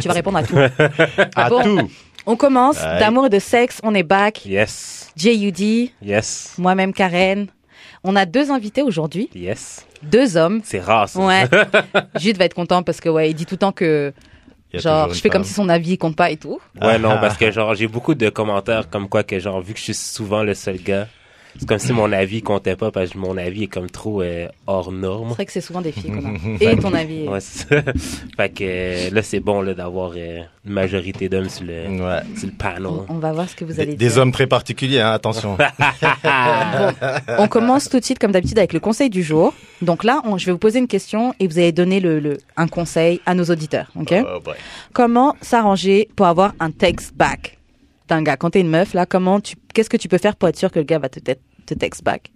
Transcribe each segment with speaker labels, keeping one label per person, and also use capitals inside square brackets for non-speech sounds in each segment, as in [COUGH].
Speaker 1: Tu vas répondre à
Speaker 2: [LAUGHS]
Speaker 1: tout.
Speaker 3: À
Speaker 1: Bon.
Speaker 3: tout.
Speaker 1: On commence
Speaker 3: Aïe.
Speaker 1: d'amour et de sexe. On est back.
Speaker 3: Yes.
Speaker 1: JUD,
Speaker 3: Yes.
Speaker 1: moi-même Karen. On a deux invités aujourd'hui,
Speaker 3: Yes.
Speaker 1: deux hommes.
Speaker 3: C'est rare,
Speaker 2: [LAUGHS]
Speaker 3: ça.
Speaker 1: Ouais. Jude va être content parce que ouais, il dit tout le temps que
Speaker 2: Il y a toujours
Speaker 1: genre
Speaker 2: une
Speaker 1: je fais comme si
Speaker 2: femme.
Speaker 1: son avis compte pas et tout.
Speaker 3: Ouais, non, parce
Speaker 2: Ah.
Speaker 3: que genre, j'ai beaucoup de commentaires comme quoi que genre, vu que je suis souvent le seul gars, c'est comme si mon avis comptait pas parce que mon avis est comme trop euh, hors norme.
Speaker 1: C'est vrai que c'est souvent des filles qu'on
Speaker 2: [LAUGHS]
Speaker 1: a. Et ton avis. est-
Speaker 3: Ouais, c'est ça. [LAUGHS] fait que euh, là, c'est bon là, d'avoir euh, une majorité d'hommes sur le,
Speaker 2: Ouais.
Speaker 3: sur le
Speaker 1: On,
Speaker 3: panel.
Speaker 1: on va voir ce que vous
Speaker 2: Des,
Speaker 1: allez
Speaker 2: des
Speaker 1: dire. Ah,
Speaker 2: hommes très particuliers,
Speaker 1: [LAUGHS]
Speaker 2: hein, attention.
Speaker 1: On commence tout de suite, comme d'habitude, avec le conseil du jour. Donc là, on- je vais vous poser une question et vous allez donner le, le- un conseil à nos auditeurs. ok
Speaker 2: Oh, boy.
Speaker 1: Comment s'arranger pour avoir un text back d'un gars Quand t'es une meuf, là, comment tu, qu'est-ce que tu peux faire pour être sûr que le gars va te, te, te text back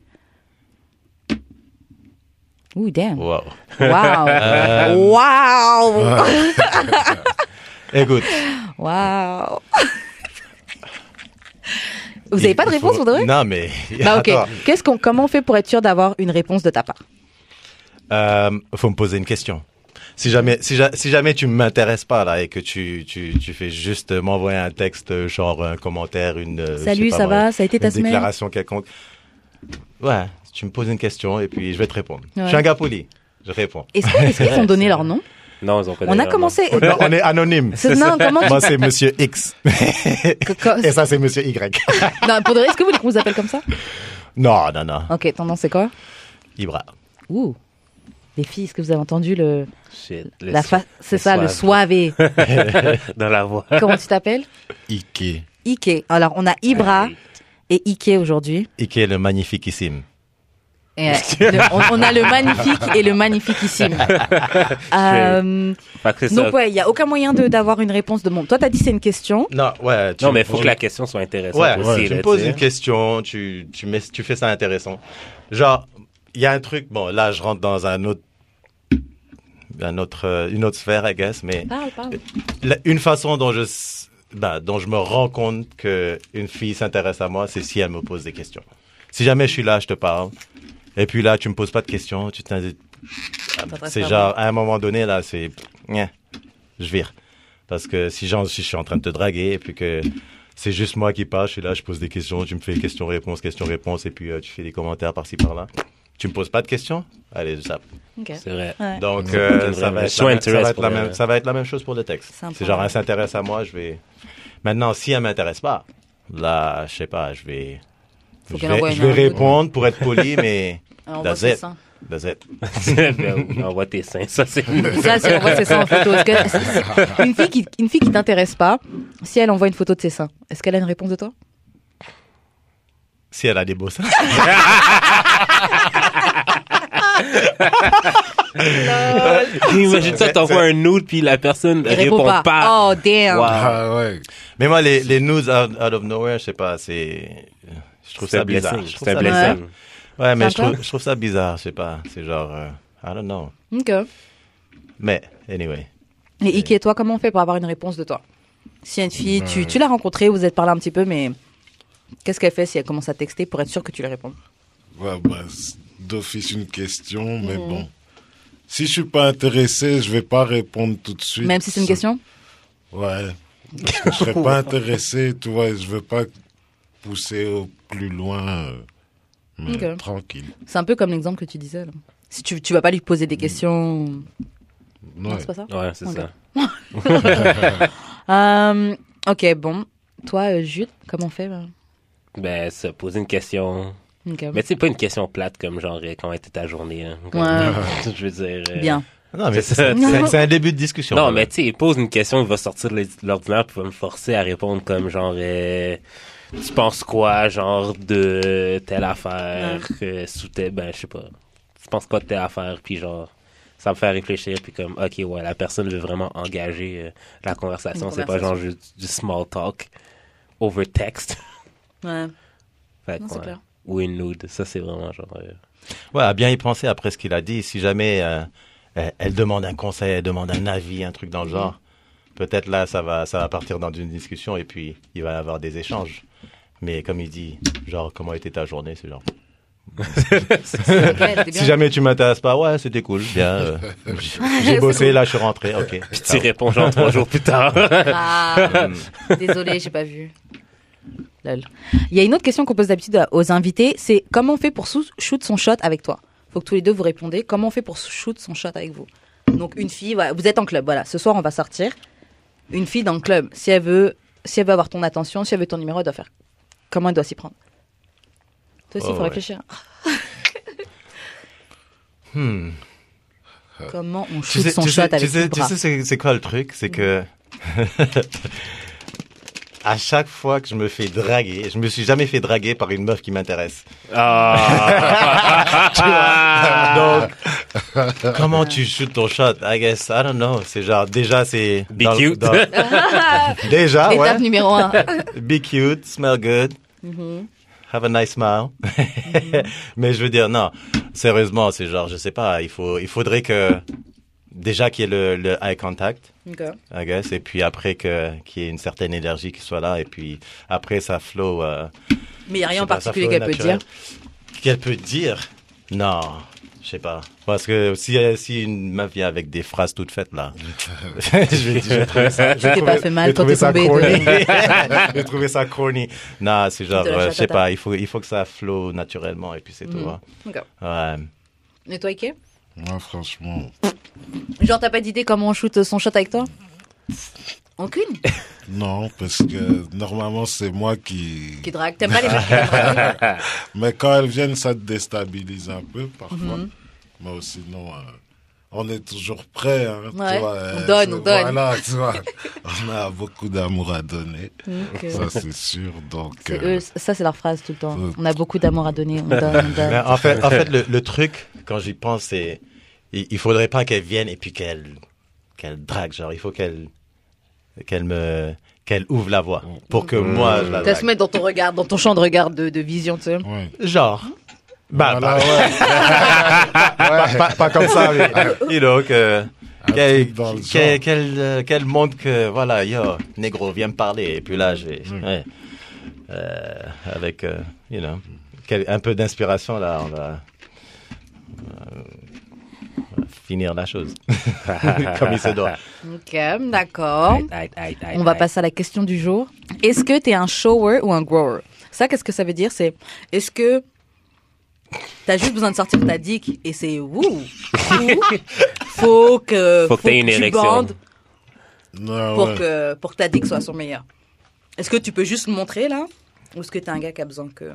Speaker 1: Ouh, damn. Wow.
Speaker 2: Wow. Euh.
Speaker 1: Wow.
Speaker 2: Écoute.
Speaker 1: Wow. Vous n'avez pas de
Speaker 2: il
Speaker 1: réponse,
Speaker 2: faut-
Speaker 1: vous devez
Speaker 2: Non, mais.
Speaker 1: [LAUGHS] Bah, ok.
Speaker 2: Attends.
Speaker 1: Qu'est-ce qu'on, comment on fait pour être sûr d'avoir une réponse de ta part
Speaker 2: Euh, faut me poser une question. Si jamais, si, ja- si jamais tu m'intéresses pas là et que tu, tu, tu fais juste m'envoyer un texte, euh, genre un commentaire, une. euh, je sais
Speaker 1: Salut,
Speaker 2: pas
Speaker 1: ça
Speaker 2: moi,
Speaker 1: va Ça a été ta
Speaker 2: Une
Speaker 1: semaine
Speaker 2: déclaration quelconque. Ouais, tu me poses une question et puis je vais te répondre.
Speaker 1: Ouais.
Speaker 2: Je suis un gars poli.
Speaker 1: [LAUGHS]
Speaker 2: Je réponds.
Speaker 1: Est-ce que- est-ce qu'ils ont donné leur nom
Speaker 3: Non, ils ont pas
Speaker 1: On a
Speaker 3: d'ailleurs,
Speaker 1: commencé.
Speaker 2: Non, on est anonyme.
Speaker 1: C'est- Non, comment
Speaker 2: [LAUGHS]
Speaker 1: tu...
Speaker 2: Moi, c'est monsieur
Speaker 1: [LAUGHS]
Speaker 2: X.
Speaker 1: que- que-
Speaker 2: Et ça, c'est monsieur Y. [LAUGHS]
Speaker 1: non, pour de vrai, est-ce que vous voulez qu'on vous appelle comme ça
Speaker 2: Non, non, non.
Speaker 1: Ok, ton nom c'est quoi
Speaker 2: Ibra.
Speaker 1: Ouh. Les filles, est-ce que vous avez entendu le,
Speaker 3: non. Shit, le
Speaker 1: la
Speaker 3: so-
Speaker 1: fa- c'est
Speaker 3: le
Speaker 1: ça, le
Speaker 3: [LAUGHS]
Speaker 1: soivé.
Speaker 3: dans la voix.
Speaker 1: Comment tu t'appelles
Speaker 2: Ike.
Speaker 1: Ike. Alors, on a
Speaker 3: Ah
Speaker 1: Ibra et Ike aujourd'hui.
Speaker 2: Ike, le magnifiquissime.
Speaker 1: Et,
Speaker 3: [LAUGHS]
Speaker 1: euh, le- on, on a le magnifique et le magnifiquissime. Euh,
Speaker 3: Fait que c'est ça.
Speaker 1: donc ouais, il y a aucun moyen de d'avoir une réponse de mon. Toi, t'as dit c'est une question.
Speaker 2: Non, ouais. tu-
Speaker 3: Non, mais il faut que la question soit intéressante
Speaker 2: Ouais,
Speaker 3: aussi.
Speaker 2: tu
Speaker 3: là,
Speaker 2: me poses
Speaker 3: tu sais.
Speaker 2: une question, tu, tu, mets- tu fais ça intéressant. Genre, il y a un truc, bon, là, je rentre dans un autre, un autre, euh, une autre sphère, I guess, mais
Speaker 1: Parle,
Speaker 3: Euh,
Speaker 1: parle.
Speaker 2: la- une façon dont je, s- ben, dont je me rends compte qu'une fille s'intéresse à moi, c'est si elle me pose des questions. Si jamais je suis là, je te parle. Et puis là, tu me poses pas de questions, tu t'in-
Speaker 1: T'intéresses
Speaker 2: C'est
Speaker 1: pas à
Speaker 2: genre, à un moment donné, là, c'est. Nyeh, Je vire. Parce que si, genre, si je suis en train de te draguer et puis que c'est juste moi qui parle, je suis là, je pose des questions, tu me fais question-réponse, question-réponse, et puis euh, tu fais des commentaires par-ci par-là. Tu me poses pas de questions Allez, ça.
Speaker 1: Ok.
Speaker 3: C'est vrai.
Speaker 1: Ouais.
Speaker 2: Donc, euh,
Speaker 3: Aucune
Speaker 2: ça, va être la
Speaker 3: vraie-
Speaker 2: même- ça va
Speaker 3: intéresse
Speaker 2: être
Speaker 3: pour
Speaker 2: la
Speaker 3: elle.
Speaker 2: même- ça va être la même chose pour le texte.
Speaker 1: C'est un
Speaker 2: C'est
Speaker 1: problème.
Speaker 2: genre, elle s'intéresse à moi, je vais. Maintenant, si elle m'intéresse pas, là, je sais pas, je vais.
Speaker 1: Faut
Speaker 2: Je
Speaker 1: qu'elle
Speaker 2: vais,
Speaker 1: envoie
Speaker 2: je
Speaker 1: une-
Speaker 2: vais répondre pour être poli, mais.
Speaker 1: [LAUGHS] Alors, on voit
Speaker 2: That's
Speaker 1: ses
Speaker 2: it.
Speaker 1: seins.
Speaker 2: That's it.
Speaker 3: [LAUGHS] ben, oui, envoie tes seins. Ça,
Speaker 2: [LAUGHS]
Speaker 3: c'est
Speaker 1: Ça, c'est, on voit ses seins en photo. Est-ce
Speaker 3: [LAUGHS]
Speaker 1: que- c'est- c'est- une fille qui, une fille qui t'intéresse pas, si elle envoie une photo de ses seins, est-ce qu'elle a une réponse de toi
Speaker 2: Si elle a des beaux seins.
Speaker 3: [LAUGHS] Imagine ça, t'envoies un nude puis la personne
Speaker 1: Elle
Speaker 3: répond pas.
Speaker 1: Oh damn.
Speaker 3: Wow.
Speaker 4: Ah ouais.
Speaker 2: Mais moi, les, les news out, out of nowhere, je sais pas, c'est. Je trouve
Speaker 3: C'est
Speaker 2: ça
Speaker 3: un
Speaker 2: bizarre.
Speaker 3: blessing.
Speaker 2: Je trouve
Speaker 3: C'est un
Speaker 2: ça bizarre.
Speaker 3: blessing.
Speaker 2: Ouais, mais je
Speaker 1: Sympa.
Speaker 2: trouve, je trouve ça bizarre, je sais pas. C'est genre. euh, I don't know.
Speaker 1: Ok.
Speaker 2: Mais, anyway.
Speaker 1: Et Ike et toi, comment on fait pour avoir une réponse de toi Si une fille, tu, tu l'as rencontrée, vous êtes parlé un petit peu, mais qu'est-ce qu'elle fait si elle commence à texter pour être sûre que tu lui réponds
Speaker 4: Ouais, bah, c'est d'office une question, mais
Speaker 1: Mhm.
Speaker 4: bon. Si je suis pas intéressé, je vais pas répondre tout de suite.
Speaker 1: Même si c'est une
Speaker 4: Ça-
Speaker 1: question
Speaker 4: Ouais. Parce que je serais pas intéressé, tu vois, je veux pas pousser au plus loin. euh, Mais
Speaker 1: Ok.
Speaker 4: tranquille.
Speaker 1: C'est un peu comme l'exemple que tu disais. là. Si tu, tu vas pas lui poser des questions. Non,
Speaker 4: Ouais.
Speaker 1: c'est pas ça
Speaker 3: Ouais, c'est
Speaker 1: Ok.
Speaker 3: ça.
Speaker 1: Euh, Ok, bon. Toi, euh, Jude, comment on fait là
Speaker 3: Ben, se poser une question.
Speaker 1: Ok.
Speaker 3: Mais c'est pas une question plate comme genre euh, comment était ta journée. hein. Comme-
Speaker 1: Ouais.
Speaker 3: [LAUGHS] Je veux dire. euh,
Speaker 1: Bien.
Speaker 2: Non, mais
Speaker 3: C'est
Speaker 2: c'est
Speaker 3: ça.
Speaker 2: c'est-
Speaker 3: [LAUGHS]
Speaker 2: c'est un début de discussion.
Speaker 3: Non,
Speaker 2: quand
Speaker 3: mais
Speaker 2: même.
Speaker 3: tu sais, il pose une question, il va sortir de l'ordinaire puis il va me forcer à répondre comme genre. euh, tu penses quoi, genre, de telle affaire, euh, sous telle. Ben, je sais pas. Tu penses quoi de telle affaire, puis genre. Ça me fait réfléchir, puis comme, ok, ouais, la personne veut vraiment engager euh, la conversation.
Speaker 1: Une
Speaker 3: C'est pas genre juste du small talk over text. [LAUGHS]
Speaker 1: Ouais.
Speaker 3: Fait que,
Speaker 1: Non, c'est
Speaker 3: ouais.
Speaker 1: clair.
Speaker 3: Ou une nude. Ça, c'est vraiment genre. euh,
Speaker 2: Ouais, à bien y penser après ce qu'il a dit. Si jamais euh, elle, elle demande un conseil, elle demande un avis, un truc dans le genre, peut-être là, ça va, ça va partir dans une discussion et puis il va y avoir des échanges. Mais comme il dit, genre, comment était ta journée C'est genre,
Speaker 1: T'es
Speaker 2: [LAUGHS]
Speaker 1: bien.
Speaker 2: Si jamais tu m'intéresses pas, ouais, c'était cool, bien. [LAUGHS] euh, j- J'ai bossé, là, je suis rentré, ok.
Speaker 3: Puis tu réponds genre [LAUGHS] trois jours plus tard.
Speaker 1: Ah,
Speaker 2: Mm.
Speaker 1: désolé, j'ai pas vu. Lol. Il y a une autre question qu'on pose d'habitude à- aux invités, c'est comment on fait pour sous- shoot son shot avec toi Faut que tous les deux vous répondez comment on fait pour shoot son shot avec vous. Donc une fille, voilà, vous êtes en club, voilà, ce soir on va sortir. Une fille dans le club, si elle veut, si elle veut avoir ton attention, si elle veut ton numéro, elle doit faire. Comment elle doit s'y prendre Toi aussi,
Speaker 2: Oh,
Speaker 1: faut
Speaker 2: ouais.
Speaker 1: réfléchir.
Speaker 2: [LAUGHS] Hmm.
Speaker 1: Comment on
Speaker 2: Tu
Speaker 1: shoot
Speaker 2: sais,
Speaker 1: son
Speaker 2: tu
Speaker 1: shot
Speaker 2: sais,
Speaker 1: avec
Speaker 2: tu sais,
Speaker 1: ses
Speaker 2: tu
Speaker 1: bras Mm.
Speaker 2: sais, c'est- c'est quoi le truc C'est que [LAUGHS] à chaque fois que je me fais draguer, je me suis jamais fait draguer par une meuf qui m'intéresse.
Speaker 3: Ah.
Speaker 2: [LAUGHS] Comment tu shoots ton shot I guess I don't know. C'est genre déjà c'est
Speaker 3: Be
Speaker 2: dans-
Speaker 1: [LAUGHS]
Speaker 2: [LAUGHS]
Speaker 3: cute.
Speaker 2: dans- déjà
Speaker 1: Étape
Speaker 2: ouais.
Speaker 1: numéro
Speaker 2: [LAUGHS]
Speaker 1: 1.
Speaker 2: Be cute, smell good,
Speaker 1: Mm-hmm.
Speaker 2: have a nice smile. [LAUGHS] Mais je veux dire non, sérieusement, c'est genre je sais pas. Il faut il faudrait que déjà qu'il y ait le, le eye contact. I guess. Et puis après, que- qu'il y ait une certaine énergie qui soit là. Et puis après, ça flow. euh,
Speaker 1: Mais il n'y a
Speaker 2: je
Speaker 1: rien
Speaker 2: sais
Speaker 1: en
Speaker 2: pas, ça
Speaker 1: particulier
Speaker 2: flow
Speaker 1: qu'elle peut dire.
Speaker 2: naturel. Qu'elle peut dire Non, je sais pas. Parce que si, euh, si une meuf vient avec des phrases toutes faites, là, [LAUGHS] je vais dire. je vais trouver ça- je vais
Speaker 1: t'es pas
Speaker 2: trouver-
Speaker 1: fait mal
Speaker 2: je vais
Speaker 1: quand t'es
Speaker 2: trouver ça
Speaker 1: tombé de-
Speaker 2: [LAUGHS] corny. Je vais trouver ça corny. Non, c'est genre,
Speaker 1: De la
Speaker 2: ouais, je
Speaker 1: chatte à
Speaker 2: sais
Speaker 1: table. Mm.
Speaker 2: pas, il faut, il faut que ça flow naturellement et puis c'est tout. hein.
Speaker 1: Ok.
Speaker 2: Ouais.
Speaker 1: Et toi, Ike
Speaker 4: Moi, franchement,
Speaker 1: Genre, t'as pas d'idée comment on shoot son shot avec toi Aucune
Speaker 4: non, parce que normalement, c'est moi qui.
Speaker 1: Qui drague T'aimes pas les mecs qui [LAUGHS] draguent
Speaker 4: Mais quand elles viennent, ça te déstabilise un peu parfois.
Speaker 1: Mhm.
Speaker 4: Mais sinon, euh, on est toujours prêt. Hein, tu
Speaker 1: Ouais,
Speaker 4: vois,
Speaker 1: on
Speaker 4: euh,
Speaker 1: donne,
Speaker 4: c'est-
Speaker 1: on donne.
Speaker 4: Voilà,
Speaker 1: [LAUGHS]
Speaker 4: tu vois, on a beaucoup d'amour à donner.
Speaker 1: Ok.
Speaker 4: Ça, c'est sûr. Donc,
Speaker 1: C'est
Speaker 4: euh,
Speaker 1: eux, ça c'est leur phrase tout le temps.
Speaker 4: Euh.
Speaker 1: On a beaucoup d'amour à donner, on donne, on
Speaker 2: Mais
Speaker 1: donne.
Speaker 2: en fait, en fait le, le truc, quand j'y pense, c'est il, il faudrait pas qu'elle vienne et puis qu'elle qu'elle drague. Genre, il faut qu'elle qu'elle me qu'elle ouvre la voie pour que moi je la
Speaker 1: T'as se
Speaker 2: drague.
Speaker 1: mettre dans ton regard, dans ton champ de regard de, de vision, tu sais.
Speaker 4: ouais.
Speaker 2: Genre. Bah, bah,
Speaker 4: Voilà, ouais.
Speaker 2: [LAUGHS] pas, pas- pas comme ça, mais [LAUGHS] you know, que- qu'elle
Speaker 4: truc dans le genre.
Speaker 2: qu'elle- qu'elle, euh, qu'elle montre que voilà, yo, négro, viens me parler. Et puis là, j'ai
Speaker 4: Mm.
Speaker 2: ouais. Euh, avec euh, you know, quel- un peu d'inspiration là, on va, euh, on va finir la chose [LAUGHS] comme il se doit.
Speaker 1: Ok, d'accord.
Speaker 3: Aïe, aïe, aïe,
Speaker 1: On va
Speaker 3: aïe.
Speaker 1: passer à la question du jour. Est-ce que t'es un shower ou un grower Ça, qu'est-ce que ça veut dire C'est est-ce que t'as juste besoin de sortir ta dick et c'est wouh Ou Faut que
Speaker 3: Faut que t'aies une
Speaker 1: tu
Speaker 3: érection.
Speaker 1: bandes
Speaker 4: Non,
Speaker 1: pour
Speaker 4: Ah ouais.
Speaker 1: que pour que ta dick soit son meilleur. Est-ce que tu peux juste me montrer là ou est-ce que t'es un gars qui a besoin que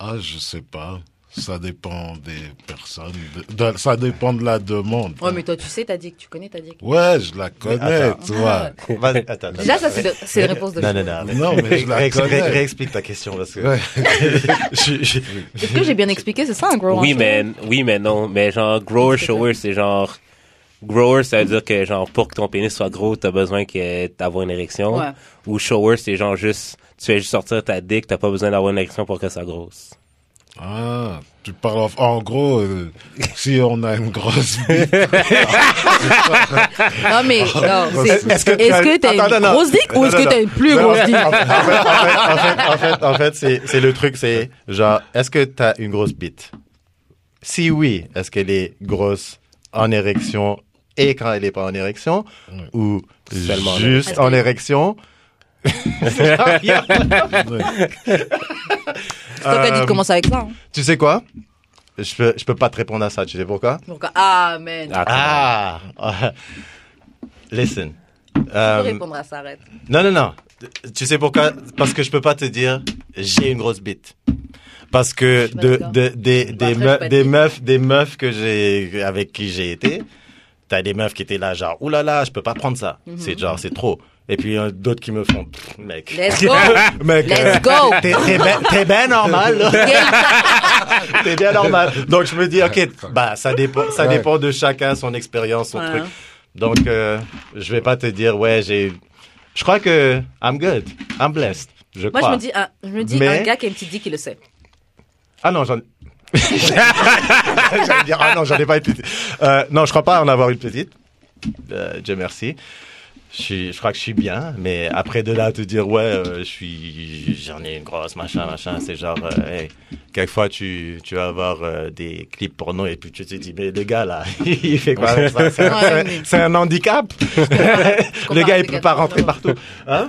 Speaker 4: Ah, je sais pas. Ça dépend des personnes. de- de- ça dépend de la demande.
Speaker 1: Ouais, Oh, mais toi tu sais ta dick, tu connais ta dick.
Speaker 4: Ouais, je la connais,
Speaker 2: attends.
Speaker 4: tu vois.
Speaker 2: Vas- attends, attends.
Speaker 1: Déjà ça c'est le- c'est la réponse de.
Speaker 2: non, non, non.
Speaker 4: Non, mais je la
Speaker 2: Réex-
Speaker 4: connais.
Speaker 2: ré- Réexplique ta question parce que.
Speaker 4: [LAUGHS] Ouais.
Speaker 2: Je- je-
Speaker 1: Est-ce que j'ai bien expliqué C'est ça un grower
Speaker 3: Oui,
Speaker 1: en fait
Speaker 3: mais, oui, mais non. Mais genre, grower, shower, c'est genre. Grower, ça veut dire que, genre, pour que ton pénis soit gros, t'as besoin que t'avoir une érection.
Speaker 1: Ouais.
Speaker 3: Ou shower, c'est genre juste. Tu fais juste sortir ta dick, t'as pas besoin d'avoir une érection pour que ça grosse.
Speaker 4: Ah, tu parles en, en gros.
Speaker 2: [LAUGHS]
Speaker 4: euh, si on a une grosse bite,
Speaker 1: Non
Speaker 2: [LAUGHS]
Speaker 1: mais non, c'est-
Speaker 4: Est-ce
Speaker 1: est-ce que
Speaker 2: as-
Speaker 1: t'as
Speaker 2: Attends,
Speaker 1: une
Speaker 2: non, non.
Speaker 1: grosse dick ou
Speaker 2: Non,
Speaker 1: est-ce
Speaker 2: non,
Speaker 1: que t'as
Speaker 2: non.
Speaker 1: une plus
Speaker 2: Non,
Speaker 1: grosse dick
Speaker 2: En fait, en fait, en fait, en fait, en fait, c'est, c'est le truc, c'est genre, est-ce que t'as une grosse bite Si oui, est-ce qu'elle est grosse en érection et quand elle n'est pas en érection Ou
Speaker 3: Seulement en
Speaker 2: juste en érection
Speaker 1: C'est toi
Speaker 2: euh,
Speaker 1: qui as dit de commencer avec ça. hein.
Speaker 2: [LAUGHS] Tu sais quoi je peux, je peux pas te répondre à ça, tu sais pourquoi
Speaker 1: Donc amen.
Speaker 3: Ah,
Speaker 2: Ah [LAUGHS] Listen.
Speaker 1: Tu
Speaker 2: Euh,
Speaker 1: peux répondre à ça, arrête.
Speaker 2: Non, non, non. Tu sais pourquoi Parce que je peux pas te dire j'ai une grosse bite. Parce que
Speaker 1: pas
Speaker 2: de,
Speaker 1: d'accord.
Speaker 2: de- des, des,
Speaker 1: après,
Speaker 2: meufs-
Speaker 1: je peux
Speaker 2: des
Speaker 1: être-
Speaker 2: meufs, des meufs que j'ai, avec qui j'ai été, t'as des meufs qui étaient là genre oulala, là là, je peux pas prendre ça.
Speaker 1: Mhm.
Speaker 2: C'est genre c'est trop. Et puis euh, d'autres qui me font Pff, mec.
Speaker 1: Let's
Speaker 2: [LAUGHS]
Speaker 1: go.
Speaker 2: Mec, euh,
Speaker 1: Let's go.
Speaker 2: T'es t'es ben, t'es ben normal. là. [LAUGHS] T'es bien normal. Donc je me dis ok, bah ça dépend, ça
Speaker 4: Ouais.
Speaker 2: dépend de chacun son expérience, son
Speaker 1: Ouais.
Speaker 2: truc. Donc euh, je vais pas te dire ouais j'ai. Je crois que I'm good, I'm blessed. Je
Speaker 1: Moi
Speaker 2: crois.
Speaker 1: je me dis un, je me dis un
Speaker 2: Mais-
Speaker 1: gars qui a une petite dick qui le sait.
Speaker 2: Ah non j'en. [LAUGHS] J'allais dire ah non j'en ai pas une petite. Euh, non je crois pas en avoir une petite. Euh, Dieu merci. Je, suis- je crois que je suis bien, mais après de là à te dire ouais, euh, je suis, j'en ai une grosse machin machin, c'est genre, euh, hey, quelquefois tu, tu vas avoir euh, des clips porno et puis tu te dis mais le gars là, [LAUGHS] il fait quoi avec ça C'est un-
Speaker 1: Ouais.
Speaker 2: C'est
Speaker 1: [LAUGHS]
Speaker 2: un handicap. [LAUGHS] le gars il peut pas rentrer partout. Hein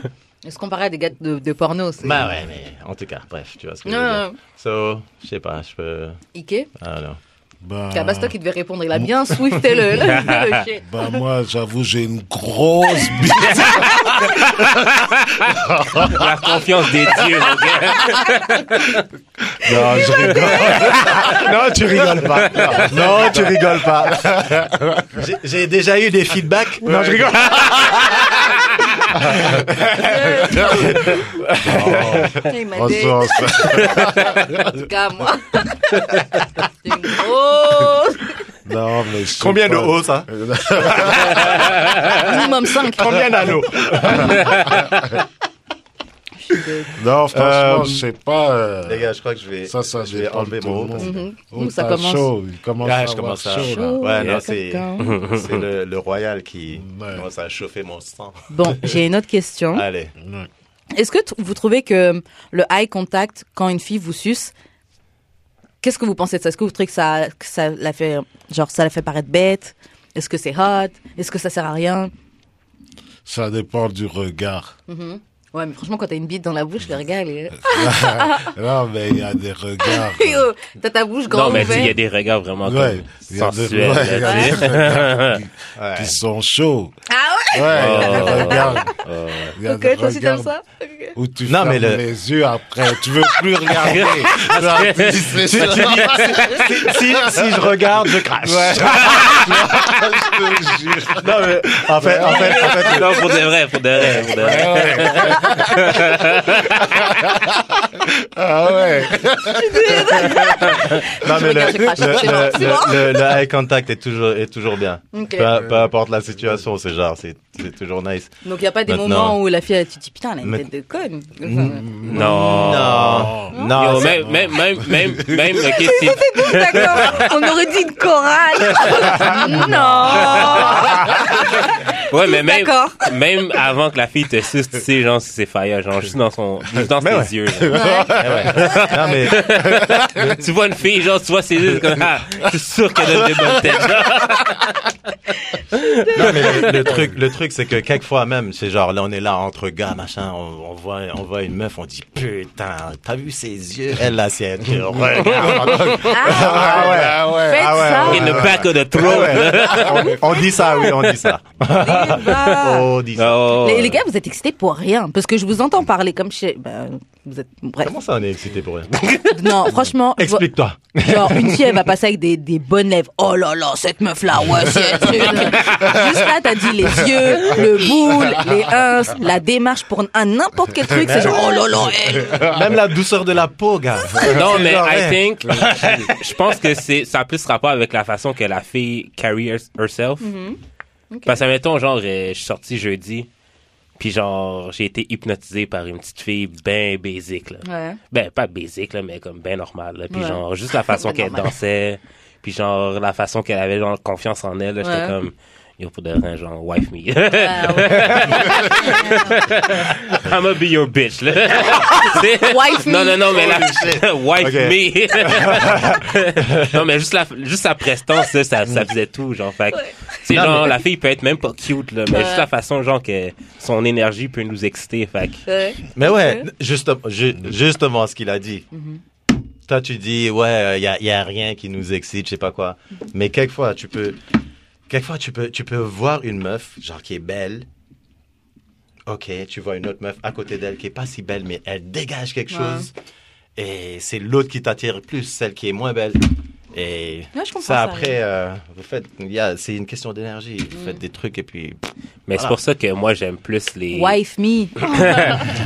Speaker 1: Se comparer à des gars de, de porno, c'est.
Speaker 2: Bah ouais, mais en tout cas, bref, tu vois ce que je veux
Speaker 1: Non,
Speaker 2: dire.
Speaker 1: non, non.
Speaker 2: So, je sais pas, je peux,
Speaker 1: Ike,
Speaker 2: ah non.
Speaker 4: Bah,
Speaker 1: c'est Abasto qui devait répondre. Il a
Speaker 3: [LAUGHS]
Speaker 1: bien swifté le, le, le shit.
Speaker 4: bah, moi, j'avoue, j'ai une grosse bite.
Speaker 3: La confiance des dieux, mon
Speaker 1: [LAUGHS]
Speaker 3: gars.
Speaker 2: [LAUGHS] Non, je
Speaker 4: [LAUGHS]
Speaker 2: rigole. non, tu rigoles pas. Non, tu rigoles pas. J'ai- J'ai déjà eu des feedbacks. Non, je rigole.
Speaker 1: Il m'a
Speaker 4: En
Speaker 1: dit,
Speaker 4: sens,
Speaker 1: en tout cas, moi. [LAUGHS] c'est une grosse.
Speaker 4: non, mais je sais
Speaker 2: Combien de
Speaker 4: pas.
Speaker 2: hauts, ça
Speaker 1: Minimum 5.
Speaker 2: Combien d'anneaux
Speaker 4: Non, franchement,
Speaker 2: Euh,
Speaker 4: je sais pas. euh,
Speaker 2: Les gars, je crois que je vais,
Speaker 4: ça, ça,
Speaker 2: je vais
Speaker 4: dépend de
Speaker 2: enlever
Speaker 4: tout
Speaker 2: mon haut.
Speaker 4: le
Speaker 2: parce que-
Speaker 4: monde.
Speaker 1: Ouh,
Speaker 4: Oh,
Speaker 1: Mhm. ça
Speaker 4: t'as
Speaker 1: commence.
Speaker 4: chaud, il commence
Speaker 2: Ah,
Speaker 4: à
Speaker 2: je
Speaker 4: avoir
Speaker 2: commence à-
Speaker 4: chaud, là.
Speaker 2: Ouais, non,
Speaker 1: Caca.
Speaker 2: c'est [LAUGHS] c'est le, le royal qui
Speaker 4: Ouais.
Speaker 2: commence à chauffer mon sang.
Speaker 1: Bon, j'ai une autre question.
Speaker 2: Allez.
Speaker 1: Est-ce que t- vous trouvez que le eye contact, quand une fille vous suce, qu'est-ce que vous pensez de ça Est-ce que vous trouvez que ça, que ça la fait, genre, ça la fait paraître bête Est-ce que c'est hot Est-ce que ça sert à rien
Speaker 4: Ça dépend du regard.
Speaker 2: [LAUGHS]
Speaker 1: Ouais, mais franchement, quand t'as une bite dans la bouche, le regard, il est-
Speaker 4: Non, mais il y a
Speaker 1: [LAUGHS]
Speaker 4: des regards.
Speaker 1: Yo, oh, T'as ta bouche
Speaker 3: Non,
Speaker 1: grande
Speaker 3: mais tu sais, il y a
Speaker 1: ouverte.
Speaker 3: des regards vraiment comme
Speaker 4: Ouais, il y a des-
Speaker 3: sensuels.
Speaker 4: ouais, il y a
Speaker 3: là, tu sais.
Speaker 4: [LAUGHS]
Speaker 2: Ouais.
Speaker 4: qui sont chauds.
Speaker 1: Ah ouais
Speaker 4: Ouais, euh, il y a des
Speaker 3: Oh.
Speaker 4: regards. Il y a
Speaker 1: Ok,
Speaker 4: des
Speaker 1: toi aussi
Speaker 4: regards
Speaker 1: t'aimes ça Ok.
Speaker 4: Où tu
Speaker 2: Non,
Speaker 4: fermes
Speaker 2: Ah, mais le-
Speaker 4: les yeux après, tu veux plus regarder.
Speaker 3: [LAUGHS]
Speaker 4: Tu as appuyé sur-
Speaker 2: Si, si- si je regarde, je crache.
Speaker 4: Je te jure.
Speaker 2: Non, mais en fait, en fait, en fait,
Speaker 3: Non, pour de vrai, pour de vrai, pour de vrai.
Speaker 4: Ah ouais.
Speaker 2: Non, mais le,
Speaker 1: regarde, je crache. C'est bon, c'est bon.
Speaker 2: le- le- le eye contact est toujours, est toujours bien.
Speaker 1: Ok.
Speaker 2: Peu, peu importe la situation, c'est genre, c'est c'est toujours nice.
Speaker 1: Donc il n'y a pas des
Speaker 2: Maintenant-
Speaker 1: moments où la fille, elle- tu te dis putain, elle a une
Speaker 2: Mais-
Speaker 1: tête de conne.
Speaker 3: Mm.
Speaker 2: Oh.
Speaker 3: Non.
Speaker 2: Non, non,
Speaker 3: Yo,
Speaker 2: c'est-
Speaker 3: même, même, même, même, même, ok,
Speaker 1: [LAUGHS]
Speaker 3: si-
Speaker 1: D'accord, on aurait dit une chorale. [LAUGHS] non
Speaker 3: Ouais, mais même,
Speaker 1: D'accord.
Speaker 3: même avant que la fille te suce, tu sais, genre, si c'est fire, genre, juste dans son, juste dans ses
Speaker 2: Mais Ben ouais.
Speaker 3: yeux. là.
Speaker 2: eh non, mais
Speaker 3: tu vois une fille, genre, tu vois ses yeux, c'est comme, ah, c'est sûr qu'elle donne des bonnes têtes, genre.
Speaker 2: Non, mais le, le truc, le truc, c'est que quelquefois même, c'est genre, là, on est là entre gars, machin, on, on voit, on voit une meuf, on dit, putain, t'as vu ses yeux? Elle, là, c'est [LAUGHS] elle, regarde.
Speaker 1: Ah,
Speaker 2: Ah ouais,
Speaker 4: Ah ouais.
Speaker 1: Faites
Speaker 2: ah ouais,
Speaker 1: ça
Speaker 3: In the back of the throat, là.
Speaker 2: On dit ça, oui, on dit ça.
Speaker 1: les gars.
Speaker 2: On dit ça.
Speaker 3: Oh.
Speaker 1: Les, les gars, vous êtes excités pour rien. Parce que je vous entends parler comme chez. Ben, vous êtes. Bref.
Speaker 2: Comment ça, on est excité pour rien?
Speaker 1: Non, franchement. je vois-
Speaker 2: [LAUGHS] Explique-toi.
Speaker 1: Genre, une fille, elle va passer avec des, des bonnes lèvres. Oh là là, cette meuf-là, ouais, c'est un truc. Juste là, t'as dit les yeux, le boule, les ins, la démarche pour un n'importe quel truc. C'est genre, oh là là, elle.
Speaker 2: Même la douceur de la peau, gars.
Speaker 3: Non,
Speaker 2: C'est
Speaker 3: mais
Speaker 2: genre,
Speaker 3: I
Speaker 2: hey.
Speaker 3: think, je pense que c'est, ça a plus rapport avec la façon que la fille carry her- herself.
Speaker 1: Mm-hmm.
Speaker 3: Parce que, mettons, genre, euh, je suis sorti jeudi, puis genre, j'ai été hypnotisé par une petite fille ben basic, là.
Speaker 1: Ouais.
Speaker 3: Ben, pas basic, là, mais comme ben normal, là. Puis
Speaker 1: Ouais.
Speaker 3: genre,
Speaker 1: [LAUGHS]
Speaker 3: juste la façon
Speaker 1: Ben
Speaker 3: qu'elle
Speaker 1: normal.
Speaker 3: dansait, puis genre, la façon qu'elle avait, genre, confiance en elle, là, j'étais
Speaker 1: Ouais.
Speaker 3: comme... Yo, pour de rien, genre, wife me. [LAUGHS] I'ma be your bitch,
Speaker 1: [LAUGHS]
Speaker 3: là.
Speaker 1: Wife me. Oh,
Speaker 3: Non, non, non, mais la... [LAUGHS] wife
Speaker 2: Ok.
Speaker 3: me.
Speaker 2: [LAUGHS]
Speaker 3: non, mais juste, la, juste sa prestance, là, ça, ça faisait tout, genre. Fait que, tu sais,
Speaker 2: Non,
Speaker 3: genre,
Speaker 2: mais-
Speaker 3: la fille peut être même pas cute, là, mais
Speaker 1: Ouais.
Speaker 3: juste la façon, genre, que son énergie peut nous exciter, fait que...
Speaker 1: Ouais.
Speaker 2: Mais ouais, juste, ju-
Speaker 3: Mhm.
Speaker 2: justement ce qu'il a dit.
Speaker 1: Mhm.
Speaker 2: Toi, tu dis, ouais, il n'y a, rien qui nous excite, je sais pas quoi. Mais quelquefois, tu peux, quelquefois tu, peux, tu peux voir une meuf, genre, qui est belle. Ok, tu vois une autre meuf à côté d'elle qui est pas si belle, mais elle dégage quelque
Speaker 1: Ouais.
Speaker 2: chose. Et c'est l'autre qui t'attire plus, celle qui est moins belle. Et
Speaker 1: Ouais, Mm. je comprends ça,
Speaker 2: ça, après, euh, vous faites, il y a- c'est une question d'énergie. Vous faites des trucs et puis.
Speaker 3: Mais c'est
Speaker 2: Voilà.
Speaker 3: pour ça que moi, j'aime plus les...
Speaker 1: Wife me.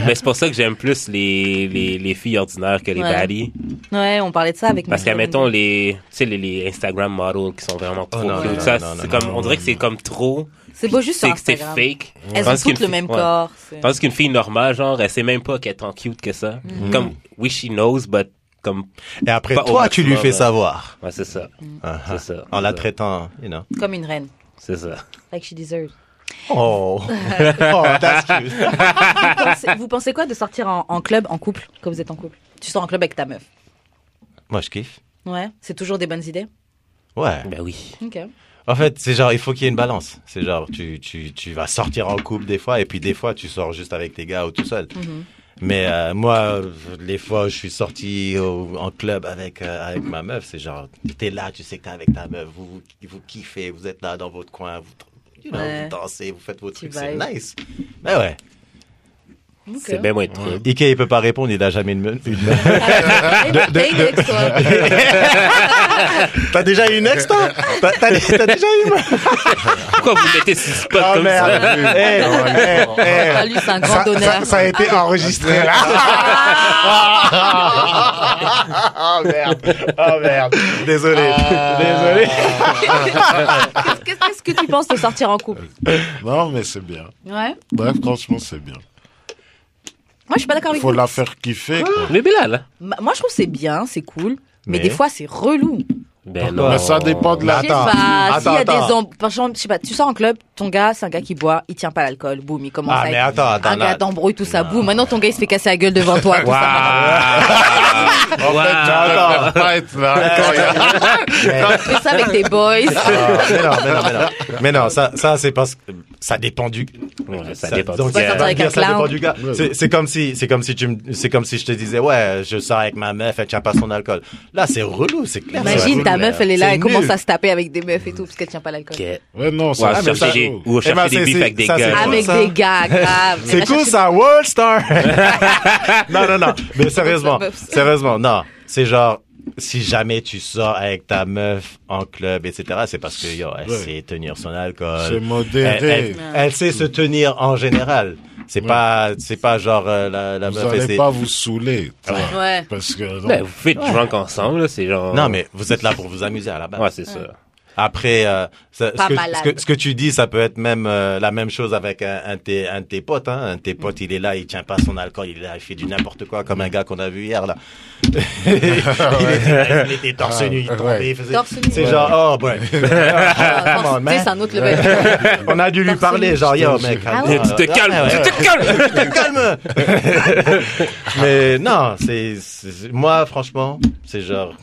Speaker 3: Mais c'est pour ça que j'aime plus les, les, les filles ordinaires que les
Speaker 1: Ouais.
Speaker 3: baddies.
Speaker 1: Ouais, on parlait de ça avec
Speaker 3: Parce que,
Speaker 1: Marie-Hélène.
Speaker 3: mettons, les, tu sais, les, les Instagram models qui sont vraiment trop
Speaker 2: Oh non,
Speaker 3: cute,
Speaker 2: non,
Speaker 3: ça,
Speaker 2: non, non,
Speaker 3: c'est
Speaker 2: non,
Speaker 3: comme, on dirait que c'est comme trop.
Speaker 1: C'est beau juste sur
Speaker 3: C'est que c'est
Speaker 1: Instagram.
Speaker 3: fake.
Speaker 1: Elles ont
Speaker 3: Tandis
Speaker 1: toutes
Speaker 3: qu'une
Speaker 1: le même
Speaker 3: fille- ouais.
Speaker 1: corps. c'est-
Speaker 3: Tandis qu'une fille normale, genre, elle sait même pas qu'elle est tant cute que ça.
Speaker 1: Mm.
Speaker 3: Comme, oui, she knows, but, comme,
Speaker 2: Et après,
Speaker 3: Pas Bah, au
Speaker 2: toi, tu lui
Speaker 3: maximum,
Speaker 2: fais
Speaker 3: ouais.
Speaker 2: savoir.
Speaker 3: ouais, c'est ça.
Speaker 1: Mm.
Speaker 2: Ah, ah.
Speaker 3: C'est ça.
Speaker 2: En la traitant, you know.
Speaker 1: Comme une reine.
Speaker 3: C'est ça. [LAUGHS]
Speaker 1: Like she deserves.
Speaker 2: Oh, [LAUGHS] oh that's cute.
Speaker 1: Vous pensez- Vous pensez quoi de sortir en, en club, en couple, quand vous êtes en couple Tu sors en club avec ta meuf.
Speaker 2: Moi, je kiffe.
Speaker 1: Ouais, c'est toujours des bonnes idées.
Speaker 2: Ouais.
Speaker 3: Ben oui.
Speaker 1: Ok.
Speaker 2: En fait, c'est genre, il faut qu'il y ait une balance. C'est genre, tu, tu, tu vas sortir en couple des fois, et puis des fois, tu sors juste avec tes gars ou tout seul.
Speaker 1: Mm-hmm.
Speaker 2: Mais euh, moi, les fois où je suis sorti au- en club avec, euh, avec ma meuf, c'est genre, t'es là, tu sais que t'es avec ta meuf, vous, vous, vous kiffez, vous êtes là dans votre coin, vous, you know,
Speaker 1: Ouais.
Speaker 2: vous dansez, vous faites vos
Speaker 1: Tu
Speaker 2: trucs, c'est
Speaker 1: vibes.
Speaker 2: nice. Mais ouais.
Speaker 1: Ok.
Speaker 3: C'est bien moins de trouble.
Speaker 2: Ike, il peut pas répondre, il a jamais une meuf. une meuf.
Speaker 1: Hey, hey, Dex, ben, toi.
Speaker 2: T'as déjà eu une ex, toi [LAUGHS] T'as t'as- t'as déjà eu une
Speaker 3: Pourquoi vous mettez six spots
Speaker 4: Ah
Speaker 2: Oh
Speaker 3: comme ça?
Speaker 2: merde Eh, eh, eh.
Speaker 1: Ah, lui, c'est un grand
Speaker 4: Ça,
Speaker 1: honneur.
Speaker 4: ça- ça a été enregistré là.
Speaker 2: Ah merde, ah merde. Désolé,
Speaker 4: Ah.
Speaker 2: désolé.
Speaker 1: Qu'est-ce que- Qu'est-ce que tu penses de sortir en couple
Speaker 4: Non, mais c'est bien.
Speaker 1: Ouais.
Speaker 4: Ouais, franchement, c'est bien.
Speaker 1: Moi, je suis pas d'accord
Speaker 4: Il
Speaker 1: avec
Speaker 4: faut
Speaker 1: vous.
Speaker 4: la faire kiffer. quoi.
Speaker 3: Mais Bilal, hein? là.
Speaker 1: Ma- Moi, je trouve que c'est bien, c'est cool. Mais,
Speaker 2: Mais-
Speaker 1: des fois, c'est relou.
Speaker 3: Ben
Speaker 2: Pourquoi?
Speaker 3: non.
Speaker 4: Mais ça dépend de
Speaker 1: Je
Speaker 4: la-
Speaker 1: sais
Speaker 2: Ah. Bah, Attends,
Speaker 1: pas, s'il y a
Speaker 2: attends,
Speaker 1: des
Speaker 2: attends.
Speaker 1: em- par exemple, je sais pas, tu sors en club, ton gars, c'est un gars qui boit, il tient pas l'alcool, boum, il commence
Speaker 2: Ah
Speaker 1: à
Speaker 2: mais
Speaker 1: être
Speaker 2: attends, attends.
Speaker 1: un gars
Speaker 2: là.
Speaker 1: d'embrouille, tout ça, boum. Maintenant, ton gars, il se fait casser la gueule devant toi, tout ça.
Speaker 2: Attends.
Speaker 3: Waouh! Waouh!
Speaker 4: Faut pas être Ah, là. Quand il y a-
Speaker 1: Tu fais ça avec tes boys.
Speaker 2: Ah, mais non, mais non, mais non. Mais non, ça, ça c'est parce que ça dépend du.
Speaker 3: Ouais, ça dépend.
Speaker 2: donc,
Speaker 3: du
Speaker 1: ça
Speaker 3: gars.
Speaker 1: dépend. avec un
Speaker 2: ça dépend
Speaker 1: clown.
Speaker 2: du gars. C'est c'est comme si, c'est comme si tu, me- c'est comme si je te disais, ouais, je sors avec ma meuf, elle tient pas son alcool. Là, c'est relou, c'est clair. c'est
Speaker 1: Imagine
Speaker 2: relou,
Speaker 1: ta meuf, elle est là,
Speaker 2: C'est
Speaker 1: elle commence
Speaker 2: nul.
Speaker 1: à se taper avec des meufs et tout, parce qu'elle tient pas l'alcool.
Speaker 3: Ok.
Speaker 4: Ouais, non,
Speaker 3: Ou
Speaker 4: ça,
Speaker 3: à
Speaker 4: c'est
Speaker 3: chercher
Speaker 4: chaud.
Speaker 3: des, ou à
Speaker 2: Eh ben,
Speaker 3: chercher des
Speaker 2: c'est-
Speaker 3: bifs avec
Speaker 2: c'est-
Speaker 3: des
Speaker 2: ça, c'est
Speaker 3: gars.
Speaker 2: cool.
Speaker 1: Avec
Speaker 2: ça.
Speaker 1: des gars, grave. Elle
Speaker 2: [LAUGHS] C'est
Speaker 1: va
Speaker 2: cool
Speaker 1: chercher-
Speaker 2: ça, World Star.
Speaker 1: [LAUGHS]
Speaker 2: non non non, mais sérieusement,
Speaker 1: meuf, ça.
Speaker 2: sérieusement, non, c'est genre si jamais tu sors avec ta meuf en club, etc., c'est parce que yo, elle
Speaker 4: Ouais.
Speaker 2: sait tenir son alcool.
Speaker 4: C'est
Speaker 2: Elle,
Speaker 4: modéré.
Speaker 2: elle- elle sait se tenir en général. C'est pas, c'est pas genre euh, la, la
Speaker 4: Vous
Speaker 2: meuf. elle
Speaker 4: n'allez
Speaker 2: sait-
Speaker 4: pas vous saouler. tu vois.
Speaker 2: [LAUGHS]
Speaker 1: Ouais.
Speaker 4: Parce que. non.
Speaker 3: Ben, vous faites drunk ensemble, là, c'est genre.
Speaker 2: Non mais vous êtes là pour vous amuser à la base.
Speaker 3: Ouais, c'est ça.
Speaker 2: Après, euh, ça-
Speaker 1: Pas
Speaker 2: ce, que,
Speaker 1: malade.
Speaker 2: ce que- ce que tu dis, ça peut être même euh, la même chose avec un, un de tes, un de tes potes. Hein. Un de tes
Speaker 1: Mm.
Speaker 2: potes, il est là, il tient pas son alcool, il, est là, il fait du n'importe quoi, comme un gars qu'on a vu hier [LAUGHS] là. il, était, il était torse nu, il
Speaker 4: Ouais.
Speaker 2: tombait, il faisait.
Speaker 1: Torse nu.
Speaker 2: C'est
Speaker 1: Ouais.
Speaker 2: genre, oh ouais.
Speaker 1: Ah,
Speaker 2: Come on,
Speaker 1: tu sais,
Speaker 2: man.
Speaker 1: c'est un autre level.
Speaker 2: [LAUGHS] On a dû lui
Speaker 1: Torse
Speaker 2: parler,
Speaker 1: nu.
Speaker 2: genre yo mec.
Speaker 1: Ah ouais.
Speaker 3: Tu te calmes,
Speaker 2: ouais,
Speaker 3: tu te calmes!
Speaker 2: te
Speaker 3: [LAUGHS]
Speaker 2: calme. Mais non, c'est c'est- moi franchement, c'est genre.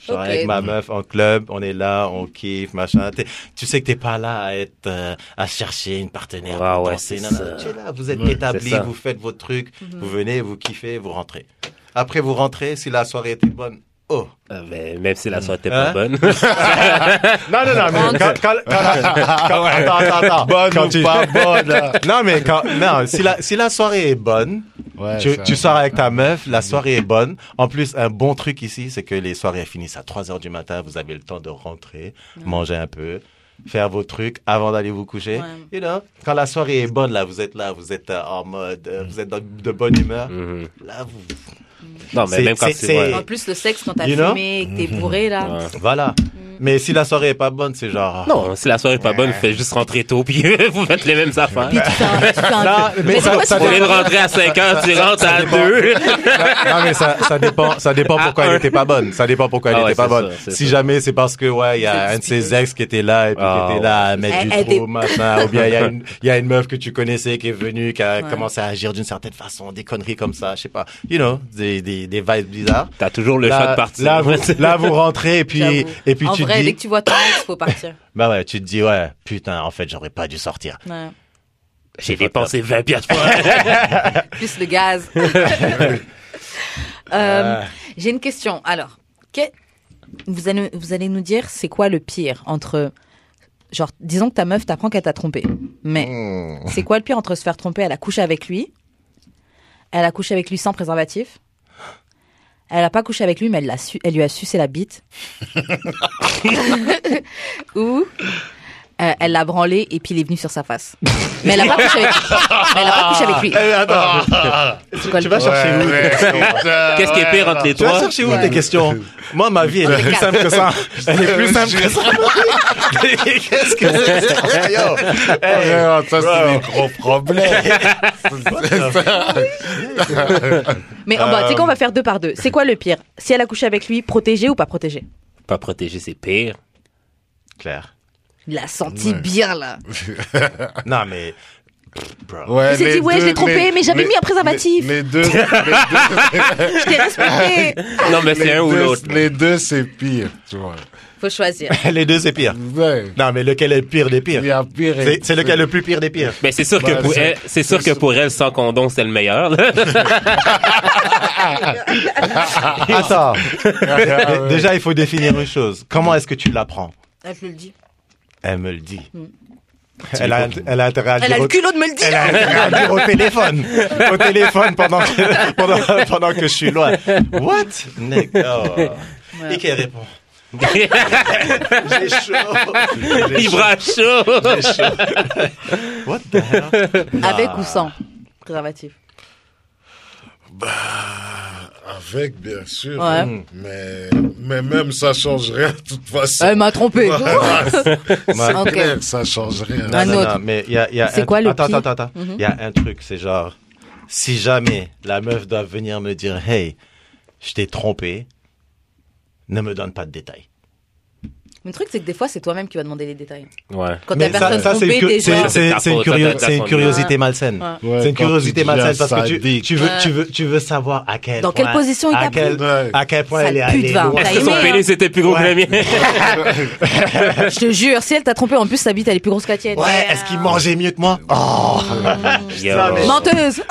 Speaker 2: je sors
Speaker 1: Ok.
Speaker 2: avec ma meuf en club, on est là, on kiffe, machin. T'es- tu sais que t'es pas là à être, euh, à chercher une partenaire.
Speaker 3: Ah
Speaker 2: pour
Speaker 3: ouais,
Speaker 2: danser.
Speaker 3: c'est
Speaker 2: Non, non,
Speaker 3: ça.
Speaker 2: tu es là, vous êtes
Speaker 3: Ouais, c'est
Speaker 2: établi,
Speaker 3: ça.
Speaker 2: vous faites votre truc, vous venez, vous kiffez, vous rentrez. Après, vous rentrez, si la soirée était bonne, oh.
Speaker 3: Ah, ben, même si la soirée était pas
Speaker 2: Hein?
Speaker 3: [LAUGHS] bonne.
Speaker 2: Non, non, non, mais quand, quand, quand, quand- attends, attends, attends.
Speaker 4: Bonne
Speaker 2: Quand
Speaker 4: ou
Speaker 2: tu-
Speaker 4: pas bonne. là.
Speaker 2: Non, mais quand, non, si la, si la soirée est bonne,
Speaker 4: Ah, Ouais,
Speaker 2: tu,
Speaker 4: ça-
Speaker 2: tu sors avec ta meuf,
Speaker 4: [LAUGHS]
Speaker 2: la soirée est bonne. En plus, un bon truc ici, c'est que les soirées finissent à 3 heures du matin. Vous avez le temps de rentrer, manger un peu, faire vos trucs avant d'aller vous coucher.
Speaker 1: Ouais.
Speaker 2: You know, quand la soirée est bonne, là, vous êtes là, vous êtes euh, en mode, euh, vous êtes dans- de bonne humeur.
Speaker 4: Mm.
Speaker 3: Mhm.
Speaker 2: Là, vous...
Speaker 3: Non, mais
Speaker 2: C'est-
Speaker 3: même quand
Speaker 2: c'est-
Speaker 3: c'est. ouais.
Speaker 1: En plus, le sexe, quand t'as
Speaker 2: You know?
Speaker 1: fumé, que t'es bourré, là.
Speaker 3: Ouais.
Speaker 2: Voilà.
Speaker 4: Mm.
Speaker 2: Mais si la soirée est pas bonne, c'est genre...
Speaker 3: Non, si la soirée est pas bonne, vous faites juste rentrer tôt, puis [LAUGHS] vous faites les mêmes affaires.
Speaker 1: Tu fais un- tu fais un-
Speaker 2: Non, mais
Speaker 1: Mais
Speaker 2: ça-
Speaker 1: c'est quoi,
Speaker 2: ça
Speaker 1: tu fais
Speaker 3: Au
Speaker 1: un-
Speaker 3: lieu de rentrer à 5 heures, tu rentres à [LAUGHS] 2.
Speaker 2: non mais ça, ça dépend ça dépend
Speaker 3: Ah,
Speaker 2: pourquoi
Speaker 3: un.
Speaker 2: elle était pas bonne ça dépend pourquoi elle
Speaker 3: Ah ouais,
Speaker 2: était pas
Speaker 3: c'est ça,
Speaker 2: bonne
Speaker 3: c'est
Speaker 2: si
Speaker 3: ça.
Speaker 2: jamais c'est parce que ouais il y a
Speaker 1: C'est
Speaker 2: un de ses ex qui était là et puis
Speaker 3: Ah
Speaker 2: qui était là à mettre
Speaker 1: Elle-
Speaker 2: du
Speaker 1: elle
Speaker 2: trou
Speaker 1: était-
Speaker 2: machin ou bien il y a une il y a une meuf que tu connaissais qui est venue qui a
Speaker 1: Ouais.
Speaker 2: commencé à agir d'une certaine façon des conneries comme ça je sais pas you know des des des vibes bizarres
Speaker 3: T'as toujours le choix de
Speaker 2: là,
Speaker 3: partir.
Speaker 2: là, vous, là vous rentrez et puis
Speaker 1: J'avoue.
Speaker 2: et puis
Speaker 1: en
Speaker 2: tu
Speaker 1: vrai,
Speaker 2: te
Speaker 1: dès
Speaker 2: dis
Speaker 1: que tu vois ton ex, faut partir.
Speaker 2: bah ouais tu te dis ouais putain en fait j'aurais pas dû sortir
Speaker 1: Ouais.
Speaker 3: J'ai dépensé 20 [LAUGHS] piastres pour un
Speaker 1: Plus le gaz.
Speaker 2: [LAUGHS]
Speaker 1: Euh, J'ai une question. Alors, que- vous, allez, vous allez nous dire c'est quoi le pire entre. Genre, disons que ta meuf t'apprend qu'elle t'a trompé. Mais
Speaker 2: Euh, Mm.
Speaker 1: c'est quoi le pire entre se faire tromper Elle a couché avec lui. Elle a couché avec lui sans préservatif. Elle a pas couché avec lui, mais elle, l'a su- elle lui a sucé la
Speaker 2: [LAUGHS]
Speaker 1: bite. Ou euh, elle l'a branlé et puis il est venu sur sa face. Mais elle a pas couché avec lui. Mais elle a pas couché avec lui.
Speaker 2: Eh, attends,
Speaker 1: C'est quoi le
Speaker 2: tu vas
Speaker 1: pire
Speaker 2: chercher [LAUGHS] où
Speaker 4: Ouais, putain,
Speaker 3: Qu'est-ce qui est pire entre les
Speaker 2: Tu vas
Speaker 3: trois?
Speaker 2: chercher où tes questions Moi, ma vie, elle est plus simple que ça. Elle est plus simple que ça. Qu'est-ce que c'est Yo. Hey.
Speaker 4: ouais, Ça, c'est des gros problèmes.
Speaker 1: Mais on va- tu sais
Speaker 2: Euh,
Speaker 1: quoi, on va faire deux par deux. C'est quoi le pire Si elle a couché avec lui, protégée ou pas protégée
Speaker 3: Pas protéger, c'est pire.
Speaker 2: Claire.
Speaker 1: Il a senti
Speaker 4: Ouais.
Speaker 1: bien là.
Speaker 2: Non, mais. Bro.
Speaker 4: Ouais,
Speaker 1: Il s'est
Speaker 4: les
Speaker 1: dit, ouais, je
Speaker 4: deux-
Speaker 1: l'ai trompé,
Speaker 4: les-
Speaker 1: mais j'avais
Speaker 4: les-
Speaker 1: mis un préservatif.
Speaker 4: Les,
Speaker 2: [LAUGHS]
Speaker 4: les deux, les
Speaker 1: Je t'ai respecté.
Speaker 3: Non, mais
Speaker 4: deux-
Speaker 3: c'est un ou l'autre.
Speaker 4: les deux, c'est pire, tu vois.
Speaker 1: [LAUGHS] Faut choisir.
Speaker 2: les deux, c'est pire.
Speaker 4: Ouais.
Speaker 2: Non, mais lequel est le pire des
Speaker 4: Il y
Speaker 2: pires
Speaker 4: a pire. et
Speaker 2: C'est c'est lequel
Speaker 4: pire.
Speaker 2: le plus pire des pires
Speaker 3: Mais Ben, c'est sûr
Speaker 4: Bah,
Speaker 3: que pour
Speaker 4: c'est-
Speaker 3: elle, c'est sûr que
Speaker 4: c'est-
Speaker 3: pour elle, sans condom, c'est le meilleur. là.
Speaker 2: Attends.
Speaker 4: Ah ouais.
Speaker 2: Déjà, il faut définir une chose. Comment est-ce que tu l'apprends
Speaker 1: Ah, je le dis.
Speaker 2: Elle me le dit. Elle a, elle a intérêt à le
Speaker 1: Mm. Elle a
Speaker 2: dire
Speaker 1: le
Speaker 2: au-
Speaker 1: culot de me le dire.
Speaker 2: Elle a intérêt à le dire au téléphone. Au téléphone pendant que, pendant, pendant que je suis loin. What? Nick. oh.
Speaker 1: Ouais.
Speaker 2: Et qu'elle répond. J'ai chaud. J'ai
Speaker 3: Il
Speaker 2: chaud.
Speaker 3: brasse chaud.
Speaker 2: J'ai chaud. What the hell?
Speaker 1: Avec
Speaker 2: Ah.
Speaker 1: ou sans préservatif.
Speaker 4: Avec, bien sûr.
Speaker 1: Ouais.
Speaker 4: Mm. Mais, mais même ça change rien, de toute façon. Ah,
Speaker 1: Elle m'a trompé.
Speaker 4: c'est
Speaker 1: [LAUGHS] Ok.
Speaker 4: clair, ça change rien.
Speaker 2: Non,
Speaker 1: Un
Speaker 2: non,
Speaker 1: autre.
Speaker 2: non, mais il y a, il y a
Speaker 1: C'est
Speaker 2: un-
Speaker 1: quoi le
Speaker 2: attends,
Speaker 1: pire Mm-hmm.
Speaker 2: attends, attends, Il y a un truc, c'est genre, si jamais la meuf doit venir me dire, hey, je t'ai trompé, ne me donne pas de détails.
Speaker 1: Le truc, c'est que des fois, c'est toi-même qui vas demander les détails.
Speaker 3: Ouais.
Speaker 1: Quand
Speaker 2: Mais
Speaker 1: la personne trompée,
Speaker 2: cu-
Speaker 1: t'es
Speaker 2: c'est-
Speaker 1: genre-
Speaker 2: c'est- c'est une,
Speaker 3: Ta faute,
Speaker 2: curio-
Speaker 3: ta- ta
Speaker 2: c'est une
Speaker 3: faute.
Speaker 2: curiosité
Speaker 1: Ouais.
Speaker 2: malsaine.
Speaker 1: Ouais.
Speaker 4: Ouais,
Speaker 2: C'est une
Speaker 4: quand
Speaker 2: curiosité
Speaker 4: tu
Speaker 2: malsaine
Speaker 4: deviens
Speaker 2: parce que tu,
Speaker 4: sadique.
Speaker 2: tu, veux,
Speaker 1: Ouais.
Speaker 2: tu, veux, tu veux savoir à quel
Speaker 1: Dans
Speaker 2: point,
Speaker 1: quelle position il
Speaker 2: à
Speaker 1: t'a
Speaker 2: quel,
Speaker 4: pris. Ouais.
Speaker 2: à quel point
Speaker 1: Sale
Speaker 2: elle est
Speaker 1: pute,
Speaker 2: allée
Speaker 1: va.
Speaker 2: loin.
Speaker 1: T'as
Speaker 3: Son
Speaker 1: aimé,
Speaker 3: pénis était plus gros que le mien. [LAUGHS]
Speaker 1: bah, Je te jure, si elle t'a trompé, en plus, sa bite, elle est plus grosse que la tienne.
Speaker 2: Ouais, est-ce qu'il mangeait mieux que moi Oh
Speaker 3: Yo.
Speaker 2: Ça, mais- [LAUGHS]
Speaker 1: Menteuse.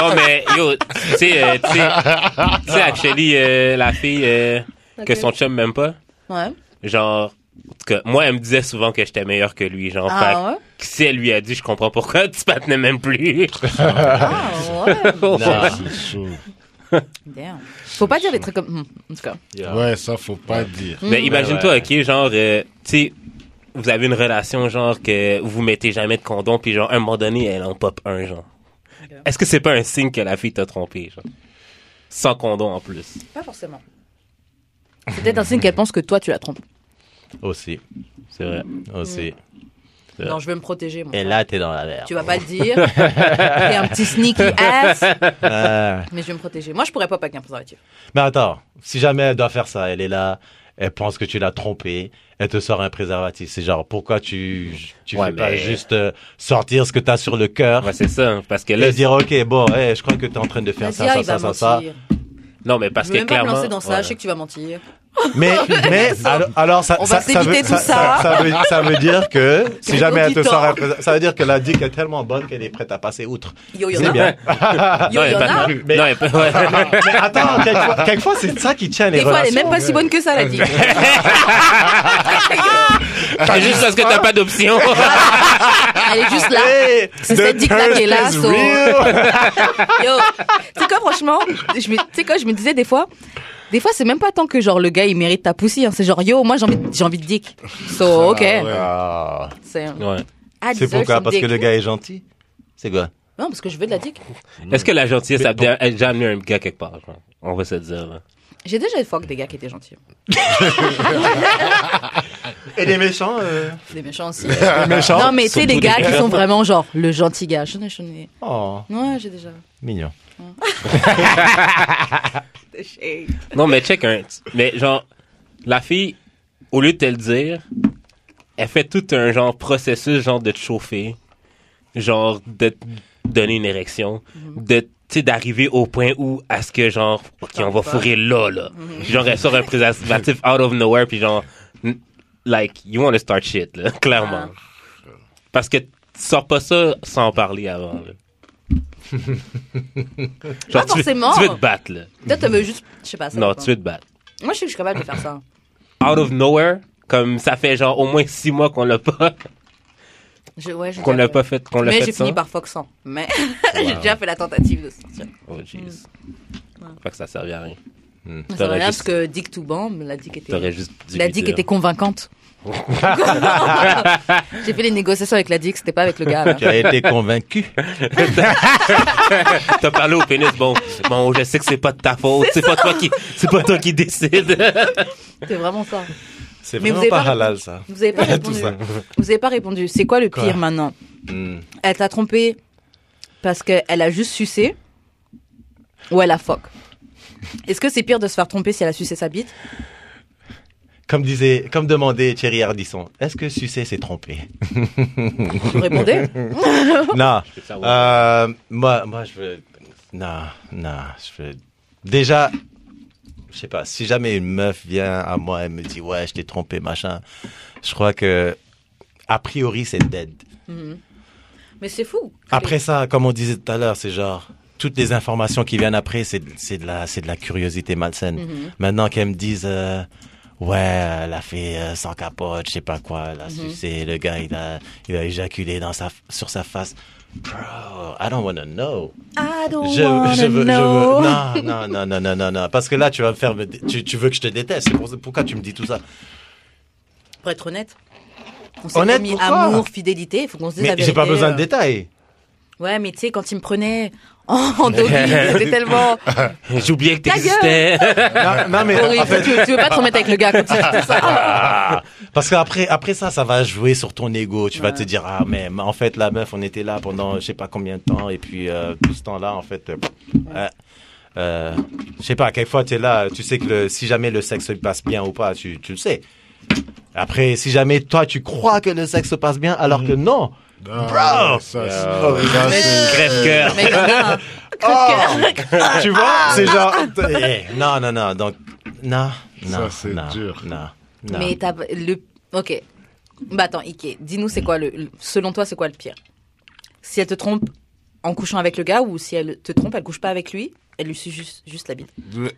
Speaker 3: Non, mais yo, tu sais, euh, tu sais, tu sais, actually, euh, la fille euh, que son chum m'aime pas,
Speaker 1: Ah, Ouais.
Speaker 3: genre, en tout cas, moi, elle me disait souvent que j'étais meilleur que lui, genre, fait
Speaker 1: Ah ouais.
Speaker 3: que si elle lui a dit, je comprends pourquoi, [LAUGHS] tu patinais même plus.
Speaker 1: Ah ouais.
Speaker 2: Non.
Speaker 4: C'est chaud.
Speaker 1: Damn. Faut pas dire des trucs comme. Hmm, En tout cas.
Speaker 4: Ouais, ça, faut pas dire.
Speaker 1: Mm. Ben
Speaker 3: Mais imagine-toi,
Speaker 2: ouais.
Speaker 3: ok, genre, euh, tu sais, vous avez une relation, genre, que vous mettez jamais de condom, puis genre, à un moment donné, elle en pop un, genre. Est-ce que c'est pas un signe que la fille t'a trompé, genre? Sans condom en plus.
Speaker 1: Pas forcément. C'est peut-être un signe qu'elle pense que toi, tu la trompes.
Speaker 2: Aussi,
Speaker 3: C'est vrai.
Speaker 2: aussi. Ouais.
Speaker 1: Non, je veux me protéger, moi.
Speaker 2: Euh, Et là, t'es dans la merde.
Speaker 1: Tu vas pas le dire.
Speaker 2: [LAUGHS]
Speaker 1: T'es un petit sneaky ass.
Speaker 2: Ouais.
Speaker 1: Mais je vais me protéger. Moi, je pourrais pas avec un préservatif.
Speaker 2: Mais attends, si jamais elle doit faire ça, elle est là, elle pense que tu l'as trompée, elle te sort un préservatif. C'est genre, pourquoi tu, tu
Speaker 3: Ouais,
Speaker 2: fais pas
Speaker 3: mais-
Speaker 2: juste euh, sortir ce que t'as sur le cœur
Speaker 3: Ouais, c'est ça. Parce que
Speaker 2: et
Speaker 3: là,
Speaker 2: se dire, ok, bon, hey, je crois que t'es en train de faire ça,
Speaker 1: Vas-y, ah,
Speaker 2: ça,
Speaker 1: il
Speaker 2: ça,
Speaker 1: va
Speaker 2: ça, ça.
Speaker 1: mentir.
Speaker 3: non, mais parce
Speaker 1: Je veux
Speaker 3: que
Speaker 1: même pas me
Speaker 3: clairement.
Speaker 1: lancer dans ça.
Speaker 3: ouais.
Speaker 1: Je sais que tu vas mentir. [LAUGHS]
Speaker 2: Mais, mais alors, alors ça,
Speaker 1: On
Speaker 2: ça,
Speaker 1: va s'éviter
Speaker 2: veut,
Speaker 1: tout ça.
Speaker 2: ça, ça veut, ça veut dire
Speaker 1: [LAUGHS]
Speaker 2: que si
Speaker 1: Cadeau
Speaker 2: jamais elle
Speaker 1: du
Speaker 2: te sort
Speaker 1: temps.
Speaker 2: un préservatif, ça veut dire que la dick est tellement bonne qu'elle est prête à passer outre.
Speaker 1: Yo, yo,
Speaker 2: C'est bien.
Speaker 1: Yo,
Speaker 3: Ah, Non,
Speaker 1: yo,
Speaker 3: elle est pas-
Speaker 1: yo.
Speaker 3: non, elle est pas- ouais.
Speaker 2: Mais attends, quelquefois, quelquefois, c'est ça qui tient les
Speaker 1: Des fois, elle est
Speaker 2: relations.
Speaker 1: même pas si bonne que ça, la
Speaker 2: [LAUGHS]
Speaker 1: dit.
Speaker 3: C'est juste parce que [LAUGHS] t'as pas [LAUGHS] d'option.
Speaker 1: Elle est juste là.
Speaker 2: [LAUGHS] Hey,
Speaker 1: C'est
Speaker 2: the
Speaker 1: cette dick-là qui est là,
Speaker 2: [LAUGHS] thirst is
Speaker 1: so-
Speaker 2: real.
Speaker 1: [LAUGHS] Yo. Tu sais quoi, franchement, je me, tu sais quoi, je me disais des fois, des fois, c'est même pas tant que genre le gars il mérite ta poussie, hein. c'est genre yo, moi j'ai envie, de- j'ai envie de dick. So, Oh, ok.
Speaker 4: Ah, ouais.
Speaker 2: Ah.
Speaker 1: C'est,
Speaker 3: Ouais.
Speaker 1: I deserve
Speaker 2: C'est pourquoi
Speaker 1: some
Speaker 2: Parce que
Speaker 1: dick.
Speaker 2: le gars est gentil C'est quoi
Speaker 1: Non, parce que je veux de la dick.
Speaker 3: Est-ce que la gentillesse a bien- a déjà amené un gars quelque part? genre? On va se dire. là.
Speaker 1: J'ai déjà eu fuck des gars qui étaient gentils.
Speaker 2: Et les méchants euh...
Speaker 1: Des méchants aussi.
Speaker 2: Les méchants
Speaker 1: non, mais tu sais,
Speaker 3: surtout
Speaker 1: des
Speaker 3: des
Speaker 1: gars
Speaker 3: gars.
Speaker 1: qui sont vraiment genre le gentil gars. Je n'ai, je n'ai.
Speaker 2: Oh,
Speaker 1: Ouais, j'ai déjà.
Speaker 2: mignon.
Speaker 3: Non, mais check un. Mais genre, la fille, au lieu de te le dire, elle fait tout un genre processus, genre de te chauffer, genre de te donner une érection, de tu sais, d'arriver au point où à ce que genre ok on va
Speaker 1: pas.
Speaker 3: fourrer là là genre elle sort un préservatif out of nowhere puis genre n- like you want to start shit là [LAUGHS] clairement parce que tu sors pas ça sans en parler avant là. Genre,
Speaker 1: Pas
Speaker 3: tu veux-
Speaker 1: forcément.
Speaker 3: tu veux te battre là
Speaker 1: Peut-être tu veux juste, je sais pas. ça
Speaker 3: non
Speaker 1: dépend.
Speaker 3: tu veux te battre
Speaker 1: Moi, je sais que je suis capable de faire ça.
Speaker 3: out of nowhere, comme ça fait genre au moins six mois qu'on l'a pas, [LAUGHS]
Speaker 1: Je, ouais, je
Speaker 3: qu'on l'a
Speaker 1: dirais.
Speaker 3: pas fait, qu'on l'a
Speaker 1: Mais
Speaker 3: fait
Speaker 1: j'ai
Speaker 3: sans.
Speaker 1: fini par fuck sans. Mais [LAUGHS] j'ai déjà fait la tentative de sortir.
Speaker 3: Oh jeez.
Speaker 1: Mm.
Speaker 3: Fait que ça servait à rien.
Speaker 1: Ça
Speaker 3: T'aurais
Speaker 1: va bien parce
Speaker 3: juste-
Speaker 1: que Dick to Bomb, la Dick était.
Speaker 3: T'aurais juste dû
Speaker 1: La
Speaker 3: lui
Speaker 1: dick
Speaker 3: dire.
Speaker 1: était
Speaker 3: [LAUGHS]
Speaker 1: convaincante. J'ai fait les négociations avec la dick, c'était pas avec le gars. là.
Speaker 2: [LAUGHS] Tu as été convaincu
Speaker 3: T'as parlé au pénis,
Speaker 1: [LAUGHS]
Speaker 3: bon, bon, je sais que c'est pas de ta faute, c'est pas toi qui, c'est pas toi
Speaker 1: [LAUGHS]
Speaker 3: qui décide.
Speaker 1: C'était vraiment ça.
Speaker 2: C'est
Speaker 1: Mais vous
Speaker 2: vraiment
Speaker 1: avez
Speaker 2: pas
Speaker 1: pas-
Speaker 2: halal, ça.
Speaker 1: Vous
Speaker 3: [LAUGHS]
Speaker 1: avez pas
Speaker 2: Tout
Speaker 1: répondu.
Speaker 2: ça.
Speaker 1: Vous avez pas répondu. C'est quoi le pire
Speaker 2: Quoi
Speaker 1: maintenant
Speaker 2: Hmm.
Speaker 1: Elle t'a trompé parce qu'elle a juste sucé ou elle a fuck Est-ce que c'est pire de se faire tromper si elle a sucé sa bite
Speaker 2: Comme disait, comme demandait Thierry Ardisson, est-ce que sucer s'est trompé
Speaker 1: [LAUGHS] Vous
Speaker 2: [LAUGHS]
Speaker 1: répondez
Speaker 2: Non.
Speaker 3: Je peux savoir.
Speaker 2: Euh, moi, moi, je veux. Non, non, je veux. Déjà, je sais pas, si jamais une meuf vient à moi et me dit, ouais, je t'ai trompé, machin, je crois que, a priori, c'est dead.
Speaker 1: Mais c'est fou.
Speaker 2: Après ça, comme on disait tout à l'heure, c'est genre toutes les informations qui viennent après, c'est c'est de la c'est de la curiosité malsaine.
Speaker 1: Mhm.
Speaker 2: Maintenant qu'elles me disent euh, ouais, elle a fait euh, sans capote, je sais pas quoi, elle a
Speaker 1: Mhm.
Speaker 2: sucé, le gars il a il a éjaculé dans sa sur sa face. Bro, I don't wanna know.
Speaker 1: I don't
Speaker 2: Je,
Speaker 1: wanna
Speaker 2: je veux, je veux-
Speaker 1: know.
Speaker 2: non, non, non, non, non, non, non, parce que là, tu vas me faire, me dé- tu, tu veux que je te déteste. c'est pour ça- pourquoi tu me dis tout ça
Speaker 1: Pour être honnête, on s'est
Speaker 2: Honnête,
Speaker 1: mis
Speaker 2: pourquoi
Speaker 1: amour, fidélité, il faut qu'on se dise
Speaker 2: Mais
Speaker 1: la
Speaker 2: j'ai pas
Speaker 1: vérité,
Speaker 2: besoin de
Speaker 1: euh.
Speaker 2: détails.
Speaker 1: [LAUGHS] Ouais, mais tu sais, quand il me prenait en en
Speaker 2: [LAUGHS]
Speaker 1: doggy, c'était tellement
Speaker 3: J'oubliais que
Speaker 1: Ta
Speaker 3: t'existais.
Speaker 2: Non, non, mais en
Speaker 1: horrible.
Speaker 2: fait,
Speaker 1: Tu, tu veux pas te remettre avec le gars quand tu dis tout
Speaker 2: [LAUGHS]
Speaker 1: ça.
Speaker 2: Ah, Parce qu'après après ça, ça va jouer sur ton ego. Tu vas te dire, ah, mais en fait, la meuf, on était là pendant je sais pas combien de temps. Et puis, euh, tout ce temps-là, en fait, euh, euh, euh, je sais pas, quelquefois, tu es là, tu sais que le- si jamais le sexe se passe bien ou pas, tu, tu le sais. Après, si jamais toi, tu crois que le sexe se passe bien, alors
Speaker 4: Mhm.
Speaker 2: que non.
Speaker 4: Non,
Speaker 2: Bro!
Speaker 4: ça,
Speaker 2: Yeah.
Speaker 4: c'est- ça, c'est- [LAUGHS]
Speaker 3: Crève-cœur.
Speaker 1: Mais non,
Speaker 2: [LAUGHS] Oh. tu vois, c'est
Speaker 4: [LAUGHS]
Speaker 2: genre. Eh, non, non, non. Donc, non, non.
Speaker 4: Ça, c'est
Speaker 2: non,
Speaker 4: dur.
Speaker 2: Non, non.
Speaker 1: Mais t'as le. Ok. Bah attends, Ike, dis-nous c'est quoi le, le- Selon toi, c'est quoi le pire Si elle te trompe en couchant avec le gars ou si elle te trompe, elle couche pas avec lui, elle lui suce juste, juste la bite.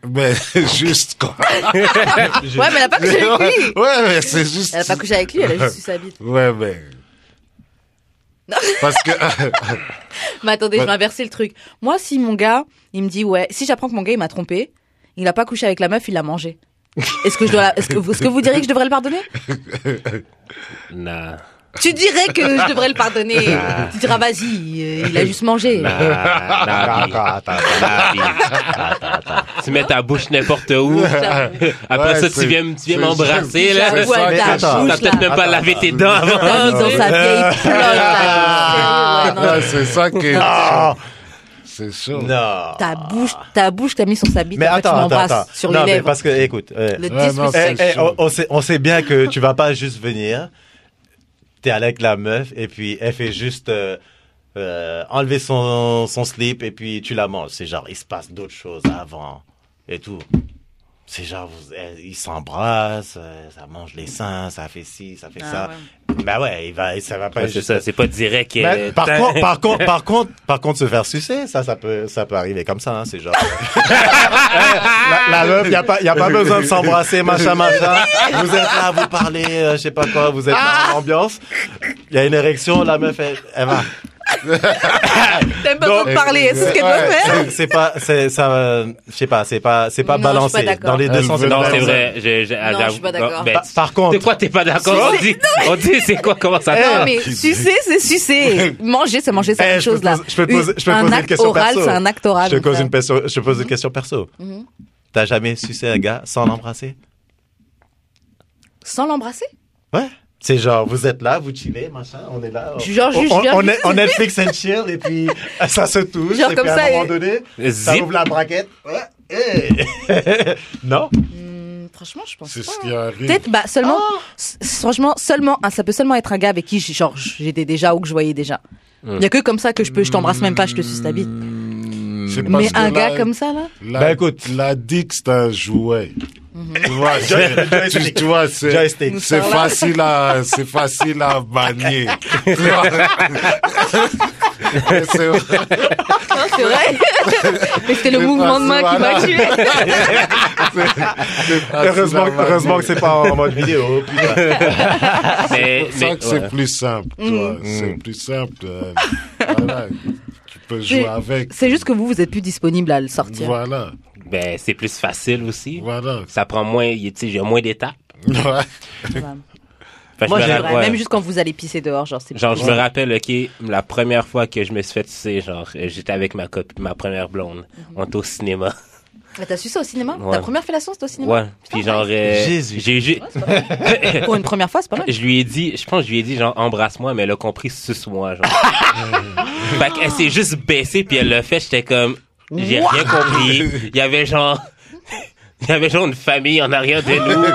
Speaker 4: Mais juste quoi.
Speaker 1: Ouais, mais elle a pas couché avec
Speaker 4: [LAUGHS]
Speaker 1: lui.
Speaker 4: Ouais, mais c'est juste.
Speaker 1: Elle a pas couché avec lui, elle a juste sucé la bite. [LAUGHS]
Speaker 4: Ouais, mais. Parce que. [LAUGHS]
Speaker 1: Mais attendez, je
Speaker 4: Ouais.
Speaker 1: vais inverser le truc. Moi, si mon gars, il me dit ouais, si j'apprends que mon gars il m'a trompé, il a pas couché avec la meuf, il l'a mangé. Est-ce que je dois, la- est-ce que vous, est-ce que vous diriez que je devrais le pardonner
Speaker 3: [LAUGHS] Nah.
Speaker 1: Tu dirais que je devrais le pardonner. tu diras vas-y, euh, il a juste mangé.
Speaker 2: Bah.
Speaker 3: Nah.
Speaker 2: Ah,
Speaker 3: Nah.
Speaker 2: Attends, attends, attends.
Speaker 3: Nah, puis- Tu mets ta bouche n'importe où. Après
Speaker 4: Ouais,
Speaker 3: ça,
Speaker 4: c'est-
Speaker 3: tu viens, m- tu viens
Speaker 4: c'est-
Speaker 3: m'embrasser, là.
Speaker 1: J'avoue,
Speaker 2: ça,
Speaker 1: avec ta
Speaker 2: attends.
Speaker 3: T'as
Speaker 1: bouche,
Speaker 3: peut-être Ah,
Speaker 1: là.
Speaker 3: même pas
Speaker 2: Attends.
Speaker 3: lavé tes
Speaker 2: [LAUGHS]
Speaker 3: dents
Speaker 1: T'as mis
Speaker 3: avant.
Speaker 1: dans
Speaker 3: tu sais.
Speaker 1: sa vieille culotte, là. Ouais, non,
Speaker 3: [LAUGHS]
Speaker 4: Non, c'est ça qui est.
Speaker 2: Ah.
Speaker 4: C'est chaud.
Speaker 2: Non.
Speaker 1: Ta bouche, ta bouche que t'as mis sur sa bite,
Speaker 2: Mais
Speaker 1: après, tu
Speaker 2: attends, attends,
Speaker 1: m'embrasses
Speaker 2: attends.
Speaker 1: sur
Speaker 2: non,
Speaker 1: les
Speaker 2: mais
Speaker 1: lèvres.
Speaker 2: parce que, écoute, euh,
Speaker 1: Le
Speaker 4: Ouais, non,
Speaker 1: disrespect.
Speaker 4: c'est-
Speaker 2: eh, eh, on, on sait, on sait bien que tu vas pas juste venir, t'es avec la meuf et puis elle fait juste euh, euh, enlever son, son slip et puis tu la manges. C'est genre, il se passe d'autres choses avant et tout. C'est genre, vous- eh, ils s'embrassent, euh, ça mange les seins, ça fait ci, ça fait
Speaker 1: Ah,
Speaker 2: ça. Bah ouais, il va, ça va pas
Speaker 3: Ouais, C'est
Speaker 2: juste
Speaker 3: ça, c'est pas direct. euh, [LAUGHS]
Speaker 2: Mais Ben, par
Speaker 3: t'as-
Speaker 2: contre, par contre, par contre, par contre, se faire sucer, ça, ça peut, ça peut arriver comme ça, hein, c'est genre. la, la meuf, y a pas, y a pas besoin de s'embrasser, machin, machin. Vous êtes là, vous parlez, euh, je sais pas quoi, vous êtes dans l'ambiance. Y a une érection, la meuf, elle, elle va.
Speaker 1: T'aimes pas trop
Speaker 2: Donc- euh,
Speaker 1: parler, c'est ce qu'elle doit
Speaker 4: Ouais.
Speaker 1: faire.
Speaker 2: C'est- C'est pas, c'est, ça, euh, je sais pas, c'est pas, c'est
Speaker 1: Non,
Speaker 2: pas
Speaker 1: je
Speaker 2: balancé.
Speaker 1: suis pas d'accord.
Speaker 2: Dans les deux
Speaker 4: Elle
Speaker 2: sens,
Speaker 4: veut-
Speaker 3: Non,
Speaker 2: pas
Speaker 3: c'est
Speaker 2: balancé.
Speaker 3: vrai. Je, je, ah,
Speaker 1: Non, je suis
Speaker 3: j'avoue,
Speaker 1: pas d'accord.
Speaker 3: ben,
Speaker 2: Par, par contre.
Speaker 3: De quoi t'es pas d'accord? On dit, on dit c'est quoi, comment ça
Speaker 1: Non,
Speaker 3: va?
Speaker 1: mais sucer, c'est sucer. Manger, c'est manger, c'est
Speaker 2: Eh,
Speaker 1: la
Speaker 2: je peux
Speaker 1: chose, là.
Speaker 2: poser- je peux poser- je peux
Speaker 1: un
Speaker 2: poser une
Speaker 1: acte
Speaker 2: question
Speaker 1: oral,
Speaker 2: perso.
Speaker 1: c'est un acte oral.
Speaker 2: Je te
Speaker 1: donc euh,
Speaker 2: pose
Speaker 1: ça- Mhm.
Speaker 2: une, perso- je te pose une question perso. T'as jamais sucé un gars sans l'embrasser?
Speaker 1: Sans l'embrasser
Speaker 2: Ouais. C'est genre, vous êtes là, vous chillez, machin, on est là.
Speaker 1: Je- genre,
Speaker 2: on,
Speaker 1: juste,
Speaker 2: on,
Speaker 1: viens
Speaker 2: on
Speaker 1: juste.
Speaker 2: est- on Netflix and chill, et puis [LAUGHS] ça se touche.
Speaker 1: Genre
Speaker 2: et
Speaker 1: comme
Speaker 2: puis à
Speaker 1: ça,
Speaker 2: un moment
Speaker 1: et-
Speaker 2: donné, ça
Speaker 3: Zip.
Speaker 2: ouvre la braquette. Ouais. hey. [LAUGHS] non.
Speaker 1: Hum, Franchement,
Speaker 2: oh.
Speaker 1: je pense
Speaker 4: C'est
Speaker 1: pas.
Speaker 4: ce qui arrive.
Speaker 1: Peut-être, bah, seulement, s- franchement, seulement, ah, ça peut seulement être un gars avec qui, j- genre, j'étais déjà ou que je voyais déjà. Il
Speaker 3: Hmm.
Speaker 1: y a que comme ça que je peux, je t'embrasse même pas, je te suce la bite.
Speaker 4: C'est parce
Speaker 1: Mais
Speaker 4: que
Speaker 1: un
Speaker 4: là,
Speaker 1: gars comme ça, là
Speaker 4: La,
Speaker 2: Ben, écoute.
Speaker 4: La dick, c'est un jouet.
Speaker 2: [LAUGHS]
Speaker 4: Tu vois,
Speaker 2: Joy-
Speaker 4: c'est- tu, tu vois, c'est,
Speaker 2: Joystick.
Speaker 4: c'est facile à, c'est facile à
Speaker 2: [LAUGHS]
Speaker 4: manier. Tu vois. Mais c'est vrai.
Speaker 1: Ah, C'est vrai [LAUGHS] Mais c'était le
Speaker 4: C'est
Speaker 1: mouvement de main
Speaker 4: pas-
Speaker 1: qui m'a tué.
Speaker 4: C'est facile
Speaker 2: Heureusement,
Speaker 4: à manier.
Speaker 2: heureusement que c'est pas en mode [LAUGHS] vidéo. euh, putain.
Speaker 3: Mais,
Speaker 4: C'est pour ça
Speaker 3: mais,
Speaker 4: que c'est
Speaker 3: ouais.
Speaker 4: plus simple, tu vois.
Speaker 2: Mhm.
Speaker 4: C'est plus simple. euh, voilà. Tu peux jouer
Speaker 1: C'est-
Speaker 4: avec.
Speaker 1: C'est juste que vous, vous êtes plus disponible à le sortir.
Speaker 4: Voilà.
Speaker 3: Ben, c'est plus facile aussi.
Speaker 4: Voilà.
Speaker 3: Ça prend moins, y- tu sais, j'ai moins d'étapes.
Speaker 4: Ouais.
Speaker 1: C'est vrai.
Speaker 3: Fait que
Speaker 2: Moi,
Speaker 3: je
Speaker 2: j'ai-
Speaker 3: me
Speaker 1: C'est
Speaker 3: ra-
Speaker 1: vrai,
Speaker 3: ouais.
Speaker 1: Même juste quand vous allez pisser dehors, genre, c'est
Speaker 3: Genre, je me rappelle, OK, la première fois que je me suis fait sucer, genre, euh, j'étais avec ma cop ma première blonde.
Speaker 2: Mhm.
Speaker 3: On était au cinéma.
Speaker 1: Mais T'as su ça au cinéma
Speaker 3: Ouais.
Speaker 1: Ta première fellation, c'était au cinéma
Speaker 3: Ouais. Puis genre, euh,
Speaker 2: Oh Jésus.
Speaker 3: j'ai ju-
Speaker 1: Pour une première fois, c'est pas
Speaker 3: [LAUGHS]
Speaker 1: mal.
Speaker 3: je lui ai dit, je pense que je lui ai dit, genre, embrasse-moi, mais elle a compris, suce-moi, genre. fait qu'elle s'est juste baissée, puis elle l'a fait, j'étais comme, j'ai
Speaker 1: Wow.
Speaker 3: rien compris. Il y avait genre... [LAUGHS] Il y avait genre une famille en arrière de nous.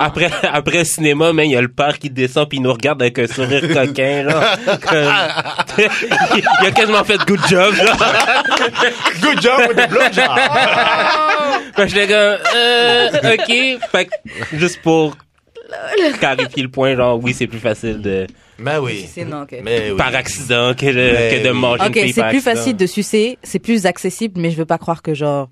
Speaker 3: Après, après le cinéma, man, il y a le père qui descend puis il nous regarde avec un sourire coquin, là. Comme- [LAUGHS] il, il a quasiment fait good job, là.
Speaker 2: Good job with the blowjob!
Speaker 3: Fait que j'étais comme, euh, ok. Fait que, juste pour clarifier le point, genre, oui, c'est plus facile de,
Speaker 2: [LAUGHS] Mais oui.
Speaker 1: C'est non, ok.
Speaker 2: Mais oui.
Speaker 3: par accident que de,
Speaker 2: Mais
Speaker 3: que de
Speaker 2: oui.
Speaker 3: manger
Speaker 1: Ok,
Speaker 3: une fille
Speaker 1: c'est
Speaker 3: par
Speaker 1: plus
Speaker 3: accident.
Speaker 1: facile de sucer, c'est plus accessible, mais je veux pas croire que genre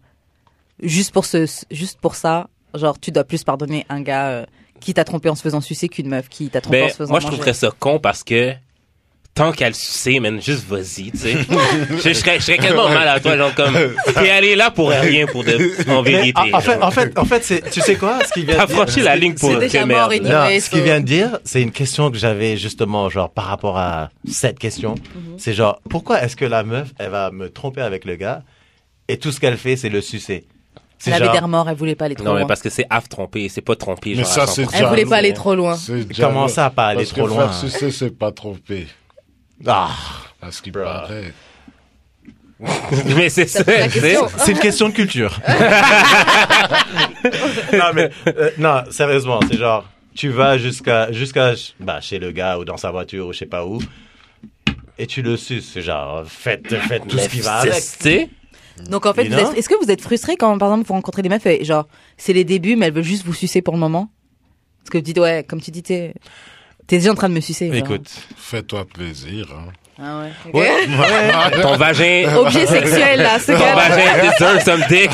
Speaker 1: juste pour ce, juste pour ça, genre tu dois plus pardonner un gars euh, qui t'a trompé en se faisant sucer qu'une meuf qui t'a trompé
Speaker 3: Ben,
Speaker 1: en se faisant.
Speaker 3: moi, je
Speaker 1: manger.
Speaker 3: trouverais ça con parce que tant qu'à le sucer, man, juste vas-y,
Speaker 2: [LAUGHS]
Speaker 3: tu sais. je, je serais, je serais quasiment mal à toi, genre comme, t'es allé là pour rien, pour de, en vérité.
Speaker 2: ah, En, en fait,
Speaker 3: genre.
Speaker 2: en fait, en fait, c'est- tu sais quoi? Ce qu'il vient
Speaker 3: T'as
Speaker 2: de dire.
Speaker 3: franchi la ligne pour
Speaker 1: C'est déjà
Speaker 3: que
Speaker 1: mort,
Speaker 3: merde.
Speaker 1: Eddie.
Speaker 2: Non,
Speaker 1: Ouais,
Speaker 2: ce
Speaker 1: faut-
Speaker 2: qu'il vient de dire, c'est une question que j'avais justement, genre, par rapport à cette question. C'est genre, pourquoi est-ce que la meuf, elle va me tromper avec le gars et tout ce qu'elle fait, c'est le sucer? C'est
Speaker 1: Elle avait
Speaker 2: genre,
Speaker 1: des remords, elle voulait pas aller trop
Speaker 3: Non, mais
Speaker 1: loin.
Speaker 3: parce que c'est half trompé, c'est pas trompé.
Speaker 4: Mais
Speaker 3: genre,
Speaker 4: ça,
Speaker 3: à
Speaker 4: c'est
Speaker 3: 100%.
Speaker 1: Elle voulait pas aller
Speaker 4: mais-
Speaker 1: trop loin.
Speaker 4: C'est déjà-
Speaker 2: comment ça, à pas aller
Speaker 4: Parce
Speaker 2: trop
Speaker 4: que
Speaker 2: loin?
Speaker 4: Faire sucer, c'est pas trompé.
Speaker 2: Ah.
Speaker 4: À ce qu'il
Speaker 2: Bruh.
Speaker 4: paraît.
Speaker 3: [LAUGHS] Mais c'est ça,
Speaker 1: fait la
Speaker 3: tu sais.
Speaker 1: question.
Speaker 2: C'est une question de culture. non, mais, euh, non, sérieusement, c'est genre, tu vas jusqu'à, jusqu'à, bah, chez le gars ou dans sa voiture ou je sais pas où, et tu le suces. C'est genre, faites, faites tout ce qui va
Speaker 3: C'est-
Speaker 2: avec.
Speaker 3: tu sais,
Speaker 1: Donc en fait,
Speaker 2: Mais
Speaker 1: vous
Speaker 2: non.
Speaker 1: êtes- est-ce que vous êtes frustré quand par exemple vous rencontrez des meufs et genre c'est les débuts, mais elles veulent juste vous sucer pour le moment Parce que vous dites ouais, comme tu dis, t'es t'es déjà en train de me sucer. genre.
Speaker 2: Écoute.
Speaker 4: Fais-toi plaisir. Hein.
Speaker 1: Ah ouais. ok.
Speaker 4: [LAUGHS]
Speaker 2: [LAUGHS]
Speaker 3: ton vagin, [LAUGHS]
Speaker 1: Objet sexuel là, ce
Speaker 3: ton
Speaker 2: bah,
Speaker 1: gars.
Speaker 3: vagin deserve some dick.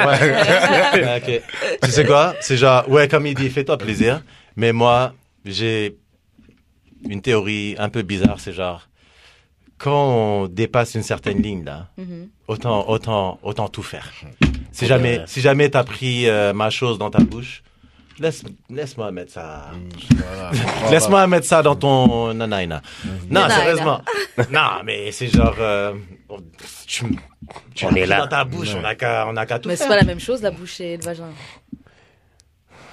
Speaker 2: Ah Ouais, ok. Tu sais quoi C'est genre, ouais, comme il dit, fais-toi plaisir. Mais moi, j'ai une théorie un peu bizarre. C'est genre, quand on dépasse une certaine ligne, là,
Speaker 1: Mm-hmm.
Speaker 2: autant, autant, autant tout faire. Si jamais, si jamais t'as pris euh, ma chose dans ta bouche, laisse, laisse-moi mettre ça.
Speaker 4: Voilà.
Speaker 2: Laisse-moi mettre ça dans ton nanaina. Non,
Speaker 1: Nanaina.
Speaker 2: sérieusement. non, mais c'est genre, euh, on- tu, tu
Speaker 3: [LAUGHS] On
Speaker 2: l'as
Speaker 3: est
Speaker 2: pris
Speaker 3: là.
Speaker 2: dans ta bouche, on n'a qu'à, on n'a qu'à tout
Speaker 1: Mais c'est
Speaker 2: faire.
Speaker 1: pas la même chose la bouche et le vagin.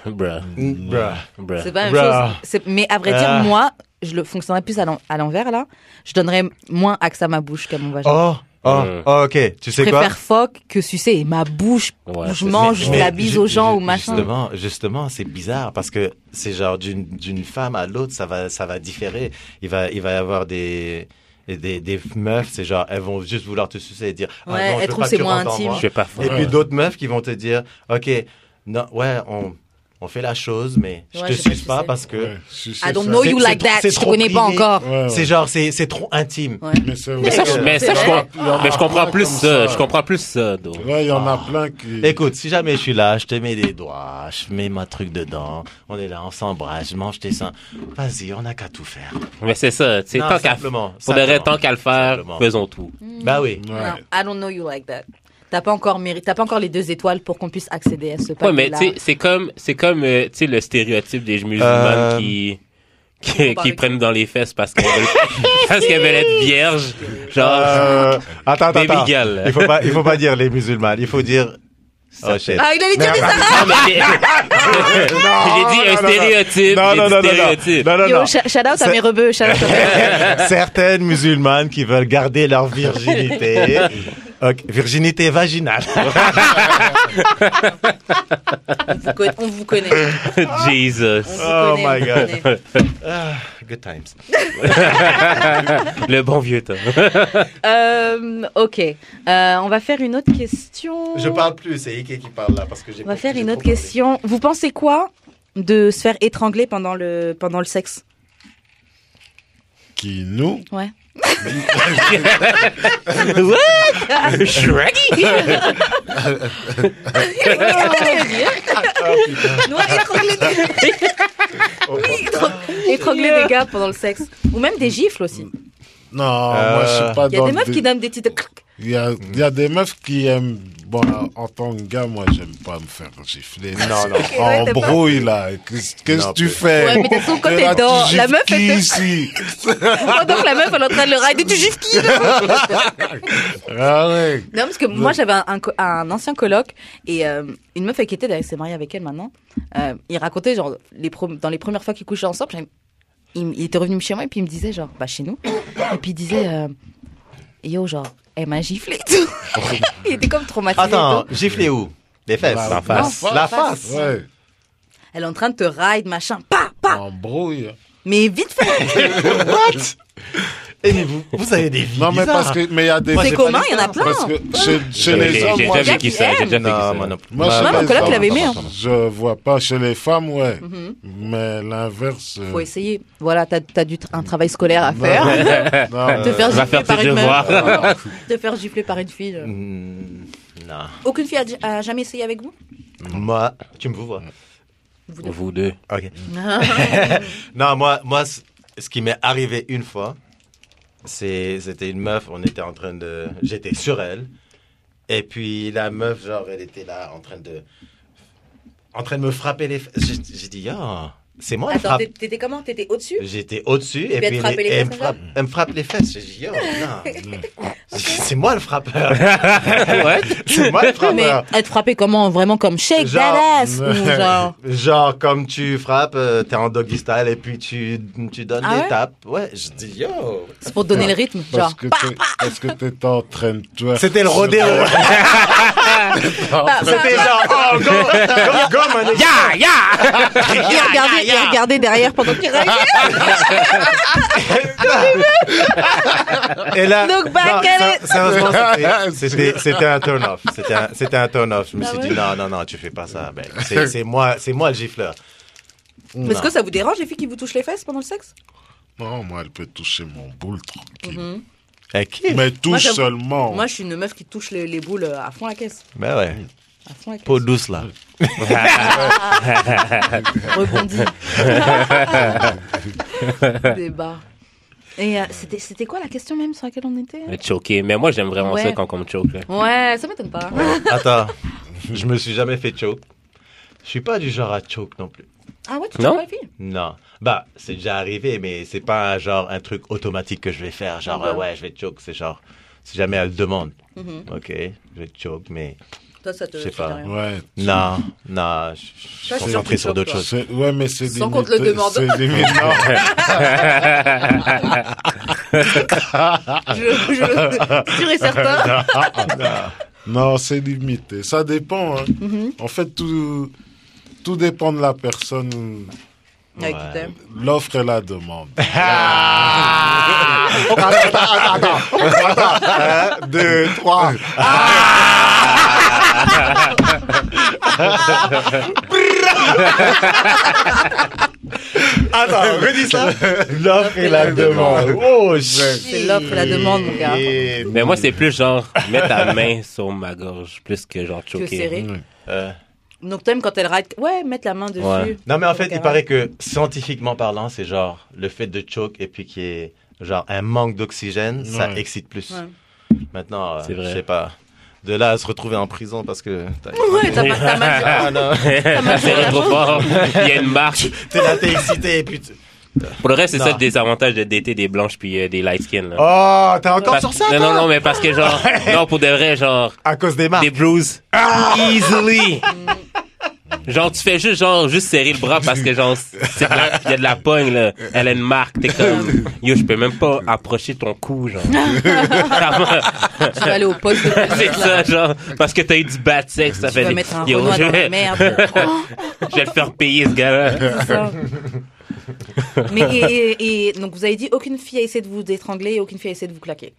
Speaker 3: Bruh,
Speaker 2: Mm, bruh.
Speaker 3: bruh.
Speaker 1: C'est pas la même
Speaker 2: Bruh.
Speaker 1: chose. C'est- Mais à vrai dire,
Speaker 2: Ah.
Speaker 1: moi, je le fonctionnerais plus à l'en- à l'envers, là. Je donnerais moins axe à ma bouche qu'à mon vagin.
Speaker 2: Oh, oh,
Speaker 3: Mm.
Speaker 2: oh, ok. Tu
Speaker 1: Euh, je
Speaker 2: sais quoi
Speaker 1: préfère phoque que sucer. Et ma bouche,
Speaker 3: Ouais,
Speaker 1: où je
Speaker 3: c'est-
Speaker 1: mange, je
Speaker 2: Mais-
Speaker 1: la bise
Speaker 2: ju-
Speaker 1: aux gens
Speaker 2: ju-
Speaker 1: ou machin.
Speaker 2: Justement, justement, c'est bizarre parce que c'est genre d'une d'une femme à l'autre, ça va, ça va différer. Il va, il va y avoir des des, des meufs, c'est genre elles vont juste vouloir te sucer et dire ah
Speaker 1: Ouais,
Speaker 2: non, je
Speaker 1: elles
Speaker 2: veux
Speaker 1: trouvent
Speaker 2: pas que
Speaker 1: c'est
Speaker 2: tu
Speaker 1: moins
Speaker 2: rentres en
Speaker 1: intime.
Speaker 2: moi.
Speaker 3: Je vais pas
Speaker 2: Et
Speaker 3: faire.
Speaker 2: puis d'autres meufs qui vont te dire ok non ouais on on fait la chose mais je
Speaker 1: Ouais,
Speaker 2: te
Speaker 1: je sais pas
Speaker 2: suce
Speaker 1: si
Speaker 2: pas
Speaker 1: c'est-
Speaker 2: parce que
Speaker 4: Ouais, sucer,
Speaker 1: I don't
Speaker 4: ça-
Speaker 1: know
Speaker 2: C'est-
Speaker 1: Ah, you
Speaker 2: c'est
Speaker 1: like
Speaker 2: trop-
Speaker 1: that.
Speaker 2: c'est
Speaker 1: Je
Speaker 2: trop
Speaker 1: connais pas
Speaker 2: privé.
Speaker 1: encore.
Speaker 4: Ouais, ouais.
Speaker 2: c'est genre c'est c'est trop intime.
Speaker 1: Ouais.
Speaker 4: Mais, c'est
Speaker 3: Mais ça, je,
Speaker 4: vrai.
Speaker 3: mais ça, je
Speaker 1: C'est vrai.
Speaker 3: comprends- mais je comprends plus ça. Je comprends plus ça, donc.
Speaker 4: Là, il y en a plein qui.
Speaker 2: Écoute, si jamais je suis là, je te mets des doigts, je mets ma truc dedans, on est là, on s'embrasse, je mange tes seins. Vas-y, on n'a qu'à tout faire.
Speaker 3: Mais c'est ça, c'est
Speaker 2: Non,
Speaker 3: tant qu'à
Speaker 2: simplement,
Speaker 3: pour de vrai,
Speaker 2: simplement,
Speaker 3: tant qu'à le faire,
Speaker 2: simplement.
Speaker 3: faisons tout.
Speaker 1: Mm.
Speaker 2: Bah oui.
Speaker 4: Ouais.
Speaker 1: Non, I don't know you like that. T'as pas encore mérité, t'as pas encore les deux étoiles pour qu'on puisse accéder à ce
Speaker 3: Ouais,
Speaker 1: paquet
Speaker 3: mais
Speaker 1: là.
Speaker 3: tu sais, c'est comme c'est comme euh, tu sais le stéréotype des musulmans
Speaker 2: Euh,
Speaker 3: qui qui,
Speaker 1: Barbecue.
Speaker 3: qui prennent dans les fesses parce qu'elles veulent [LAUGHS] parce qu'elles veulent être vierges, genre [LAUGHS]
Speaker 2: Euh, attends, attends,
Speaker 3: Baby
Speaker 2: attends.
Speaker 3: girl.
Speaker 2: Il faut pas, il faut pas dire les musulmans, il faut dire. Oh shit.
Speaker 1: Ah, il allait dire des arabes.
Speaker 3: Non, mais
Speaker 2: [LAUGHS]
Speaker 3: j'ai- j'ai dit un
Speaker 2: non, non,
Speaker 3: stéréotype,
Speaker 2: Non,
Speaker 3: j'ai
Speaker 2: non,
Speaker 3: dit
Speaker 2: non, non,
Speaker 3: stéréotype.
Speaker 2: non, non, non.
Speaker 1: Ah. Yo, sh- shout out à mes rebeux, shout out à [LAUGHS] mes-
Speaker 2: [LAUGHS] Certaines musulmanes qui veulent garder leur [LAUGHS] virginité. Ok, Virginité vaginale.
Speaker 1: Vous conna- On vous connaît. On
Speaker 3: [LAUGHS] Jesus,
Speaker 1: vous
Speaker 2: Oh
Speaker 1: connaît, on
Speaker 2: my
Speaker 1: vous
Speaker 2: God.
Speaker 1: connaît.
Speaker 2: Ah, Good times.
Speaker 3: le bon
Speaker 2: [LAUGHS]
Speaker 3: vieux temps.
Speaker 1: Euh, ok. Euh, on va faire une autre question.
Speaker 2: Je parle plus, c'est Ike qui parle là parce que j'ai.
Speaker 1: On va faire
Speaker 2: j'ai
Speaker 1: une
Speaker 2: trop
Speaker 1: autre
Speaker 2: parlé.
Speaker 1: question. Vous pensez quoi de se faire étrangler pendant le, pendant le [LAUGHS] sexe
Speaker 4: Qui nous.
Speaker 1: Ouais.
Speaker 3: Shrek.
Speaker 1: Ah, Étrangler des gars pendant le sexe. Ou même des gifles aussi.
Speaker 4: Non,
Speaker 2: Euh,
Speaker 4: moi, je suis pas
Speaker 1: Il y a
Speaker 4: dans
Speaker 1: des
Speaker 4: le
Speaker 1: meufs
Speaker 4: dé-
Speaker 1: qui donnent des petites... [LAUGHS] claques.
Speaker 4: Il y a, il y a des meufs qui aiment. Bon, en tant que gars, moi, j'aime pas me faire gifler.
Speaker 2: Non, non.
Speaker 4: En
Speaker 1: ouais, t'es pas-
Speaker 4: brouille, là. Qu'est-ce qu'est-ce
Speaker 2: Non,
Speaker 4: que tu
Speaker 2: plus.
Speaker 4: fais
Speaker 1: Ouais, mais t'es sous quand
Speaker 4: Et
Speaker 1: t'es
Speaker 4: là, tu
Speaker 1: dans-
Speaker 4: gifles
Speaker 1: la meuf, elle
Speaker 4: qui
Speaker 1: te-
Speaker 2: [LAUGHS]
Speaker 4: ici
Speaker 1: Oh, donc la meuf, elle est en train de le rider. Tu gifles qui là
Speaker 4: Ah ouais.
Speaker 1: Non, parce que moi, j'avais un, un co- un ancien coloc et euh, une meuf qui était, d'ailleurs, s'est mariée avec elle maintenant. Euh, il racontait, genre, les pro- dans les premières fois qu'ils couchaient ensemble, j'avais- il, il était revenu chez moi et puis il me disait, genre, bah, chez nous. Et puis il disait, euh, eh, yo, genre, elle m'a giflé et tout. il était comme traumatisé. et
Speaker 2: Attends,
Speaker 1: tout.
Speaker 2: gifler où Les fesses.
Speaker 4: La-
Speaker 2: La face.
Speaker 1: la
Speaker 2: La
Speaker 1: face.
Speaker 2: face.
Speaker 4: Ouais,
Speaker 1: Elle est en train de te ride, machin. Pa, pa.
Speaker 4: embrouille.
Speaker 1: Mais vite fait.
Speaker 2: Et mais vous, vous avez des vies
Speaker 4: Non, mais
Speaker 2: bizarres.
Speaker 4: parce que, mais il y a des.
Speaker 2: Moi,
Speaker 1: C'est
Speaker 2: j'ai
Speaker 1: commun,
Speaker 2: pas
Speaker 1: il y en a
Speaker 2: d'histoire,
Speaker 1: plein.
Speaker 4: Parce que euh, chez, chez
Speaker 3: J'ai
Speaker 4: les
Speaker 3: j'ai
Speaker 4: hommes,
Speaker 3: déjà
Speaker 4: moi,
Speaker 3: vécu ça, j'ai déjà vécu ça.
Speaker 2: Non, moi non plus.
Speaker 4: Moi,
Speaker 2: Bah,
Speaker 4: je-
Speaker 1: Non, mon
Speaker 4: les
Speaker 1: coloc
Speaker 4: hommes,
Speaker 1: l'avait mis. hein. Mhm.
Speaker 4: je vois pas. Chez les femmes, ouais. Mais l'inverse. euh,
Speaker 1: Faut essayer. Voilà, t'as as du tra- un travail scolaire à
Speaker 4: non,
Speaker 1: faire. [LAUGHS]
Speaker 4: non,
Speaker 1: Te
Speaker 4: euh,
Speaker 1: faire
Speaker 3: Va
Speaker 1: gifler
Speaker 3: faire
Speaker 1: par
Speaker 3: tes
Speaker 1: une
Speaker 3: devoirs.
Speaker 1: meuf. Te faire gifler par une fille. euh.
Speaker 2: Hmm, non.
Speaker 1: Aucune fille a j- a jamais essayé avec vous
Speaker 2: Moi, tu me vois.
Speaker 1: Vous deux.
Speaker 3: Vous deux. [LAUGHS]
Speaker 2: Ok. [LAUGHS] Non, moi, moi, c- ce qui m'est arrivé une fois, c'est, c'était une meuf, on était en train de, j'étais sur elle, et puis la meuf, genre, elle était là en train de, en train de me frapper les, fesses. j'ai, j'ai dit, ah, c'est moi, elle
Speaker 1: Oh, Attends,
Speaker 2: frappe.
Speaker 1: t'é- t'étais comment T'étais au-dessus
Speaker 2: J'étais au-dessus, et
Speaker 1: elle te
Speaker 2: puis
Speaker 1: frappait
Speaker 2: elle,
Speaker 1: les
Speaker 2: elle me
Speaker 1: fesses, comme
Speaker 2: frappe, elle me frappe les fesses. J'ai dit, oh,
Speaker 1: [LAUGHS]
Speaker 2: non. c'est moi le frappeur, [LAUGHS]
Speaker 3: ouais.
Speaker 2: c'est moi le
Speaker 1: Mais
Speaker 2: frappeur.
Speaker 1: elle te frappait comment Vraiment comme shake
Speaker 2: Genre-
Speaker 1: that
Speaker 2: [LAUGHS]
Speaker 1: ass ou genre.
Speaker 2: Genre, comme tu frappes, euh, t'es en doggy style et puis tu, tu donnes
Speaker 1: Ah
Speaker 2: des
Speaker 1: ouais
Speaker 2: tapes. Ouais, je dis yo.
Speaker 1: C'est pour te donner le rythme.
Speaker 4: Parce
Speaker 1: Genre.
Speaker 4: que t'es- parce que t'étais en train de toi.
Speaker 2: C'était le [LAUGHS] rodéo.
Speaker 1: Bah, bah,
Speaker 2: C'était genre, oh, go, go, go, mon nigga.
Speaker 3: Ya,
Speaker 2: [LAUGHS]
Speaker 3: ya!
Speaker 2: Ah,
Speaker 1: il regardait, il regardait derrière pendant qu'il regardait.
Speaker 2: Et là,
Speaker 1: Look back
Speaker 2: non,
Speaker 1: at
Speaker 2: sin- sérieusement, c'était- c'était, c'était un turn off. C'était un, c'était un turn off. Je
Speaker 1: Ah
Speaker 2: me suis dit, non, non, non, tu fais pas ça. mec. c'est, c'est moi, c'est moi le gifleur.
Speaker 1: Est-ce que ça vous dérange les filles qui vous touchent les fesses pendant le sexe
Speaker 4: Non, moi, elle peut toucher mon boule tranquille.
Speaker 2: Eh, qui?
Speaker 4: Mais touche
Speaker 1: Mhm. Moi, j'avoue-
Speaker 4: seulement.
Speaker 1: Moi, je suis une meuf qui touche les, les boules euh, à fond la caisse.
Speaker 2: Ben ouais.
Speaker 1: À fond la caisse.
Speaker 2: Peau douce, là. [LAUGHS]
Speaker 1: Rebondis. Débat. Et euh, c'était c'était quoi la question même sur laquelle on était hein
Speaker 3: Mais choqué. Mais moi, j'aime vraiment
Speaker 1: Ouais.
Speaker 3: ça quand on me choque. là.
Speaker 1: Ouais, ça m'étonne pas.
Speaker 2: Attends. Je me suis jamais fait choke. Je suis pas du genre à choke non plus.
Speaker 1: Ah ouais, tu touches
Speaker 3: Non.
Speaker 1: pas les filles
Speaker 2: Non. Bah, c'est déjà arrivé, mais c'est pas genre un truc automatique que je vais faire. Genre,
Speaker 1: Ah bah.
Speaker 2: euh, ouais, je vais te choke. C'est genre, si jamais elle demande,
Speaker 1: Mm-hmm.
Speaker 2: ok, je vais te choke, mais
Speaker 1: Toi, ça te.
Speaker 2: Je sais
Speaker 1: ça
Speaker 2: pas.
Speaker 1: te
Speaker 2: [LAUGHS]
Speaker 1: dit rien.
Speaker 4: Ouais.
Speaker 2: non, non, je- je
Speaker 1: Toi,
Speaker 2: suis
Speaker 1: c'est
Speaker 2: concentré
Speaker 1: sur
Speaker 2: sur
Speaker 1: tes
Speaker 2: d'autres choses.
Speaker 4: C'est- Ouais, mais c'est
Speaker 1: Sans qu'on te le
Speaker 4: limité-
Speaker 1: demande.
Speaker 4: C'est limité. Non,
Speaker 1: [LAUGHS] Je, [LAUGHS] je, sûr et certain.
Speaker 4: Non, c'est limité. Ça dépend. hein.
Speaker 1: Mhm.
Speaker 4: En fait, tout, tout dépend de la personne,
Speaker 1: Avec
Speaker 2: Ouais.
Speaker 1: qui t'aimes.
Speaker 4: l'offre et la demande.
Speaker 2: Ah! Un, deux, trois. Attends, [LAUGHS] redis ça. L'offre et la demande. Oh, shit.
Speaker 1: C'est l'offre et la demande, mon gars.
Speaker 2: Et-
Speaker 3: Mais moi, c'est plus genre, mets [LAUGHS] ta main sur ma gorge, plus que genre
Speaker 1: Que
Speaker 3: choqué.
Speaker 1: serré.
Speaker 2: Euh,
Speaker 1: Donc, t'aimes quand elle ride. Ouais, mettre la main dessus.
Speaker 3: Ouais.
Speaker 2: Non, mais en fait,
Speaker 1: Donc, elle
Speaker 2: il
Speaker 1: ride.
Speaker 2: paraît que scientifiquement parlant, c'est genre le fait de choke et puis qu'il y ait genre un manque d'oxygène, ça
Speaker 4: Ouais.
Speaker 2: excite plus.
Speaker 1: Ouais.
Speaker 2: Maintenant, euh,
Speaker 3: C'est vrai.
Speaker 2: je sais pas. De là à se retrouver en prison parce que t'as-
Speaker 1: Ouais, t'as pas t'as
Speaker 2: [LAUGHS]
Speaker 1: mal.
Speaker 3: [LAUGHS]
Speaker 2: Ah, non.
Speaker 3: C'est trop fort. Il y a
Speaker 2: [LAUGHS]
Speaker 3: une marque.
Speaker 2: t'es là, t'es excité et puis tu-
Speaker 3: Pour le reste, c'est
Speaker 2: Non.
Speaker 3: ça le désavantage de dater des blanches puis euh, des light skin. Là.
Speaker 2: Oh, t'es encore
Speaker 3: Parce-
Speaker 2: sur ça,
Speaker 3: non,
Speaker 2: toi
Speaker 3: non, non, mais parce que
Speaker 2: [LAUGHS]
Speaker 3: genre, non, pour de vrai, genre,
Speaker 2: À cause des
Speaker 1: Ah.
Speaker 2: marques.
Speaker 3: des bruises.
Speaker 1: [LAUGHS]
Speaker 3: Easily. Genre, tu fais juste, genre, juste serrer le bras parce que, genre, c'est de la- il y a de la pogne, là. Elle a une marque. T'es comme, yo, je peux même pas approcher ton
Speaker 1: [LAUGHS]
Speaker 3: cou, genre.
Speaker 1: Tu vas aller au poste.
Speaker 3: c'est ça, genre, parce que t'as eu du bad sexe, ça
Speaker 1: Tu
Speaker 3: fait
Speaker 1: vas
Speaker 3: des-
Speaker 1: mettre un
Speaker 3: Yo,
Speaker 1: Renoir
Speaker 3: je
Speaker 1: dans la
Speaker 2: [LAUGHS]
Speaker 3: vais,
Speaker 1: merde.
Speaker 3: je vais le faire payer, ce gars-là.
Speaker 1: C'est ça. Mais et, et- et- donc vous avez dit aucune fille a essayé de vous étrangler et aucune fille a essayé de vous claquer.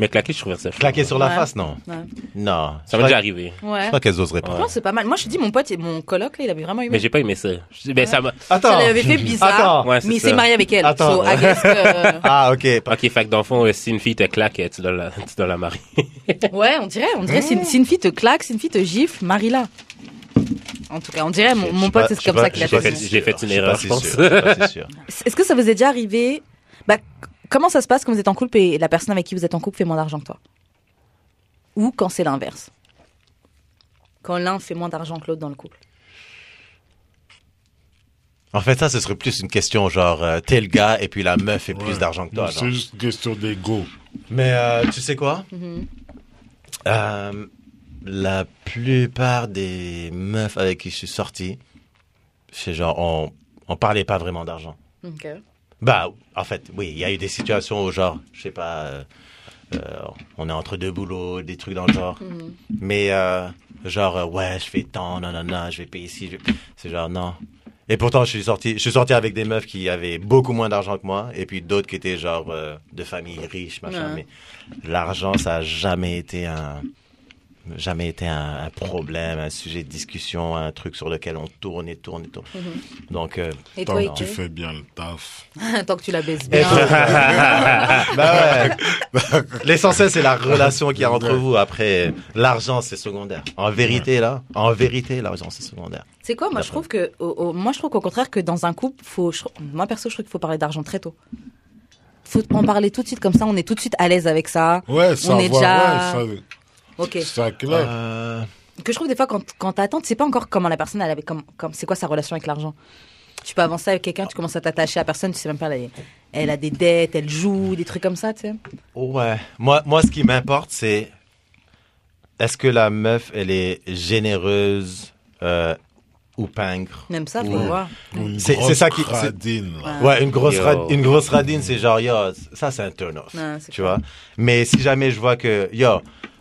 Speaker 3: Mais claquer, je trouvais ça. chaud.
Speaker 2: Claquer sur la
Speaker 1: Ouais.
Speaker 2: face, non.
Speaker 1: Ouais.
Speaker 2: Non.
Speaker 3: Ça m'est déjà arrivé.
Speaker 1: Ouais.
Speaker 2: Je crois qu'elles oseraient pas.
Speaker 1: Non, c'est pas mal. Moi, je te dis, mon pote, mon coloc, là, il avait vraiment eu
Speaker 3: Mais
Speaker 1: mal.
Speaker 3: j'ai pas aimé ça. Je- Ben, ça m'a.
Speaker 1: Ça
Speaker 2: Attends.
Speaker 1: l'avait fait bizarre.
Speaker 2: Attends.
Speaker 3: Ouais, c'est
Speaker 1: mais il
Speaker 3: ça.
Speaker 1: s'est marié avec elle.
Speaker 2: Attends.
Speaker 1: So, I guess que- euh,
Speaker 2: Ah, ok. pas-
Speaker 3: Ok, fait que dans le fond, euh, si une fille te claque, euh, tu dois la, [LAUGHS] tu dois la marier.
Speaker 1: Ouais, on dirait, on dirait, si, une, si une fille te claque, si une fille te gifle, marie-la. En tout cas, on dirait, Ah, mon,
Speaker 2: Je
Speaker 1: mon
Speaker 2: suis
Speaker 1: pote,
Speaker 2: pas-
Speaker 1: c'est
Speaker 2: je suis
Speaker 1: comme ça
Speaker 2: pas-
Speaker 1: qu'il a
Speaker 2: je suis
Speaker 1: fait.
Speaker 3: fait-
Speaker 2: pas si
Speaker 3: j'ai fait
Speaker 2: sûr.
Speaker 3: une
Speaker 2: suis pas
Speaker 3: erreur,
Speaker 2: si
Speaker 3: je pense.
Speaker 2: sûr, suis pas si sûr.
Speaker 1: Est-ce que ça vous est déjà arrivé bah, c- Comment ça se passe quand vous êtes en couple et la personne avec qui vous êtes en couple fait moins d'argent que toi Ou quand c'est l'inverse Quand l'un fait moins d'argent que l'autre dans le couple.
Speaker 2: En fait, ça, ce serait plus une question genre, euh, t'es le gars et puis la meuf fait plus
Speaker 4: Ouais.
Speaker 2: d'argent que toi. genre.
Speaker 4: C'est juste une question d'ego.
Speaker 2: Mais euh, tu sais quoi
Speaker 1: Mhm.
Speaker 2: Euh, La plupart des meufs avec qui je suis sorti, c'est genre, on, on parlait pas vraiment d'argent. Bah, en fait, oui, il y a eu des situations où genre, je sais pas, euh, euh, on est entre deux boulots, des trucs dans le genre. Mais euh, genre, euh, ouais, je fais tant, non, non, non, je vais payer ici. je- C'est genre, non. Et pourtant, je suis sorti, je suis sorti avec des meufs qui avaient beaucoup moins d'argent que moi, et puis d'autres qui étaient genre euh, de famille riche, machin.
Speaker 1: Ouais.
Speaker 2: Mais l'argent, ça a jamais été un, jamais été un, un problème, un sujet de discussion, un truc sur lequel on tourne et tourne et tourne. Donc, euh,
Speaker 1: Et
Speaker 4: Tant
Speaker 1: toi,
Speaker 4: que tu
Speaker 1: Ike
Speaker 4: fais bien le taf.
Speaker 1: [LAUGHS] Tant que tu la baisses
Speaker 2: Et
Speaker 1: bien. Ah.
Speaker 2: [LAUGHS] bah ouais. L'essentiel, c'est la relation qu'il y a entre vous. Après, l'argent, c'est secondaire. En vérité, là, en vérité, l'argent, c'est secondaire.
Speaker 1: C'est quoi Moi, je trouve que, au- au- moi, je trouve qu'au contraire que dans un couple, faut, je- moi perso, je trouve qu'il faut parler d'argent très tôt. Faut en parler tout de suite, comme ça, on est tout de suite à l'aise avec ça.
Speaker 4: Ouais, ça
Speaker 1: on est déjà.
Speaker 4: va, ouais,
Speaker 1: Ok.
Speaker 4: ça, ça clair.
Speaker 2: Euh,
Speaker 1: Que je trouve des fois quand, quand t'attends, tu sais pas encore comment la personne elle avait comme, comme c'est quoi sa relation avec l'argent. Tu peux avancer avec quelqu'un, tu commences à t'attacher à personne, tu sais même pas elle, elle a des dettes, elle joue, des trucs comme ça, tu sais.
Speaker 2: ouais. Moi, moi, ce qui m'importe, c'est est-ce que la meuf, elle est généreuse euh, ou pingre
Speaker 1: Même ça, faut
Speaker 2: Ouais.
Speaker 1: voir.
Speaker 4: Une
Speaker 2: c'est- c'est
Speaker 4: grosse
Speaker 2: ça qui- c'est-
Speaker 4: cradine, là.
Speaker 2: Ouais, une grosse,
Speaker 3: Yo.
Speaker 2: rad- une grosse radine, c'est genre, yo, ça, c'est un turn-off.
Speaker 1: Ouais, c'est
Speaker 2: tu vois? Mais si jamais je vois que, yo,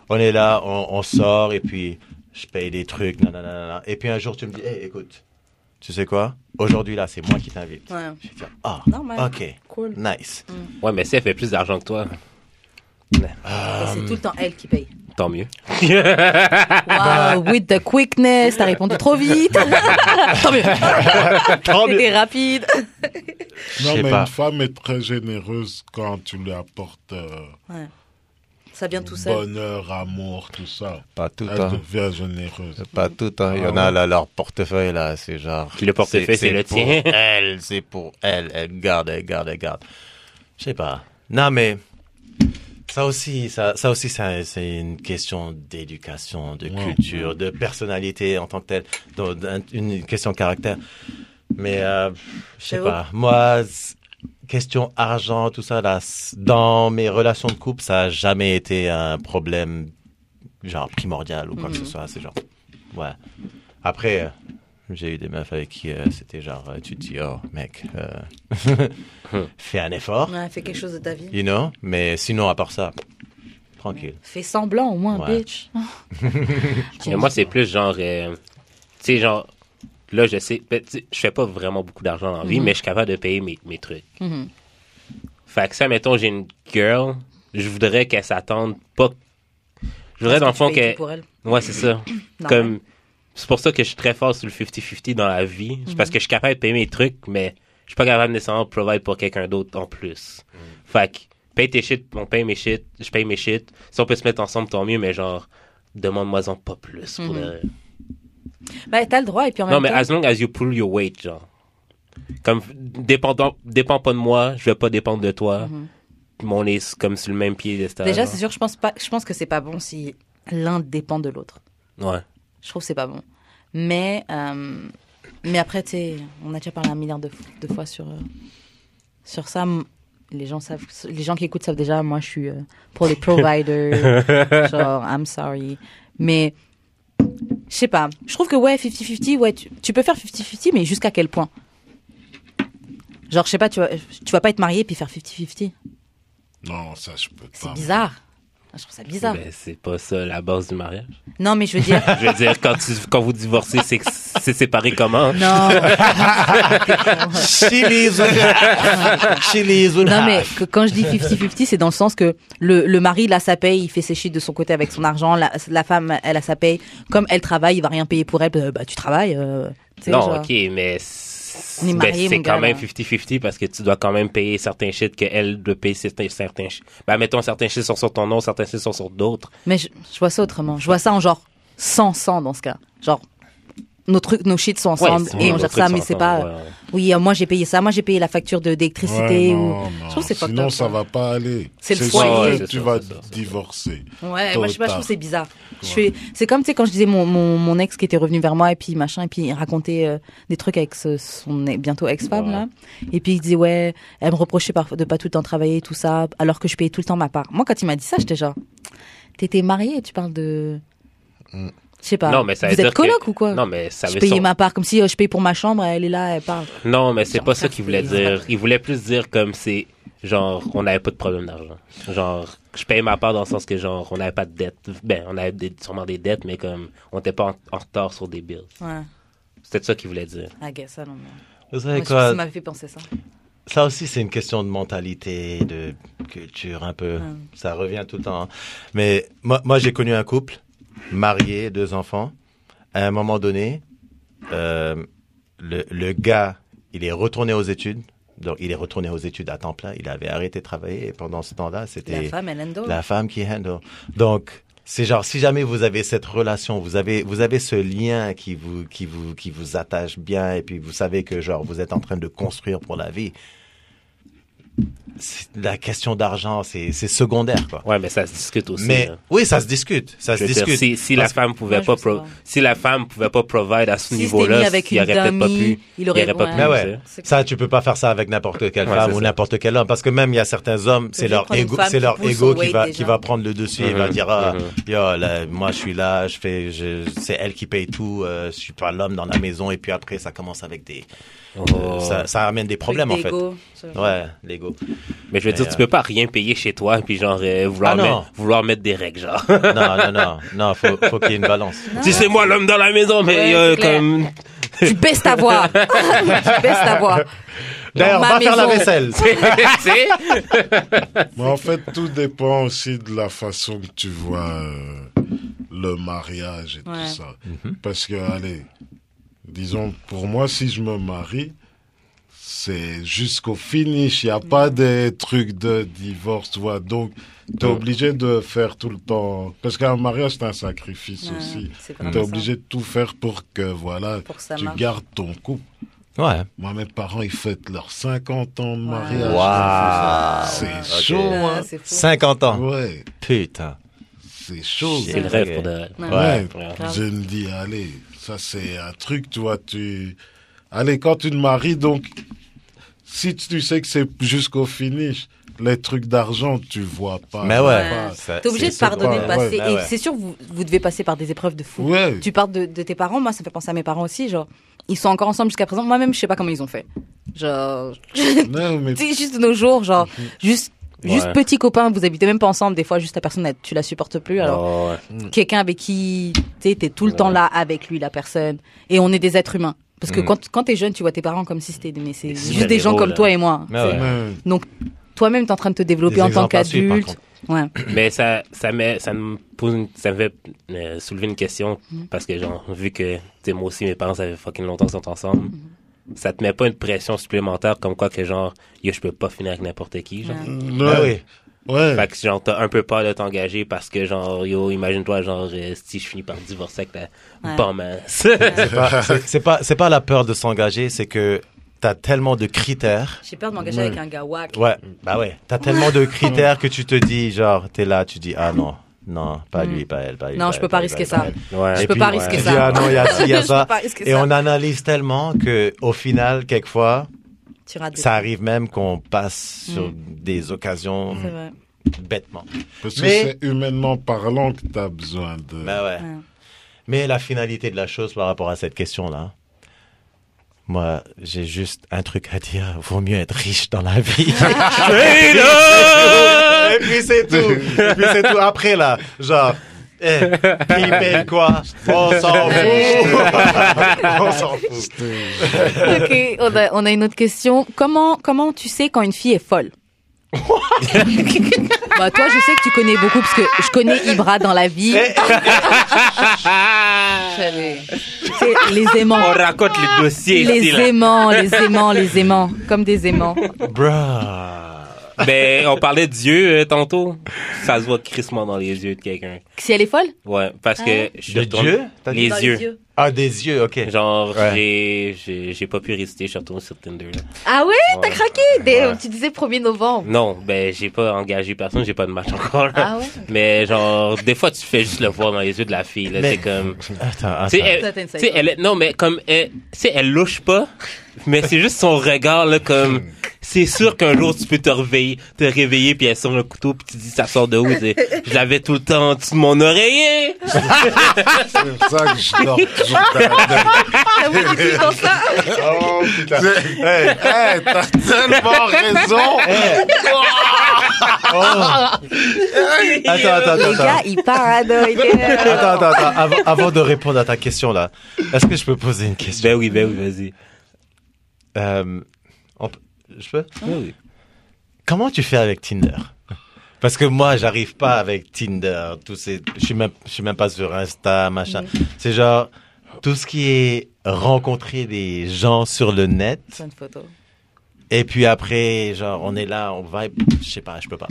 Speaker 2: on est là, on, on sort, et puis je paye des trucs, nanana, nanana. Et puis un jour, tu me dis, hey, écoute, tu sais quoi? Aujourd'hui, là, c'est moi qui t'invite.
Speaker 1: Ouais.
Speaker 2: Je vais dire, ah,
Speaker 1: Normal.
Speaker 2: ok,
Speaker 1: Cool. [LAUGHS]
Speaker 2: nice.
Speaker 3: Ouais, mais si elle fait plus d'argent que toi,
Speaker 1: Et
Speaker 3: Ah,
Speaker 1: C'est tout le temps elle qui paye.
Speaker 3: tant mieux. Ah, bah.
Speaker 1: Wow, with the quickness, t'as répondu
Speaker 3: [LAUGHS]
Speaker 1: trop vite. Tant mieux.
Speaker 2: Tant mieux.
Speaker 1: C'était rapide.
Speaker 2: Je
Speaker 4: Non,
Speaker 2: sais
Speaker 4: mais
Speaker 2: pas.
Speaker 4: une femme est très généreuse quand tu lui apportes euh,
Speaker 1: Ça vient tout seul.
Speaker 4: bonheur, amour, tout ça.
Speaker 2: Pas tout, hein.
Speaker 4: Elle devient généreuse.
Speaker 2: Pas tout, hein. Il y en a, là, leur portefeuille, là, c'est genre.
Speaker 3: Puis le portefeuille, c'est le
Speaker 2: pour
Speaker 3: tien.
Speaker 2: Elle, c'est pour elle. Elle garde, elle garde, elle garde. Je sais pas. Non, mais. Ça aussi, ça, ça aussi, ça- c'est une question d'éducation, de
Speaker 4: Ouais.
Speaker 2: culture, de personnalité en tant que telle, dont- d'un- une question de caractère. Mais euh, je sais
Speaker 1: J'avoue.
Speaker 2: pas. Moi, c- question argent, tout ça, là, c- dans mes relations de couple, ça a jamais été un problème genre primordial ou quoi que ce soit. C'est genre, ouais. Après, euh, j'ai eu des meufs avec qui euh, c'était genre, euh, tu te dis, oh mec, euh, fais un effort,
Speaker 1: Ouais, fais quelque chose de ta vie.
Speaker 2: you know. Mais sinon, à part ça, tranquille.
Speaker 1: Fais semblant au moins,
Speaker 2: Ouais.
Speaker 1: bitch.
Speaker 3: [LAUGHS] Mais moi, c'est plus genre. euh, tu sais, genre. Là, je sais. ben, tu sais, Je fais pas vraiment beaucoup d'argent dans la
Speaker 1: Mhm.
Speaker 3: vie, mais je suis capable de payer mes, mes trucs. Fait que ça, mettons, j'ai une girl. Je voudrais qu'elle s'attende pas. Je voudrais, dans le fond,
Speaker 1: Tu payes
Speaker 3: qu'elle.
Speaker 1: tout pour elle.
Speaker 3: Ouais, c'est ça.
Speaker 1: Normal.
Speaker 3: Comme. C'est pour ça que je suis très fort sur le 50-50 dans la vie. C'est
Speaker 1: Mhm.
Speaker 3: parce que je suis capable de payer mes trucs, mais je suis pas capable nécessairement de provide pour quelqu'un d'autre en plus. Fait que, paye tes shit, on paye mes shit, je paye mes shit. Si on peut se mettre ensemble, tant mieux, mais genre, demande-moi-en pas plus. pour
Speaker 1: Mhm.
Speaker 3: le-
Speaker 1: Bah, t'as le droit, et puis en
Speaker 3: Non,
Speaker 1: même
Speaker 3: mais
Speaker 1: temps.
Speaker 3: as long as you pull your weight, genre. Comme, dépendant, dépend pas de moi, je vais pas dépendre de toi. Mais on est s- comme sur le même pied
Speaker 1: Mhm. Déjà, c'est sûr, je pense, pas, je pense que c'est pas bon si l'un dépend de l'autre.
Speaker 3: Ouais.
Speaker 1: Je trouve que c'est pas bon. Mais, euh, mais après, tu sais, on a déjà parlé un milliard de, f- de fois sur, euh, sur ça. M- Les gens, savent, les gens qui écoutent savent déjà, moi, je suis euh, pour les providers. genre, I'm sorry. Mais, je sais pas. Je trouve que, ouais, 50-50, ouais, tu, tu peux faire 50-50, mais jusqu'à quel point Genre, je sais pas, tu vas, tu vas pas être marié puis faire 50-50.
Speaker 4: Non, ça, je peux
Speaker 1: C'est
Speaker 4: pas.
Speaker 1: bizarre. Je trouve ça bizarre.
Speaker 3: Ben, c'est pas ça la base du mariage.
Speaker 1: Non, mais je veux
Speaker 4: [LAUGHS]
Speaker 1: dire,
Speaker 3: Je veux dire, quand, tu- quand vous divorcez, c'est c'est
Speaker 1: [LAUGHS]
Speaker 3: séparé comment?
Speaker 4: [LAUGHS]
Speaker 1: non.
Speaker 2: She [LAUGHS] leaves with half. She leaves with
Speaker 1: Non,
Speaker 2: half.
Speaker 1: mais que- quand je dis 50-50, c'est dans le sens que le, le mari, là, sa paye, il fait ses shit de son côté avec son argent. La, la femme, elle a sa paye. Comme elle travaille, il va rien payer pour elle. euh, Bah, tu travailles. euh, tu sais,
Speaker 3: Non,
Speaker 1: genre.
Speaker 3: ok, mais c'est
Speaker 1: On est
Speaker 3: ben,
Speaker 1: mariés,
Speaker 3: c'est
Speaker 1: mon gars,
Speaker 3: quand même
Speaker 1: là.
Speaker 3: 50-50 parce que tu dois quand même payer certains shit qu'elle doit payer certains, certains shit. Ben, mettons, certains shit sont sur ton nom, certains shit sont sur d'autres.
Speaker 1: Mais je, je vois ça autrement. Je vois ça en genre 100-100 dans ce cas. Genre, nos trucs, nos shit sont
Speaker 3: Ouais,
Speaker 1: ensemble
Speaker 3: c'est-
Speaker 1: et on
Speaker 3: nos
Speaker 1: gère
Speaker 3: trucs
Speaker 1: ça,
Speaker 3: sont
Speaker 1: mais c'est pas.
Speaker 3: ensemble, ouais, ouais.
Speaker 1: Oui, euh, moi j'ai payé ça, moi j'ai payé la facture de- d'électricité.
Speaker 4: Ouais,
Speaker 1: ou...
Speaker 4: non, non.
Speaker 1: Je trouve que c'est fucked
Speaker 4: Sinon,
Speaker 1: up,
Speaker 4: ça va pas aller.
Speaker 1: C'est le
Speaker 4: sûr
Speaker 1: foyer.
Speaker 4: que
Speaker 3: Ouais,
Speaker 4: tu
Speaker 3: c'est
Speaker 4: vas
Speaker 3: ça, c'est ça, c'est ça.
Speaker 4: divorcer.
Speaker 1: Ouais,
Speaker 4: Tôt
Speaker 1: moi je sais
Speaker 4: ou
Speaker 1: pas, je
Speaker 4: tard.
Speaker 1: trouve que c'est bizarre. Je fais, c'est comme tu sais quand je disais mon, mon mon ex qui était revenu vers moi et puis machin et puis il racontait euh, des trucs avec ce- son e- bientôt ex-femme
Speaker 3: Ouais.
Speaker 1: là et puis il disait ouais, elle me reprochait parfois de pas tout le temps travailler et tout ça alors que je payais tout le temps ma part. Moi quand il m'a dit ça, j'étais genre t'étais mariée, tu parles de je sais pas.
Speaker 3: Mm. Non, mais ça
Speaker 1: Vous
Speaker 3: veut dire
Speaker 1: êtes coloc
Speaker 3: que-
Speaker 1: ou quoi
Speaker 3: Non, mais ça
Speaker 1: Je
Speaker 3: veut
Speaker 1: payais
Speaker 3: son-
Speaker 1: ma part comme si euh, je payais pour ma chambre, elle est là, elle parle.
Speaker 3: Non, mais c'est
Speaker 1: Genre,
Speaker 3: pas ça qu'il voulait
Speaker 1: faire payer.
Speaker 3: dire. Il voulait plus dire comme c'est genre, on n'avait pas de problème d'argent. Genre, je paye ma part dans le sens que, genre, on n'avait pas de dette. Ben, on avait des- sûrement des dettes, mais comme, on n'était pas en, en retard sur des bills.
Speaker 1: Ouais,
Speaker 3: C'était ça qu'il voulait dire.
Speaker 1: I guess, ça non. mais-
Speaker 2: Vous
Speaker 1: Moi,
Speaker 2: savez
Speaker 1: je-
Speaker 2: quoi
Speaker 1: Ça m'avait fait penser ça.
Speaker 2: Ça aussi, c'est une question de mentalité, de culture un peu.
Speaker 1: Ouais.
Speaker 2: Ça revient tout le temps. hein. Mais moi, moi j'ai connu un couple, marié, deux enfants. À un moment donné, euh, le, le gars, il est retourné aux études. Donc, il est retourné aux études à temps plein. Il avait arrêté de travailler. Et pendant ce temps-là,
Speaker 1: La
Speaker 2: c'était
Speaker 1: femme, elle endo.
Speaker 2: la femme qui handle. Donc, c'est genre, si jamais vous avez cette relation, vous avez, vous avez ce lien qui vous, qui vous, qui vous attache bien, et puis vous savez que genre, vous êtes en train de construire pour la vie. C'est- La question d'argent, c'est, c'est secondaire, quoi.
Speaker 3: Ouais, mais ça se discute aussi.
Speaker 2: Mais,
Speaker 3: là.
Speaker 2: oui, ça se discute. Ça
Speaker 3: Je
Speaker 2: se
Speaker 3: veux dire,
Speaker 2: discute.
Speaker 3: si, si
Speaker 2: Parce
Speaker 3: la femme pouvait
Speaker 1: Moi, je
Speaker 3: pas
Speaker 1: sais
Speaker 3: pro-
Speaker 1: pas.
Speaker 3: si la femme pouvait pas provide à ce
Speaker 1: Si c'était
Speaker 3: niveau-là,
Speaker 1: mis avec
Speaker 3: il
Speaker 1: une
Speaker 3: aurait peut-être pas
Speaker 1: dummy,
Speaker 3: pu.
Speaker 1: il aurait-
Speaker 3: aurait pas
Speaker 1: ouais.
Speaker 3: pu.
Speaker 2: Mais
Speaker 1: Ah
Speaker 3: tu sais.
Speaker 2: Bah ouais,
Speaker 1: C'est-
Speaker 2: ça tu peux pas faire ça avec n'importe quelle
Speaker 3: Ouais,
Speaker 2: femme
Speaker 3: c'est
Speaker 2: ou
Speaker 3: ça.
Speaker 2: n'importe quel homme parce que même il y a certains hommes, c'est
Speaker 1: obligé de
Speaker 2: leur
Speaker 1: prendre une
Speaker 2: ego,
Speaker 1: femme
Speaker 2: c'est
Speaker 1: qui
Speaker 2: leur
Speaker 1: pousse
Speaker 2: ego
Speaker 1: son
Speaker 2: qui
Speaker 1: weight
Speaker 2: va
Speaker 1: déjà.
Speaker 2: qui va prendre le dessus et va
Speaker 3: Mhm,
Speaker 2: dire ah,
Speaker 3: mhm.
Speaker 2: yo là, moi je suis là, je fais je, c'est elle qui paye tout, euh, je suis pas l'homme dans la maison et puis après ça commence avec des euh,
Speaker 3: Oh.
Speaker 2: ça ça amène des problèmes en fait. Ouais, l'ego.
Speaker 3: Mais je veux dire,
Speaker 2: Mais,
Speaker 3: tu
Speaker 2: euh,
Speaker 3: peux pas rien payer chez toi puis genre euh, vouloir,
Speaker 2: Ah non.
Speaker 3: mettre, vouloir mettre des règles, genre.
Speaker 1: Ah
Speaker 3: [LAUGHS]
Speaker 2: Non non non non, faut faut qu'il y ait une balance.
Speaker 3: si c'est moi l'homme dans la maison, mais
Speaker 1: Ouais,
Speaker 3: euh,
Speaker 1: c'est clair. [LAUGHS]
Speaker 3: comme. [LAUGHS]
Speaker 1: Tu baisses ta
Speaker 2: [LAUGHS]
Speaker 1: voix. [LAUGHS] tu baisses ta voix.
Speaker 2: D'ailleurs,
Speaker 1: ma
Speaker 2: va faire la
Speaker 1: maison.
Speaker 2: vaisselle.
Speaker 3: tu sais?
Speaker 4: Mais en fait, tout dépend aussi de la façon que tu vois euh, le mariage et
Speaker 1: Ouais.
Speaker 4: tout ça.
Speaker 1: Mhm.
Speaker 4: Parce que, allez, disons, pour moi, si je me marie, c'est jusqu'au finish. Il n'y a pas des trucs de divorce, tu vois. Donc, tu es
Speaker 3: Ouais.
Speaker 4: obligé de faire tout le temps. Parce qu'un mariage, c'est un sacrifice aussi.
Speaker 1: C'est
Speaker 4: Tu
Speaker 1: vraiment
Speaker 4: es
Speaker 1: ça.
Speaker 4: obligé de tout faire pour que, voilà,
Speaker 1: Pour que ça
Speaker 4: tu
Speaker 1: marche.
Speaker 4: gardes ton couple.
Speaker 2: Ouais.
Speaker 4: Moi, mes parents, ils fêtent leurs 50 ans de
Speaker 1: Wow.
Speaker 4: mariage.
Speaker 2: Waouh.
Speaker 4: C'est
Speaker 2: Ok.
Speaker 4: chaud,
Speaker 1: Ouais,
Speaker 4: hein.
Speaker 1: c'est fou.
Speaker 2: 50 ans.
Speaker 4: Ouais,
Speaker 2: Putain.
Speaker 4: c'est chaud.
Speaker 3: C'est le rêve pour de.
Speaker 1: Ouais.
Speaker 4: Ouais.
Speaker 3: Ouais.
Speaker 4: Je me dis, allez, ça c'est un truc, tu vois, tu... Allez, quand tu te maries, donc, si tu sais que c'est jusqu'au finish, les trucs d'argent, tu vois pas.
Speaker 2: Mais ouais.
Speaker 1: Ouais.
Speaker 2: Ça-
Speaker 1: T'es obligé
Speaker 2: c'est
Speaker 1: de pardonner le
Speaker 4: secondaire.
Speaker 1: passé.
Speaker 2: Ouais, ouais,
Speaker 1: et
Speaker 2: ouais.
Speaker 1: c'est sûr, vous, vous devez passer par des épreuves de fou.
Speaker 4: Ouais.
Speaker 1: Tu parles de, de tes parents, moi ça me fait penser à mes parents aussi. Genre, ils sont encore ensemble jusqu'à présent. Moi-même, je sais pas comment ils ont fait. Genre, [LAUGHS]
Speaker 4: Non, mais...
Speaker 1: c'est juste de nos jours, genre,
Speaker 4: Mhm.
Speaker 1: juste, juste
Speaker 3: Ouais.
Speaker 1: petits copains, vous habitez même pas ensemble. Des fois, juste la personne, elle- tu la supportes plus. Alors,
Speaker 3: Oh, ouais.
Speaker 2: Mm.
Speaker 1: quelqu'un avec qui tu es tout le temps là avec lui, la personne. Et on est des êtres humains. Parce que
Speaker 2: Mhm.
Speaker 1: quand, quand t'es jeune, tu vois tes parents comme si c'était des- mais c'est
Speaker 3: Des
Speaker 1: juste des gens
Speaker 3: super-héros,
Speaker 1: comme
Speaker 3: là.
Speaker 1: toi et moi.
Speaker 2: Mais ouais.
Speaker 4: mais-
Speaker 1: Donc, toi-même, t'es en train de te développer
Speaker 2: Des
Speaker 1: en tant
Speaker 2: exemples à suivre, par
Speaker 1: qu'adulte. Ouais.
Speaker 3: Mais ça, ça me, ça me pose, une- ça me fait euh, soulever une question parce que genre, vu que tu sais, moi aussi mes parents ça fait fucking longtemps qu'ils sont ensemble, ça te met pas une pression supplémentaire comme quoi que genre, yo, je peux pas finir avec n'importe qui, genre.
Speaker 1: Ouais.
Speaker 4: Ouais.
Speaker 2: Ah oui.
Speaker 4: Ouais.
Speaker 3: Fait que genre t'as un peu peur de t'engager parce que genre yo imagine-toi genre euh, si je finis par divorcer avec ta
Speaker 1: Ouais.
Speaker 3: bammasse.
Speaker 2: pas- [LAUGHS] c'est- c'est pas c'est pas la peur de s'engager, c'est que t'as tellement de critères.
Speaker 1: J'ai peur de m'engager avec un gars wack.
Speaker 2: Ouais, bah ouais. T'as tellement de critères que tu te dis genre t'es là, tu dis ah non, non, pas lui, pas elle, pas lui.
Speaker 1: Non,
Speaker 2: pas
Speaker 1: je
Speaker 2: elle,
Speaker 1: peux pas
Speaker 2: elle,
Speaker 1: risquer
Speaker 2: elle,
Speaker 1: ça.
Speaker 2: elle.
Speaker 3: [LAUGHS] Ouais.
Speaker 1: Je
Speaker 2: Et
Speaker 1: peux
Speaker 2: puis,
Speaker 1: pas risquer
Speaker 2: tu
Speaker 1: ça.
Speaker 2: dis, ah non, il y a ci, il y
Speaker 1: [LAUGHS]
Speaker 2: a
Speaker 1: Je
Speaker 2: ça.
Speaker 1: peux pas risquer
Speaker 2: Et
Speaker 1: ça.
Speaker 2: on analyse tellement que au final, quelquefois,
Speaker 1: Tu rates des-
Speaker 2: ça arrive même qu'on passe sur des occasions
Speaker 1: Mm. C'est vrai.
Speaker 2: bêtement.
Speaker 4: Parce que
Speaker 2: Mais-
Speaker 4: c'est humainement parlant que tu as besoin de...
Speaker 2: Bah ouais.
Speaker 1: Ouais.
Speaker 2: Mais la finalité de la chose par rapport à cette question-là, moi, j'ai juste un truc à dire. Vaut mieux être riche dans la vie.
Speaker 3: Hey, là!
Speaker 2: Et puis c'est tout. Et puis c'est tout. Après, là, genre, eh, qui paye quoi On s'en fout. On s'en fout.
Speaker 1: Ok, on a, on a une autre question. Comment, comment tu sais quand une fille est folle [LAUGHS] Bah toi, je sais que tu connais beaucoup parce que je connais Ibra dans la vie.
Speaker 2: Eh,
Speaker 3: [LAUGHS]
Speaker 1: C'est les
Speaker 3: On
Speaker 1: aimants.
Speaker 3: raconte les dossiers
Speaker 1: Les
Speaker 3: ici, là.
Speaker 1: aimants,
Speaker 3: [LAUGHS]
Speaker 1: les aimants, les aimants, comme des aimants.
Speaker 2: eh, Bruh.
Speaker 3: Ben on parlait de Dieu euh, tantôt. Ça se voit crissement dans les yeux de quelqu'un.
Speaker 1: Si elle est folle
Speaker 3: Ouais, parce
Speaker 1: Hein?
Speaker 3: que je suis
Speaker 2: De
Speaker 3: retourné-
Speaker 2: Dieu t'as dit
Speaker 3: Les yeux.
Speaker 2: Ah, des yeux, ok.
Speaker 3: Genre,
Speaker 2: Ouais.
Speaker 3: j'ai- j'ai j'ai pas pu résister, je suis retourné sur Tinder. Là.
Speaker 1: Ah ouais, t'as
Speaker 3: Ouais.
Speaker 1: craqué Dès-
Speaker 3: Ouais.
Speaker 1: Tu disais 1er novembre.
Speaker 3: Non, ben, j'ai pas engagé personne, j'ai pas de match encore. là.
Speaker 1: Ah ouais?
Speaker 3: Mais genre, des fois, tu fais juste le voir dans les yeux de la fille. là,
Speaker 2: Mais- Ah,
Speaker 3: C'est comme.
Speaker 2: Attends, attends.
Speaker 3: Tu sais, elle,
Speaker 1: That's insane.
Speaker 3: tu sais, elle est- non, mais comme, elle, tu sais, elle louche pas, mais c'est juste son regard, là, comme, c'est sûr qu'un jour tu peux te réveiller, te réveiller puis elle sort un couteau puis tu dis ça sort de où Tu dis, Je l'avais tout le temps en dessous de mon
Speaker 2: [LAUGHS]
Speaker 3: oreiller.
Speaker 4: C'est pour ça que je dors toujours
Speaker 1: Ah
Speaker 2: Oh, putain. Eh,
Speaker 4: Hey, hey, Eh, t'as
Speaker 3: [LAUGHS]
Speaker 4: tellement
Speaker 2: [LAUGHS]
Speaker 4: raison.
Speaker 2: Oh. Attends, attends,
Speaker 1: [LAUGHS]
Speaker 2: attends.
Speaker 1: Les gars, ils paranoïent. [LAUGHS]
Speaker 2: Attends, attends, attends. Avant, avant de répondre à ta question, là, est-ce que je peux poser une question
Speaker 3: Ben oui, ben oui, vas-y.
Speaker 2: Euh, on peut- Je peux
Speaker 1: Ah.
Speaker 3: Ben oui.
Speaker 2: Comment tu fais avec Tinder Parce que moi, j'arrive pas avec Tinder. Tous ces... Je suis même, je suis même pas sur Insta, machin. C'est genre tout ce qui est rencontrer des gens sur le net.
Speaker 1: une photo.
Speaker 2: Et puis après, genre, on est là, on vibe. Je sais pas, je peux pas.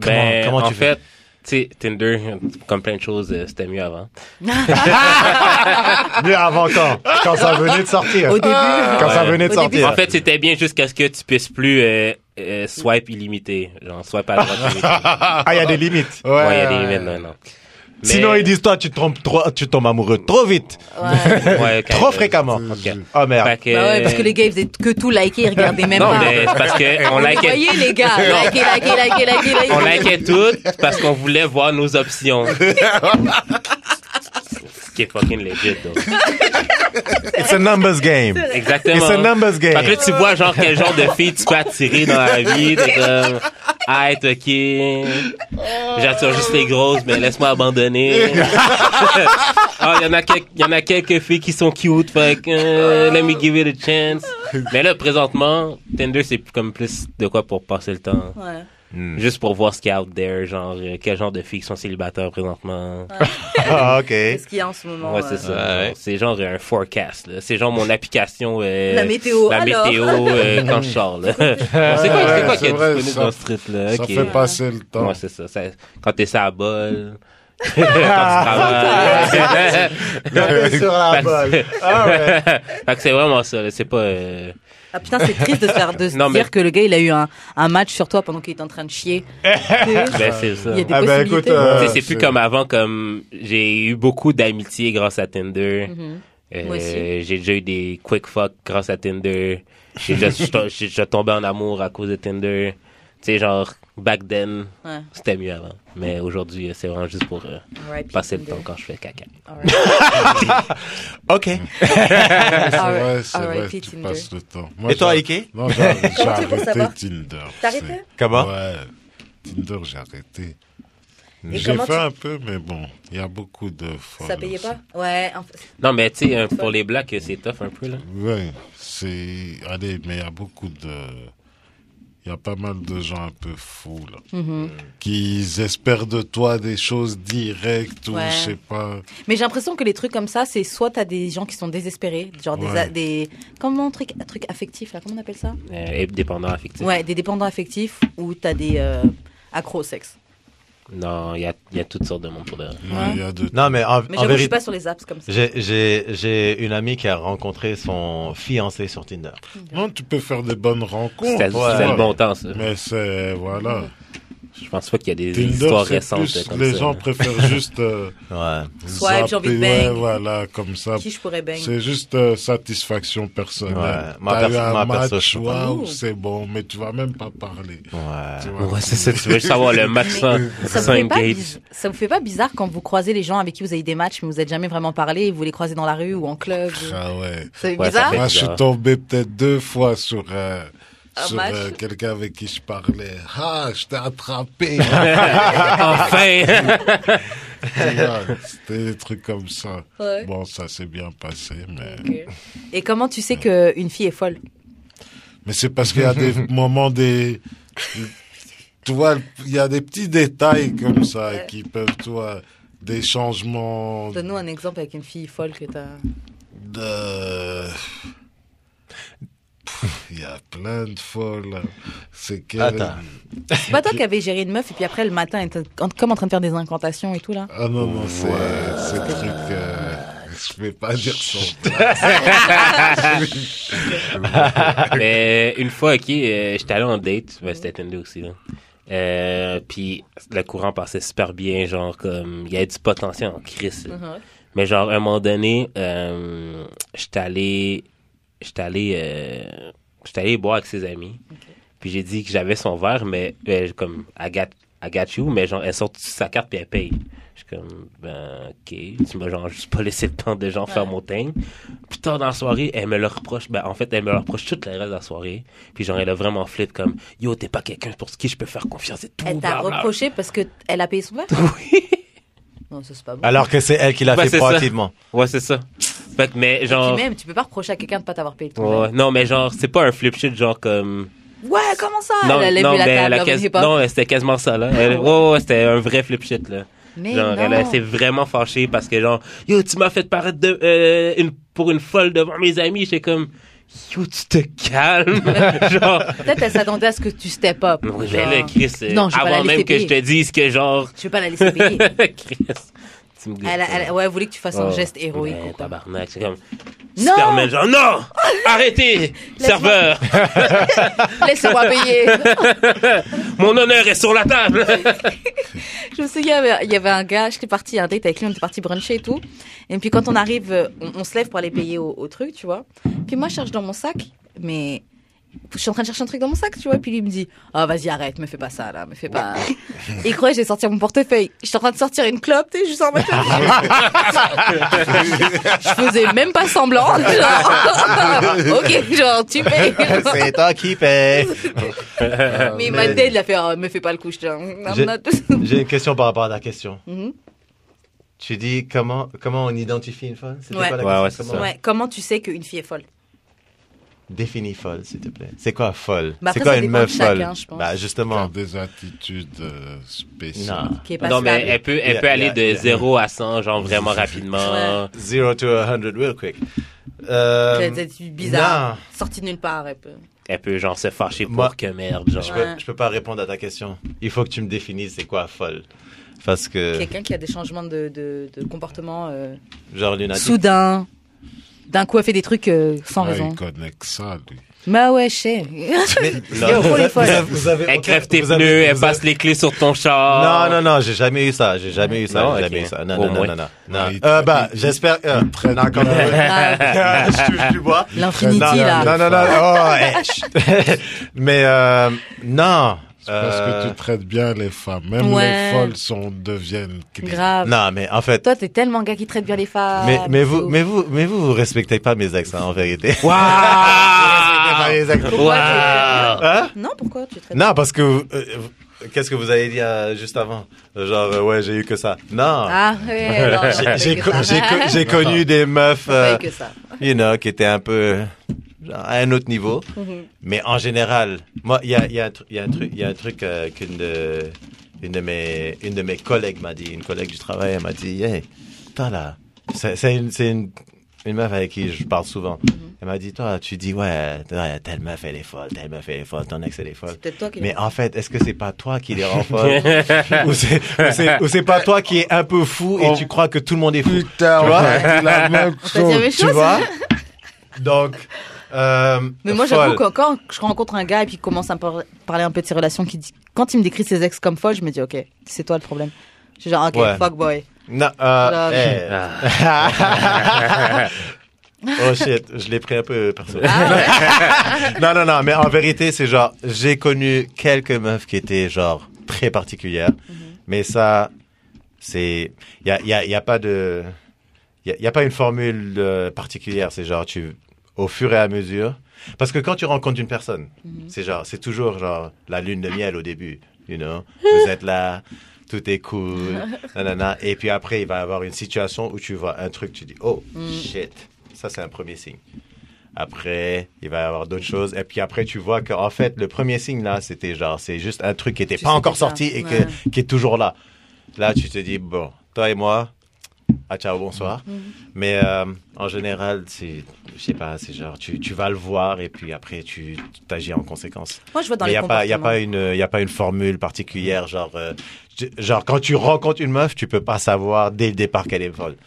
Speaker 2: Comment,
Speaker 3: Ben,
Speaker 2: comment
Speaker 3: en
Speaker 2: tu fais
Speaker 3: fait, tu sais, Tinder, comme plein de choses, euh, c'était mieux avant.
Speaker 2: Mieux avant quand Quand ça venait de sortir.
Speaker 1: Au début.
Speaker 2: Ah, Quand ça
Speaker 3: ouais.
Speaker 2: venait de
Speaker 1: Au début,
Speaker 2: sortir.
Speaker 3: En fait, c'était bien jusqu'à ce que tu puisses plus euh, euh, swipe illimité. Genre, swipe à
Speaker 2: [LAUGHS]
Speaker 3: droite illimité.
Speaker 2: ah, il y a des limites.
Speaker 4: Ouais,
Speaker 3: Ouais, il y a des limites maintenant. Mais-
Speaker 2: Sinon, ils disent, toi, tu, te trompes trop- tu tombes amoureux trop vite,
Speaker 1: Ouais.
Speaker 3: Ouais,
Speaker 2: [LAUGHS]
Speaker 3: quand
Speaker 2: trop
Speaker 3: même.
Speaker 2: fréquemment.
Speaker 3: Ok.
Speaker 2: Oh merde.
Speaker 3: Fait que-
Speaker 1: Bah ouais, parce que les gars, ils faisaient que tout liker, ils regardaient même
Speaker 3: Non,
Speaker 1: pas.
Speaker 3: mais c'est
Speaker 2: [LAUGHS]
Speaker 3: parce que on
Speaker 1: Vous
Speaker 3: likait-
Speaker 1: voyez, les
Speaker 3: [LAUGHS]
Speaker 1: gars, liker, liker, liker, liker, liker.
Speaker 3: on likait tout parce qu'on voulait voir nos
Speaker 2: [LAUGHS]
Speaker 3: options. Ce qui est fucking legit, donc.
Speaker 2: It's a numbers game. It's a
Speaker 3: Exactement.
Speaker 2: numbers
Speaker 3: Fait que là,
Speaker 2: game.
Speaker 3: tu vois, genre, quel genre de fille tu peux attirer dans la vie. T'es comme, ah, t'es ok. J'attire juste les grosses, mais laisse-moi abandonner. Ah, il y en a quelques, y en a quelques filles qui sont cute, fait que, euh, let me give it a chance. Mais là, présentement, Tinder, c'est comme plus de quoi pour passer le temps.
Speaker 1: Ouais.
Speaker 2: Hmm.
Speaker 3: Juste pour voir ce qu'il y a out there, genre, euh, quel genre de filles qui sont célibataires présentement.
Speaker 2: Ah, ok.
Speaker 1: Qu'est-ce qu'il y a en ce moment
Speaker 3: Ouais,
Speaker 1: euh,
Speaker 3: c'est ça.
Speaker 2: Ouais.
Speaker 3: Genre, C'est genre euh, un forecast, là. C'est genre mon application. euh,
Speaker 1: La météo,
Speaker 3: La
Speaker 1: alors.
Speaker 3: météo euh, quand je sors, là. Bon, c'est quoi, c'est quoi qui est
Speaker 4: Ouais, c'est vrai,
Speaker 3: disponible
Speaker 4: ça-
Speaker 3: dans ce truc-là?
Speaker 4: Ça
Speaker 3: Ok.
Speaker 4: fait passer le temps.
Speaker 3: Ouais, c'est ça. ça- Quand t'es ça à bol. [LAUGHS] quand tu travailles.
Speaker 2: sur la
Speaker 3: balle. [LAUGHS] fait que c'est vraiment ça, là. C'est pas. euh,
Speaker 1: Ah putain, c'est triste de se faire de se
Speaker 3: [LAUGHS] Non, mais-
Speaker 1: dire que le gars, il a eu un, un match sur toi pendant qu'il était en train de
Speaker 3: [LAUGHS]
Speaker 1: chier. Il
Speaker 3: Ben, c'est ça.
Speaker 1: y a des
Speaker 2: Ah, ben, écoute,
Speaker 1: possibilités.
Speaker 2: euh,
Speaker 3: Tu sais, c'est
Speaker 4: c'est-
Speaker 3: plus comme avant, comme j'ai eu beaucoup d'amitié grâce à Tinder.
Speaker 1: Mhm.
Speaker 3: Euh,
Speaker 1: Moi aussi.
Speaker 3: j'ai déjà eu des quick fuck grâce à Tinder. J'ai déjà, je to- j'ai déjà tombé en amour à cause de Tinder. Tu sais, genre, back then,
Speaker 1: Ouais.
Speaker 3: c'était mieux avant. Mais aujourd'hui, euh, c'est vraiment juste pour euh,
Speaker 1: Alright,
Speaker 3: passer le
Speaker 1: Tinder.
Speaker 3: temps quand je fais caca.
Speaker 1: Alright.
Speaker 2: Ok.
Speaker 4: C'est
Speaker 1: Alright,
Speaker 4: vrai, c'est
Speaker 1: alright,
Speaker 4: vrai,
Speaker 1: puis
Speaker 4: tu
Speaker 1: Tinder.
Speaker 4: passes le temps. Moi,
Speaker 2: Et toi,
Speaker 4: j'ai-
Speaker 2: Ike
Speaker 4: Non, j'ai
Speaker 1: [LAUGHS]
Speaker 4: j'ai
Speaker 1: Comment tu fais pour
Speaker 4: arrêté
Speaker 1: savoir
Speaker 4: Tinder.
Speaker 1: T'as arrêté
Speaker 4: c'est-
Speaker 3: Ah
Speaker 2: Comment
Speaker 4: Ouais, Tinder, j'ai arrêté.
Speaker 1: Et
Speaker 4: J'ai
Speaker 1: comment
Speaker 4: fait
Speaker 1: tu-
Speaker 4: un peu, mais bon, il y a beaucoup de fois.
Speaker 1: Ça payait pas Ouais. en fait,
Speaker 3: Non, mais tu sais, euh, pour les blacks, euh, c'est tough un peu, là.
Speaker 4: Ouais, c'est. Allez, mais il y a beaucoup de. Il y a pas mal de gens un peu fous, là. Qui espèrent de toi des choses directes ou
Speaker 1: Ouais.
Speaker 4: je sais pas.
Speaker 1: Mais j'ai l'impression que les trucs comme ça, c'est soit t'as des gens qui sont désespérés, genre des,
Speaker 4: Ouais.
Speaker 1: a- des. Comment, un truc, un truc affectif, là, comment on appelle ça
Speaker 3: Euh, et dépendant affectif.
Speaker 1: Ouais, des dépendants affectifs ou t'as des euh, accros au sexe.
Speaker 3: Non, il y a, il y a toutes sortes de monde pour de vrai.
Speaker 4: Non,
Speaker 1: Ouais.
Speaker 4: il y a de.
Speaker 2: Non,
Speaker 1: Mais
Speaker 2: mais en, en
Speaker 1: j'avoue, je suis
Speaker 2: vérité,
Speaker 1: pas sur les apps comme ça.
Speaker 2: j'ai- j'ai j'ai une amie qui a rencontré son fiancé sur Tinder.
Speaker 4: Non, tu peux faire des bonnes rencontres.
Speaker 3: C'était
Speaker 4: tu
Speaker 3: c'était le
Speaker 4: vois.
Speaker 3: bon temps, ça.
Speaker 4: Oh, Mais c'est. Voilà.
Speaker 3: Je pense pas qu'il y a des
Speaker 4: Tinder,
Speaker 3: histoires
Speaker 4: c'est
Speaker 3: récentes
Speaker 4: plus.
Speaker 3: euh, comme
Speaker 4: les
Speaker 3: ça.
Speaker 4: gens préfèrent juste. euh,
Speaker 2: Ouais.
Speaker 1: [LAUGHS] Swipe, j'ai envie de
Speaker 4: zapper,
Speaker 1: bang.
Speaker 4: Ouais, voilà, comme ça.
Speaker 1: Qui je pourrais bang
Speaker 4: C'est juste euh, satisfaction personnelle.
Speaker 2: Ouais, moi,
Speaker 4: T'as
Speaker 2: perso-
Speaker 4: eu un
Speaker 2: moi, perso,
Speaker 4: match,
Speaker 2: je peux pas. Ah.
Speaker 4: waouh,
Speaker 1: Ouh.
Speaker 4: c'est bon, mais tu vas même pas parler.
Speaker 2: Ouais.
Speaker 4: Tu vois.
Speaker 3: Ouais, c'est ça. Tu veux juste savoir le match
Speaker 1: Ça
Speaker 3: sans,
Speaker 1: vous,
Speaker 3: sans
Speaker 1: fait pas
Speaker 3: engage.
Speaker 1: biz- ça vous fait pas bizarre quand vous croisez les gens avec qui vous avez des matchs mais vous n'êtes jamais vraiment parlé et vous les croisez dans la rue ou en club ou-
Speaker 4: Ah ouais.
Speaker 1: C'est
Speaker 3: Ouais, ça
Speaker 1: bizarre
Speaker 3: fait-
Speaker 4: Moi, je suis tombé peut-être deux fois sur, euh,
Speaker 1: Un
Speaker 4: sur
Speaker 1: match.
Speaker 4: euh, quelqu'un avec qui je parlais. Ah, je t'ai attrapé. hein,
Speaker 3: [LAUGHS]
Speaker 1: [LAUGHS]
Speaker 3: enfin!
Speaker 2: [LAUGHS]
Speaker 4: Tu vois, C'était des trucs comme ça.
Speaker 1: Ouais.
Speaker 4: Bon, ça s'est bien passé, mais.
Speaker 1: Ok. Et comment tu sais qu'une fille est folle
Speaker 4: Mais c'est parce qu'il y
Speaker 2: [LAUGHS]
Speaker 4: a des moments des. Tu vois, il y a des petits détails comme ça
Speaker 1: Euh.
Speaker 4: qui peuvent, tu vois, des changements.
Speaker 1: Donne-nous un exemple avec une fille folle que t'as.
Speaker 4: De... Pff, Il y a plein de folles. hein. C'est que.
Speaker 2: Attends.
Speaker 1: C'est pas toi qui avais géré une meuf et puis après le matin elle était en- comme en train de faire des incantations et tout là
Speaker 4: Ah non, non, c'est. C'est le truc. euh, Je vais pas dire son
Speaker 3: Mais une fois, ok, euh, j'étais allé en date, ben, c'était Tinder aussi. Là. Euh, puis le courant passait super bien, genre comme il y avait du potentiel en crise. là. Mais genre à un moment donné, euh, j'étais allé, j'étais allé, euh, j'étais allé boire avec ses amis. Puis j'ai dit que j'avais son verre, mais euh, comme I got, I got you, mais genre elle sort sa carte puis elle paye. Je suis comme ben ok, tu m'as genre juste pas laissé le temps de genre faire mon thing. Plus tard dans la soirée, elle me le reproche. Ben en fait, elle me le reproche toute la reste de la soirée. Puis genre elle a vraiment flip comme yo t'es pas quelqu'un pour qui je peux faire confiance et tout.
Speaker 1: Elle t'a
Speaker 3: blablabla.
Speaker 1: reproché parce que t- elle a payé
Speaker 3: [LAUGHS]
Speaker 1: son verre Non, ça c'est pas bon.
Speaker 2: Alors que c'est elle qui l'a
Speaker 3: Ben,
Speaker 2: fait
Speaker 3: c'est ça. [LAUGHS]
Speaker 2: proactivement.
Speaker 3: Ouais c'est ça. Fait que mais
Speaker 1: Et
Speaker 3: genre
Speaker 1: puis même, tu peux pas reprocher à quelqu'un de pas t'avoir payé ton
Speaker 3: ouais,
Speaker 1: verre.
Speaker 3: non mais genre c'est pas un flip shit genre comme
Speaker 1: Ouais, comment ça
Speaker 3: non
Speaker 1: Ah, Elle a levé
Speaker 3: non
Speaker 1: la
Speaker 3: mais
Speaker 1: table
Speaker 3: elle a
Speaker 1: dans
Speaker 3: quas-
Speaker 1: une hip-hop.
Speaker 3: non c'était quasiment ça là. Elle- ouais, ouais, c'était un vrai flip shit là.
Speaker 1: Ah, mais
Speaker 3: genre,
Speaker 1: non.
Speaker 3: elle, elle s'est vraiment fâchée parce que genre, yo, tu m'as fait paraître de, euh, une, pour une folle devant mes amis. J'étais comme, yo, tu te
Speaker 1: [LAUGHS]
Speaker 3: calmes. genre,
Speaker 1: Peut-être elle s'attendait à ce que tu step up.
Speaker 3: mais
Speaker 1: Genre,
Speaker 3: là, Chris, euh,
Speaker 1: Non, je vais pas la
Speaker 3: avant même
Speaker 1: laisser
Speaker 3: que je te
Speaker 1: payer.
Speaker 3: dise que genre, [LAUGHS]
Speaker 1: Je vais pas la laisser payer.
Speaker 3: Chris, tu me
Speaker 1: Elle, a- elle- ouais, elle voulait que tu fasses un geste héroïque. ou
Speaker 3: Oh. Ouais, bah,
Speaker 1: quoi.
Speaker 3: tabarnak, c'est comme.
Speaker 1: Non!
Speaker 3: Superman, genre,
Speaker 1: [LAUGHS]
Speaker 3: non! Arrêtez! Serveur! bah.
Speaker 1: Laisse-moi payer.
Speaker 3: [LAUGHS] Mon honneur est sur
Speaker 1: [LAUGHS]
Speaker 3: la table!
Speaker 1: Je me souviens, il y avait- il y avait un gars, j'étais parti un date avec lui, on était parti bruncher et tout. Et puis quand on arrive, euh, on, on se lève pour aller payer au, au truc, tu vois. Puis moi, je cherche dans mon sac, mais je suis en train de chercher un truc dans mon sac, tu vois. Puis lui il me dit, ah vas-y arrête, me fais pas ça là, me fais pas. [LAUGHS] Il croyait que j'ai sorti mon portefeuille. J'étais en train de sortir une clope, tu sais, juste en mode. [LAUGHS] je faisais même pas semblant. genre. [LAUGHS] ok, genre tu payes.
Speaker 2: c'est toi qui paye.
Speaker 1: mais ma tête, il a fait, Ah, me fais pas le coup, je te.
Speaker 2: J'ai- J'ai une question par rapport à la question.
Speaker 1: [LAUGHS] Mhm.
Speaker 2: Tu dis comment, comment on identifie une folle C'était
Speaker 1: Ouais.
Speaker 2: quoi la
Speaker 3: Ouais, ouais,
Speaker 2: question
Speaker 3: c'est
Speaker 2: Comment-
Speaker 1: Ouais, comment tu sais qu'une fille est folle?
Speaker 2: Définis folle, s'il te plaît. C'est quoi folle
Speaker 1: Bah, après,
Speaker 2: C'est quoi
Speaker 1: ça
Speaker 2: une
Speaker 1: dépend
Speaker 2: meuf
Speaker 1: de chacun,
Speaker 2: folle
Speaker 1: je pense.
Speaker 2: Bah
Speaker 4: T'as
Speaker 2: justement.
Speaker 4: des attitudes euh, spéciales.
Speaker 2: Ah Non.
Speaker 1: Qui est pas
Speaker 3: non, mais
Speaker 1: stable.
Speaker 3: elle peut, elle
Speaker 2: Yeah,
Speaker 3: peut aller
Speaker 2: yeah,
Speaker 3: de
Speaker 2: yeah.
Speaker 3: 0 à 100, genre vraiment rapidement.
Speaker 1: Ouais.
Speaker 2: Zero to a hundred real quick. Euh,
Speaker 1: C'est c'est bizarre.
Speaker 2: non.
Speaker 1: Sorti de nulle part, elle peut.
Speaker 3: Elle peut, genre, se fâcher pour
Speaker 2: Moi-
Speaker 3: que merde, genre.
Speaker 2: Je
Speaker 1: Ouais.
Speaker 2: peux, je peux pas répondre à ta question. Il faut que tu me définisses c'est quoi folle. Parce que,
Speaker 1: Quelqu'un qui a des changements de, de, de comportement euh,
Speaker 2: genre lunatique.
Speaker 1: soudain. D'un coup, elle fait des trucs euh,
Speaker 2: Ah
Speaker 1: sans
Speaker 4: Ouais,
Speaker 1: raison.
Speaker 4: Ah, Il connecte ça, lui.
Speaker 1: Bah ouais, je
Speaker 2: [LAUGHS]
Speaker 1: sais. [LAUGHS]
Speaker 2: Mais-
Speaker 1: Yo, folle est folle.
Speaker 2: Vous avez- vous avez
Speaker 3: Elle
Speaker 2: aucun-
Speaker 3: crève tes
Speaker 2: vous avez-
Speaker 3: pneus, elle
Speaker 2: vous avez-
Speaker 3: passe les clés sur ton char.
Speaker 2: Non, non, non, j'ai jamais eu ça. J'ai jamais eu ça.
Speaker 3: Non,
Speaker 2: j'ai
Speaker 3: ok.
Speaker 2: jamais eu ça. Non,
Speaker 3: Au
Speaker 2: non, non,
Speaker 3: moins.
Speaker 2: non, non.
Speaker 4: Ouais,
Speaker 2: non.
Speaker 4: il-
Speaker 2: Euh, bah,
Speaker 4: il-
Speaker 2: j'espère. euh,
Speaker 4: traite-
Speaker 2: non, encore une fois.
Speaker 1: Ah,
Speaker 2: [LAUGHS] je touche du bois.
Speaker 1: L'infinity,
Speaker 2: non,
Speaker 1: là.
Speaker 2: non,
Speaker 1: [LAUGHS]
Speaker 2: non, non, oh, hey, chut. [LAUGHS] Mais euh, non.
Speaker 4: C'est parce
Speaker 2: euh,
Speaker 4: que tu traites bien les femmes. Même
Speaker 1: Ouais.
Speaker 4: les folles sont, deviennent crises.
Speaker 1: grave.
Speaker 2: Non, mais en fait.
Speaker 1: Toi, t'es tellement un gars qui traite bien les femmes.
Speaker 2: Mais, mais, vous,
Speaker 1: tout.
Speaker 2: mais, vous, mais vous, vous respectez pas mes ex, hein, en vérité.
Speaker 3: Waouh!
Speaker 2: [LAUGHS]
Speaker 3: Ah!
Speaker 2: Vous respectez pas mes
Speaker 1: [LAUGHS]
Speaker 2: ex.
Speaker 3: Waouh!
Speaker 2: Hein?
Speaker 1: Non, pourquoi tu traites
Speaker 2: Non, parce que euh, euh, qu'est-ce que vous avez dit euh, juste avant Genre euh, ouais, j'ai eu que ça. Non.
Speaker 1: Ah,
Speaker 2: [LAUGHS]
Speaker 1: ouais, non, non,
Speaker 2: J'ai- J'ai
Speaker 1: que ça.
Speaker 2: co- j'ai
Speaker 1: [LAUGHS]
Speaker 2: co- j'ai connu des meufs,
Speaker 1: Pas
Speaker 2: euh,
Speaker 1: que ça.
Speaker 2: you know, qui étaient un peu euh, genre, à un autre niveau. Mais en général, moi, il y a, il y a un tru- il y a un truc, il y a un truc euh, qu'une de, une de mes, une de mes collègues m'a dit, une collègue du travail, elle m'a dit, hey, toi là, c'est c'est une, c'est une, une meuf avec qui je parle souvent. Elle m'a dit, toi, tu dis ouais, ouais, telle meuf elle est folle, telle meuf elle est folle, ton ex elle est folle.
Speaker 1: C'est peut-être toi qui.
Speaker 2: Mais en fait, est-ce que c'est pas toi qui les rend folles ou c'est ou c'est- ou c'est pas toi qui est un peu fou et tu crois que tout le monde est fou
Speaker 4: Putain,
Speaker 2: Tu
Speaker 4: on
Speaker 2: vois
Speaker 4: a dit la même
Speaker 1: On t'a dit la
Speaker 4: chose.
Speaker 1: même
Speaker 2: Tu
Speaker 1: chose
Speaker 2: vois Donc. euh,
Speaker 1: Mais moi, j'avoue que
Speaker 2: folle.
Speaker 1: quand je rencontre un gars et puis il commence à me par- parler un peu de ses relations, qui dit... quand il me décrit ses ex comme folle, je me dis, ok, c'est toi le problème. Je suis genre, ok,
Speaker 2: Ouais.
Speaker 1: fuck boy.
Speaker 2: Non, euh,
Speaker 1: Là,
Speaker 2: eh. [LAUGHS] oh shit, je l'ai pris un peu perso.
Speaker 1: Ah
Speaker 2: non, non, non, mais en vérité, c'est genre, j'ai connu quelques meufs qui étaient genre très particulières, mais ça, c'est, il y a, y a- y a pas de, il y, a pas une formule euh, particulière. C'est genre, tu, au fur et à mesure, parce que quand tu rencontres une personne, c'est genre, c'est toujours genre la lune de miel au début, you know. Vous êtes là, tout est cool, nanana. Et puis après, il va y avoir une situation où tu vois un truc, tu dis, oh shit, ça c'est un premier signe. Après, il va y avoir d'autres choses. Et puis après, tu vois qu'en fait, le premier signe là, c'était genre, c'est juste un truc qui n'était
Speaker 1: Tu
Speaker 2: pas
Speaker 1: sais
Speaker 2: encore
Speaker 1: déjà.
Speaker 2: sorti et
Speaker 1: Ouais.
Speaker 2: que, qui est toujours là. Là, tu te dis, bon, toi et moi, ah ciao, bonsoir.
Speaker 1: Mm-hmm.
Speaker 2: Mais euh, en général, c'est, je sais pas, c'est genre, tu, tu vas le voir et puis après, tu tu t'agis en conséquence.
Speaker 1: Moi, je vois dans
Speaker 2: Mais il
Speaker 1: les
Speaker 2: n'y a, pas- y a,
Speaker 1: comportements.
Speaker 2: pas une- y a pas une formule particulière, genre, euh, tu- genre, quand tu rencontres une meuf, tu peux pas savoir dès le départ qu'elle est folle.
Speaker 3: [LAUGHS]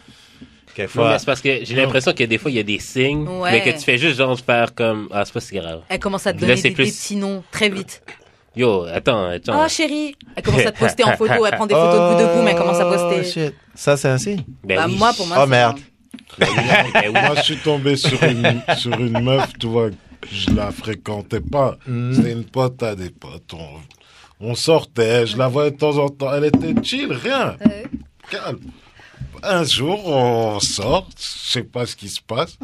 Speaker 3: Non,
Speaker 2: Quelquefois,
Speaker 3: mais c'est parce que j'ai l'impression que des fois, il y a des signes,
Speaker 1: Ouais.
Speaker 3: mais que tu fais juste genre faire comme, ah, c'est pas si grave.
Speaker 1: Elle commence à te
Speaker 3: Là,
Speaker 1: donner des,
Speaker 3: c'est
Speaker 1: des
Speaker 3: plus-
Speaker 1: petits noms très vite.
Speaker 3: Yo, attends, attends.
Speaker 1: Oh chérie, elle commence à te poster en photo, elle prend des photos de bout de bout, mais elle commence à poster.
Speaker 2: Oh, shit. Ça, c'est un signe.
Speaker 3: ben
Speaker 1: Bah,
Speaker 3: oui.
Speaker 1: moi, pour moi,
Speaker 2: Oh,
Speaker 1: c'est
Speaker 4: Eh
Speaker 2: merde.
Speaker 1: un-
Speaker 3: Ben oui, ben oui.
Speaker 4: Moi, je suis tombé sur une, sur une meuf, tu vois, je la fréquentais pas. C'était une pote à des potes. On, on sortait, je la voyais de temps en temps. Elle était chill, rien,
Speaker 5: Euh,
Speaker 4: calme. Un jour, on sort, je sais pas ce qui se passe.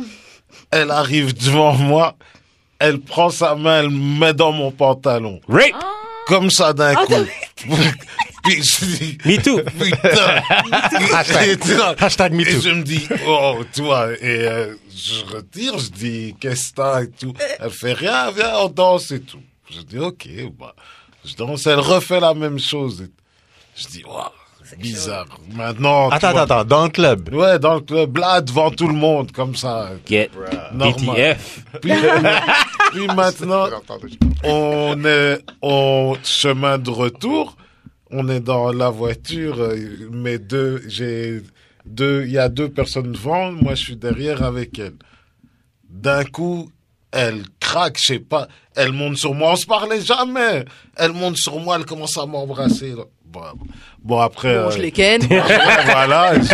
Speaker 4: Elle arrive devant moi, elle prend sa main, elle me met dans mon pantalon.
Speaker 3: Rape!
Speaker 1: Ah.
Speaker 4: Comme ça d'un coup. [LAUGHS] Puis je dis,
Speaker 3: Me
Speaker 2: [LAUGHS]
Speaker 3: too!
Speaker 4: putain. Putain.
Speaker 2: Hashtag
Speaker 4: Et
Speaker 2: MeToo.
Speaker 4: je me dis, oh, toi, et euh, je retire, je dis, qu'est-ce que t'as et tout. Elle fait rien, viens, on danse et tout. Je dis, ok, bah, je danse, elle refait la même chose. Je dis, waouh, bizarre. Maintenant,
Speaker 2: Attends,
Speaker 4: tu vois-
Speaker 2: attends, attends. Dans le club.
Speaker 4: Ouais, dans le club, là, devant tout le monde, comme ça.
Speaker 3: Get
Speaker 4: Normal.
Speaker 3: BTF.
Speaker 1: [LAUGHS]
Speaker 4: Puis, puis maintenant, on est en chemin de retour. On est dans la voiture. euh, Mes deux, j'ai deux, il y a deux personnes devant. Moi, je suis derrière avec elle. D'un coup, elle craque, je sais pas. Elle monte sur moi. On se parlait jamais. Elle monte sur moi. Elle commence à m'embrasser. là. Bon, bon, après.
Speaker 1: Bon,
Speaker 4: euh,
Speaker 1: je les ken.
Speaker 4: Ouais, [LAUGHS] voilà. Je,
Speaker 1: [LAUGHS]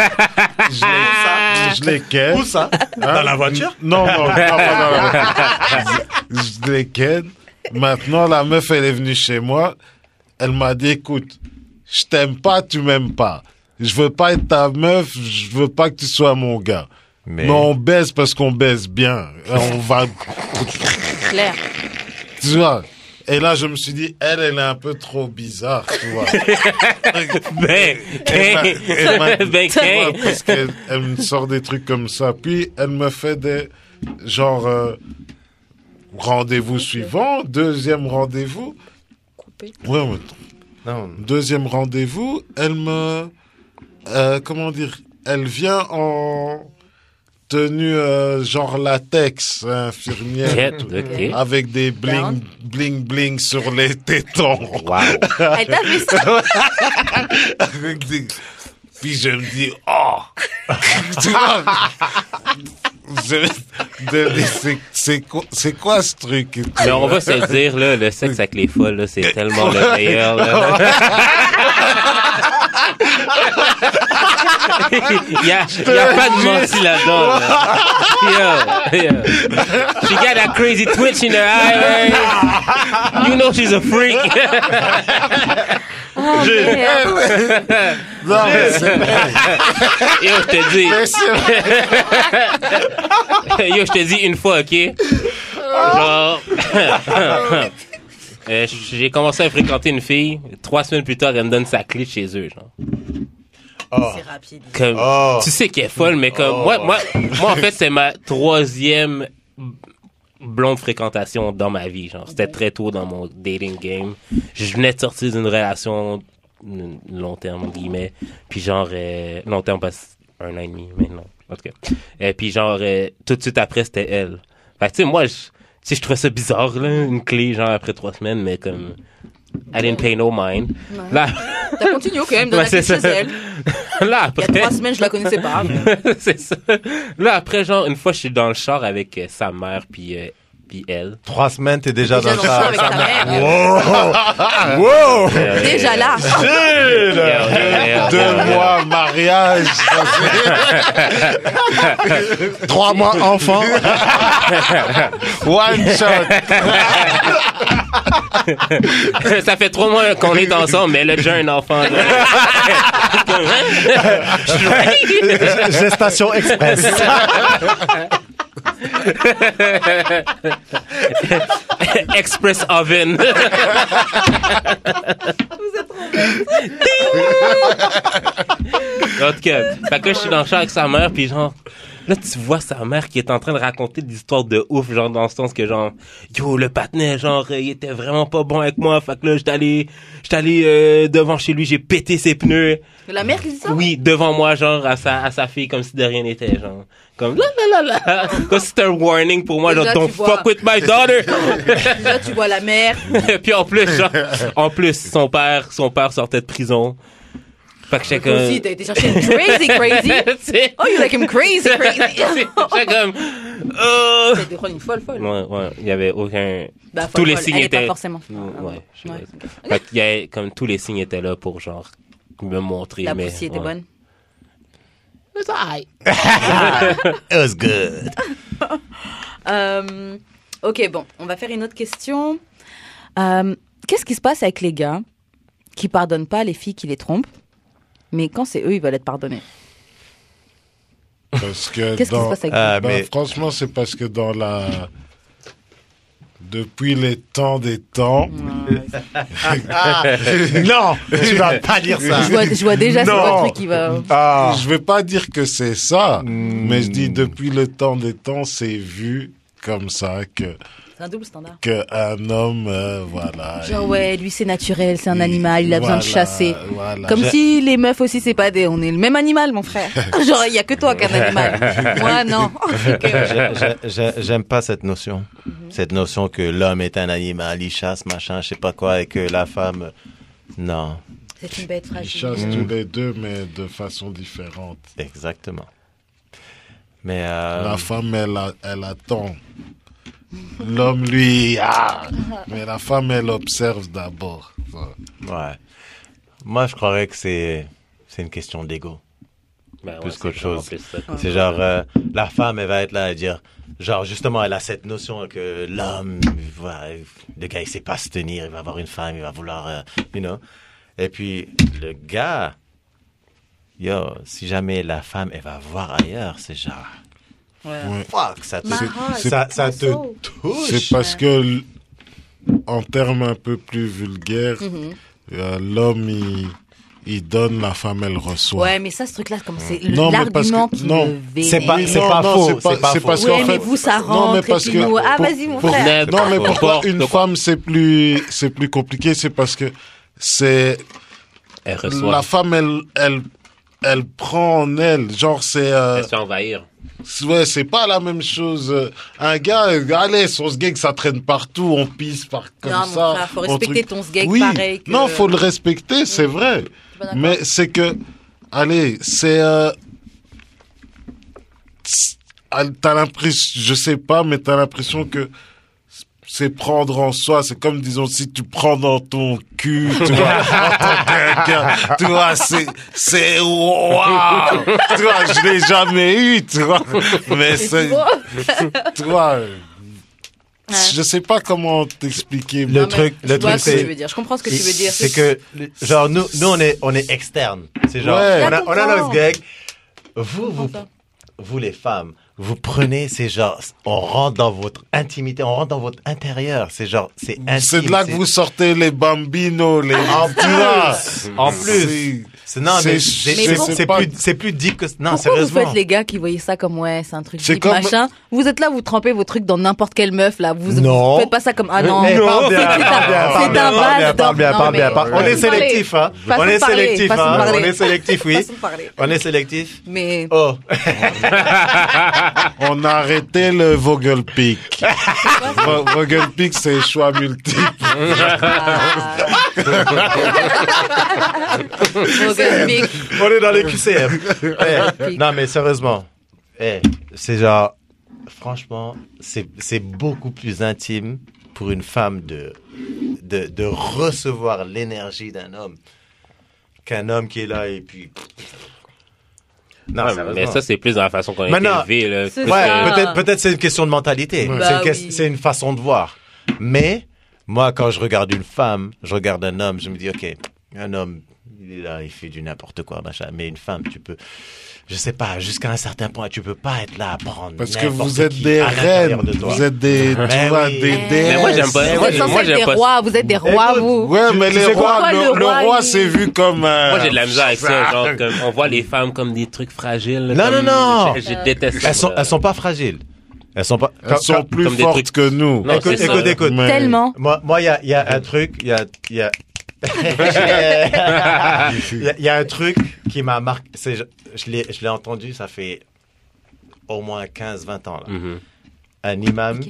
Speaker 4: je les, je les ken. Où ça Dans
Speaker 2: la voiture
Speaker 4: Hein? Non, non, non, non, non,
Speaker 2: [LAUGHS]
Speaker 4: non. Je, je les ken. Maintenant, la meuf, elle est venue chez moi. Elle m'a dit, écoute, je t'aime pas, tu m'aimes pas. Je veux pas être ta meuf, je veux pas que tu sois mon gars.
Speaker 2: Mais.
Speaker 4: Mais on baise parce qu'on baise bien. On va
Speaker 1: Claire.
Speaker 4: tu vois. Et là, je me suis dit, elle, elle est un peu trop bizarre, tu vois.
Speaker 2: [LAUGHS]
Speaker 3: Ben,
Speaker 4: Elle m'a-
Speaker 3: [LAUGHS]
Speaker 4: elle m'a-
Speaker 3: ben, ben,
Speaker 4: tu vois,
Speaker 3: ben.
Speaker 4: parce qu'elle elle me sort des trucs comme ça. Puis, elle me fait des, genre, euh, rendez-vous suivant, deuxième rendez-vous.
Speaker 1: Coupé.
Speaker 4: Ouais, ouais.
Speaker 2: Non.
Speaker 4: deuxième rendez-vous, elle me, euh, comment dire, elle vient en tenue, euh, genre latex, infirmière.
Speaker 3: Get,
Speaker 4: tout.
Speaker 3: ok.
Speaker 4: Avec des
Speaker 1: Down.
Speaker 4: bling, bling, bling sur les tétons.
Speaker 3: Wow.
Speaker 5: Elle
Speaker 2: [LAUGHS]
Speaker 5: t'a vu ça
Speaker 4: Avec des- Puis je me dis, oh! [LAUGHS] Tu vois? Je- de- c'est- C'est quoi, c'est quoi ce truc? et tout,
Speaker 3: Mais on
Speaker 4: là?
Speaker 3: va se le dire, là, le sexe avec les folles, là, c'est tellement le meilleur, là. [LAUGHS] Il y a, y a pas de menti là-dedans, là. Yo, yo. She got that crazy twitch in her eye, man. You know she's a freak. [LAUGHS]
Speaker 5: Oh, merde.
Speaker 4: Non, mais c'est vrai.
Speaker 3: Yo, je te dis.
Speaker 4: mais c'est vrai.
Speaker 3: Yo, je te dis une fois, ok? Genre. [LAUGHS] Euh, J'ai commencé à fréquenter une fille. Trois semaines plus tard, elle me donne sa clé de chez eux, genre.
Speaker 2: Ah.
Speaker 1: C'est rapide.
Speaker 3: Comme,
Speaker 2: Oh.
Speaker 3: Tu sais qu'elle est folle, mais comme. Moi, moi, moi, en fait, c'est ma troisième blonde fréquentation dans ma vie, genre. C'était très tôt dans mon dating game. Je venais de sortir d'une relation n- long terme, entre guillemets. Puis genre, euh, long terme, passe un an et demi maintenant. En tout cas. Et puis genre, euh, tout de suite après, c'était elle. Fait que, tu sais, moi, je, tu sais, je trouvais ça bizarre, là, une clé, genre, après trois semaines, mais comme, I didn't pay no mind. Là, [LAUGHS]
Speaker 1: T'as continué quand même dans
Speaker 3: Ouais,
Speaker 1: la
Speaker 3: c'est
Speaker 1: chez
Speaker 3: ça.
Speaker 1: elle.
Speaker 3: là,
Speaker 1: Il y
Speaker 3: après.
Speaker 1: a trois semaines, je la connaissais
Speaker 2: [LAUGHS]
Speaker 1: pas. mais-
Speaker 3: c'est ça. Là, après, genre, une fois, je suis dans le char avec euh, sa mère, puis, euh, puis elle.
Speaker 2: Trois semaines, t'es déjà dans
Speaker 1: Déjà
Speaker 2: le
Speaker 1: dans le char
Speaker 2: char.
Speaker 1: avec ta mère.
Speaker 2: [LAUGHS] Wow!
Speaker 3: Euh,
Speaker 1: Déjà là.
Speaker 3: Yeah,
Speaker 4: Chill.
Speaker 3: yeah, yeah,
Speaker 4: Deux
Speaker 3: yeah,
Speaker 4: mois, mariage. ça,
Speaker 2: Trois mois enfant.
Speaker 4: c'est One shot.
Speaker 3: ça fait trois mois qu'on est ensemble, mais elle a déjà un enfant. là.
Speaker 2: Gestation express. [LAUGHS]
Speaker 3: [LAUGHS] Express Oven. [LAUGHS] En tout cas, fait que là, je suis dans le char avec sa mère, puis genre, là, tu vois sa mère qui est en train de raconter des histoires de ouf, genre, dans le sens que, genre, yo, le patinet, genre, euh, il était vraiment pas bon avec moi, fait que là, j'étais allé, j'étais allé euh, devant chez lui, j'ai pété ses pneus.
Speaker 1: La mère qui dit ça
Speaker 3: Oui, devant moi, genre, à sa, à sa fille, comme si de rien n'était, genre. Comme, là, là, là, là. Comme si c'était un warning pour moi, genre,
Speaker 1: Déjà,
Speaker 3: don't
Speaker 1: tu vois.
Speaker 3: fuck with my daughter.
Speaker 1: Déjà, tu vois la mère.
Speaker 3: [LAUGHS] Puis en plus, genre, en plus, son père, son père sortait de prison. Fait que j'étais comme...
Speaker 1: Aussi, t'as été chercher une crazy, crazy.
Speaker 3: [LAUGHS] Tu sais?
Speaker 1: Oh, you like him
Speaker 3: [LAUGHS]
Speaker 1: crazy, crazy.
Speaker 3: J'étais comme... euh.
Speaker 1: T'as été prendre une folle, folle.
Speaker 3: Ouais, ouais, il y avait aucun...
Speaker 1: Bah, folle,
Speaker 3: Tous les
Speaker 1: folle.
Speaker 3: signes
Speaker 1: Elle est
Speaker 3: étaient-
Speaker 1: Pas forcément. Ah,
Speaker 3: Mm, ouais, je sais
Speaker 1: Ouais.
Speaker 3: pas. Fait qu'il y avait, comme tous les signes étaient là pour, genre, me montrer,
Speaker 1: La
Speaker 3: mais...
Speaker 1: poussie était
Speaker 3: ouais.
Speaker 1: bonne.
Speaker 2: It was good.
Speaker 1: Euh, Ok, bon, on va faire une autre question. Euh, Qu'est-ce qui se passe avec les gars qui pardonnent pas les filles qui les trompent, mais quand c'est eux, ils veulent être pardonnés
Speaker 4: Parce que
Speaker 1: Qu'est-ce qui
Speaker 4: dans-
Speaker 1: se passe avec
Speaker 3: Euh.
Speaker 2: Ah,
Speaker 4: Ben,
Speaker 2: mais-
Speaker 4: Franchement, c'est parce que dans la. Depuis les temps des
Speaker 2: [LAUGHS]
Speaker 4: temps.
Speaker 2: non, tu vas pas dire ça.
Speaker 1: je, vois, je vois déjà c'est quoi
Speaker 4: Non.
Speaker 1: le truc qui va.
Speaker 2: Ah. Hmm.
Speaker 4: Je vais pas dire que c'est ça, mais je dis depuis le temps des temps, c'est vu comme ça que
Speaker 1: C'est un double standard.
Speaker 4: qu'un homme, euh, voilà.
Speaker 1: Genre
Speaker 4: il-
Speaker 1: ouais, lui c'est naturel, c'est un animal, il a besoin de
Speaker 4: voilà,
Speaker 1: chasser.
Speaker 2: Bah,
Speaker 4: voilà.
Speaker 1: Comme
Speaker 4: Je-
Speaker 1: si les meufs aussi c'est pas des, on est le même animal mon
Speaker 2: [LAUGHS]
Speaker 1: frère. Genre il y a que toi qu'un animal. Moi non.
Speaker 2: J'ai- j'ai- j'ai- J'aime pas cette notion.
Speaker 1: Mm-hmm.
Speaker 2: Cette notion que l'homme est un animal, il chasse, machin, je sais pas quoi, et que la femme. Non,
Speaker 1: c'est une bête
Speaker 4: Ils
Speaker 1: fragile.
Speaker 2: Hmm.
Speaker 4: chassent tous les deux, mais de façon différente.
Speaker 2: exactement. Mais. euh,
Speaker 4: La femme, elle, a- elle attend. L'homme, lui, ah Mais la femme, elle observe d'abord.
Speaker 2: ouais. Moi, je croirais que c'est c'est une question d'ego.
Speaker 3: Ben
Speaker 2: Plus
Speaker 3: c'est
Speaker 2: qu'autre
Speaker 3: vraiment
Speaker 2: chose.
Speaker 3: plus ça.
Speaker 2: C'est genre, euh, la femme, elle va être là et dire, genre, justement, elle a cette notion que l'homme, voilà, le gars, il sait pas se tenir, il va avoir une femme, il va vouloir, euh, you know. Et puis, le gars, yo, si jamais la femme, elle va voir ailleurs, c'est genre, fuck, ça te,
Speaker 4: c'est-
Speaker 2: ça, ça te
Speaker 5: so.
Speaker 4: C'est
Speaker 2: touche.
Speaker 4: parce que, l- en termes un peu plus vulgaires, euh, l'homme, il, il donne, la femme, elle reçoit.
Speaker 1: Ouais, mais ça ce truc là comme c'est
Speaker 4: Non, mais parce
Speaker 1: l'argument
Speaker 4: que-
Speaker 1: qui
Speaker 4: non,
Speaker 1: me
Speaker 2: c'est pas-
Speaker 1: vénère.
Speaker 4: Oui,
Speaker 2: c'est pas faux, c'est pas faux.
Speaker 1: Ouais, mais vous, ça rentre,
Speaker 4: mais
Speaker 1: et
Speaker 4: parce
Speaker 1: puis
Speaker 4: que-
Speaker 1: nous, ah,
Speaker 4: pour-
Speaker 1: vas-y, mon
Speaker 4: pour-
Speaker 1: frère.
Speaker 4: Non, mais
Speaker 3: N'importe
Speaker 4: pourquoi une
Speaker 3: quoi.
Speaker 4: femme, c'est plus, c'est plus compliqué, c'est parce que c'est
Speaker 3: Elle
Speaker 4: La
Speaker 3: reçoit.
Speaker 4: femme, elle, elle, elle prend en elle. Genre, c'est. euh,
Speaker 3: Elle se fait envahir.
Speaker 4: ouais, c'est pas la même chose. euh, Un gars, euh, allez, son sgeg, ça traîne partout, on pisse par comme
Speaker 1: Non, mon
Speaker 4: ça.
Speaker 1: frère, faut
Speaker 4: on
Speaker 1: respecter ton sgeg
Speaker 4: oui.
Speaker 1: pareil que- Mm.
Speaker 4: Non, faut le respecter, c'est vrai.
Speaker 1: pas d'accord.
Speaker 4: Mais c'est que. Allez, c'est. euh, tss, ah, T'as l'impression, je sais pas, mais t'as l'impression que c'est prendre en soi. C'est comme, disons, si tu prends dans ton cul, tu vois, en tant que gars, tu vois, c'est, c'est, waouh! Tu vois, je l'ai jamais eu, tu vois. Mais c'est, tu vois, euh, je sais pas comment t'expliquer.
Speaker 2: Le
Speaker 4: mais-
Speaker 1: mais
Speaker 2: truc,
Speaker 1: je
Speaker 2: le
Speaker 1: vois
Speaker 2: truc,
Speaker 1: ce que tu
Speaker 2: c'est,
Speaker 1: veux dire. Je comprends ce que tu veux dire.
Speaker 2: C'est que, genre, nous, nous on est, on est externe. C'est genre,
Speaker 4: Ouais.
Speaker 2: on, a, on a
Speaker 1: Je
Speaker 2: nos
Speaker 1: comprends.
Speaker 2: gags. Vous, vous,
Speaker 1: comprends
Speaker 2: vous, les femmes, vous prenez, c'est genre, on rentre dans votre intimité, on rentre dans votre intérieur. C'est genre, c'est intime.
Speaker 4: C'est de là que
Speaker 2: c'est-
Speaker 4: vous sortez les bambinos, les.
Speaker 2: En
Speaker 4: tu vois.
Speaker 2: plus, en plus. C'est, non,
Speaker 4: c'est-
Speaker 2: mais
Speaker 4: c'est-
Speaker 2: c'est,
Speaker 1: Mais
Speaker 2: c'est,
Speaker 1: bon.
Speaker 2: c'est
Speaker 4: pas-
Speaker 2: plus, c'est plus deep que, non,
Speaker 1: Pourquoi vous
Speaker 2: sérieusement.
Speaker 1: faites les gars qui voyaient ça comme ouais, c'est un truc
Speaker 4: C'est
Speaker 1: deep,
Speaker 4: comme-
Speaker 1: machin Vous êtes là, vous trempez vos trucs dans n'importe quelle meuf là. Vous,
Speaker 2: Non.
Speaker 1: vous faites pas ça comme ah
Speaker 2: Mais-
Speaker 1: non.
Speaker 2: mais parle bien,
Speaker 1: c'est
Speaker 2: parle bien, parle
Speaker 1: un
Speaker 2: bien, parle bien,
Speaker 1: vase
Speaker 2: parle bien,
Speaker 1: d'or.
Speaker 2: parle
Speaker 1: Non,
Speaker 2: bien,
Speaker 1: mais-
Speaker 2: parle- On est
Speaker 1: Façon de parler.
Speaker 2: sélectif, hein.
Speaker 1: Façon
Speaker 2: On
Speaker 1: de
Speaker 2: est
Speaker 1: parler,
Speaker 2: sélectif,
Speaker 1: façon de
Speaker 2: hein.
Speaker 1: parler.
Speaker 2: On est sélectif, oui.
Speaker 1: Façon de parler.
Speaker 2: On est sélectif.
Speaker 1: Mais
Speaker 2: Oh.
Speaker 4: On a arrêté le
Speaker 1: [LAUGHS]
Speaker 4: Vogelpick. Vo- Vogelpick, c'est choix multiple.
Speaker 1: Logan Big,
Speaker 2: [LAUGHS] On est dans les QCM. Eh, non, mais sérieusement, eh, c'est genre, franchement, c'est c'est beaucoup plus intime pour une femme de, de, de recevoir l'énergie d'un homme qu'un homme qui est là et puis. Non,
Speaker 3: Ouais, mais
Speaker 2: sérieusement.
Speaker 3: ça, c'est plus dans la façon qu'on est
Speaker 2: Maintenant-
Speaker 3: élevé. là.
Speaker 1: C'est
Speaker 3: Plus
Speaker 1: ça.
Speaker 2: Ouais,
Speaker 3: que-
Speaker 1: Ah.
Speaker 2: peut-être peut-être c'est une question de mentalité.
Speaker 1: Ouais.
Speaker 2: C'est
Speaker 1: Bah
Speaker 2: une, ques-
Speaker 1: oui.
Speaker 2: c'est une façon de voir. Mais moi, quand je regarde une femme, je regarde un homme, je me dis ok, un homme, il est là, il fait du n'importe quoi, machin. Mais une femme, tu peux, je sais pas, jusqu'à un certain point, tu peux pas être là à prendre.
Speaker 4: Parce que
Speaker 2: n'importe
Speaker 4: vous êtes
Speaker 2: qui
Speaker 4: des
Speaker 2: à l'intérieur
Speaker 4: reines.
Speaker 2: de toi.
Speaker 4: Vous êtes des, tu
Speaker 2: Mais
Speaker 4: vois,
Speaker 2: oui.
Speaker 4: des
Speaker 2: Mais
Speaker 4: déesses.
Speaker 3: Ben moi, j'aime
Speaker 1: Vous
Speaker 3: pas-
Speaker 1: êtes
Speaker 3: moi,
Speaker 1: censés
Speaker 3: j'aime
Speaker 1: être des
Speaker 3: pas-
Speaker 1: rois, vous êtes des rois,
Speaker 2: Écoute,
Speaker 1: vous.
Speaker 4: Ouais, mais
Speaker 2: Tu
Speaker 4: les
Speaker 2: sais
Speaker 4: rois,
Speaker 1: quoi,
Speaker 4: le,
Speaker 1: le
Speaker 4: le
Speaker 1: roi,
Speaker 4: roi,
Speaker 1: il-
Speaker 4: c'est vu comme... euh,
Speaker 3: Moi, j'ai de la misère avec
Speaker 2: [LAUGHS]
Speaker 3: ça. Genre, comme, on voit les femmes comme des trucs fragiles.
Speaker 2: Non,
Speaker 3: comme-
Speaker 2: non, non.
Speaker 3: Je, je déteste ça.
Speaker 2: Elles sont,
Speaker 3: moi.
Speaker 2: elles sont pas fragiles. Elles sont pas.
Speaker 4: Elles sont plus
Speaker 3: comme des
Speaker 4: fortes
Speaker 3: trucs-
Speaker 4: que nous.
Speaker 3: Non,
Speaker 2: Écoute,
Speaker 3: c'est ça.
Speaker 2: écoute, écoute.
Speaker 4: Mais-
Speaker 1: Tellement.
Speaker 2: Moi, moi, il y a, il y a un truc, il y a, il y
Speaker 3: [LAUGHS]
Speaker 2: a- il y a- il y a un truc qui m'a marqué. c'est- Je, je l'ai, je l'ai entendu, ça fait au moins 15-20 ans. Là.
Speaker 3: Mhm.
Speaker 2: Un imam,
Speaker 1: Ok.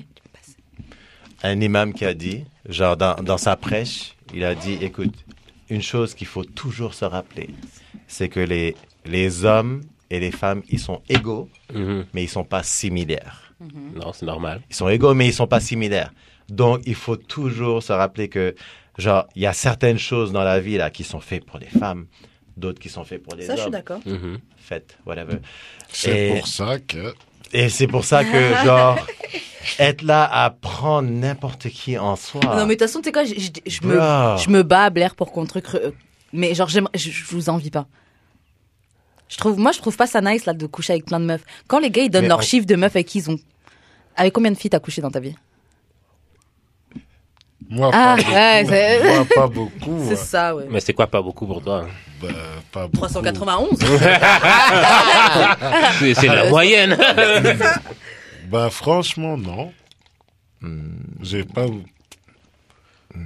Speaker 2: un imam qui a dit, genre dans, dans sa prêche, il a dit, écoute, une chose qu'il faut toujours se rappeler, c'est que les, les hommes et les femmes, ils sont égaux,
Speaker 3: Mhm.
Speaker 2: mais ils sont pas similaires.
Speaker 3: Non, c'est normal.
Speaker 2: Ils sont égaux, mais ils sont pas similaires. Donc, il faut toujours se rappeler que, genre, il y a certaines choses dans la vie, là, qui sont faites pour les femmes, d'autres qui sont faites pour les
Speaker 1: Ça, je suis
Speaker 2: hommes.
Speaker 1: d'accord.
Speaker 2: Mm-hmm.
Speaker 3: Mhm.
Speaker 2: Faites, whatever.
Speaker 4: C'est
Speaker 2: Et-
Speaker 4: pour ça que...
Speaker 1: [LAUGHS]
Speaker 2: Et c'est pour ça que, genre, être là à prendre n'importe qui en soi.
Speaker 1: Non, mais de toute façon, tu sais quoi, je, je- je me,
Speaker 2: Bro.
Speaker 1: je me bats à Blair pour qu'on truc. re- Mais genre, j'aimerais- je, je vous envie pas. Je trouve, moi, je trouve pas ça nice là de coucher avec plein de meufs. Quand les gars ils donnent
Speaker 2: Mais
Speaker 1: leur
Speaker 2: on-
Speaker 1: chiffre de meufs avec qui ils ont. Avec combien de filles t'as couché dans ta vie
Speaker 4: Moi,
Speaker 1: Ah,
Speaker 4: pas beaucoup.
Speaker 1: ouais, c'est-
Speaker 4: Moi, pas beaucoup.
Speaker 1: [LAUGHS] C'est ça, ouais.
Speaker 3: Mais c'est quoi pas beaucoup pour toi? hein?
Speaker 2: [LAUGHS]
Speaker 4: Bah, pas beaucoup.
Speaker 1: 391
Speaker 3: C'est c'est la moyenne.
Speaker 2: [LAUGHS]
Speaker 4: Bah, franchement, non. J'ai pas.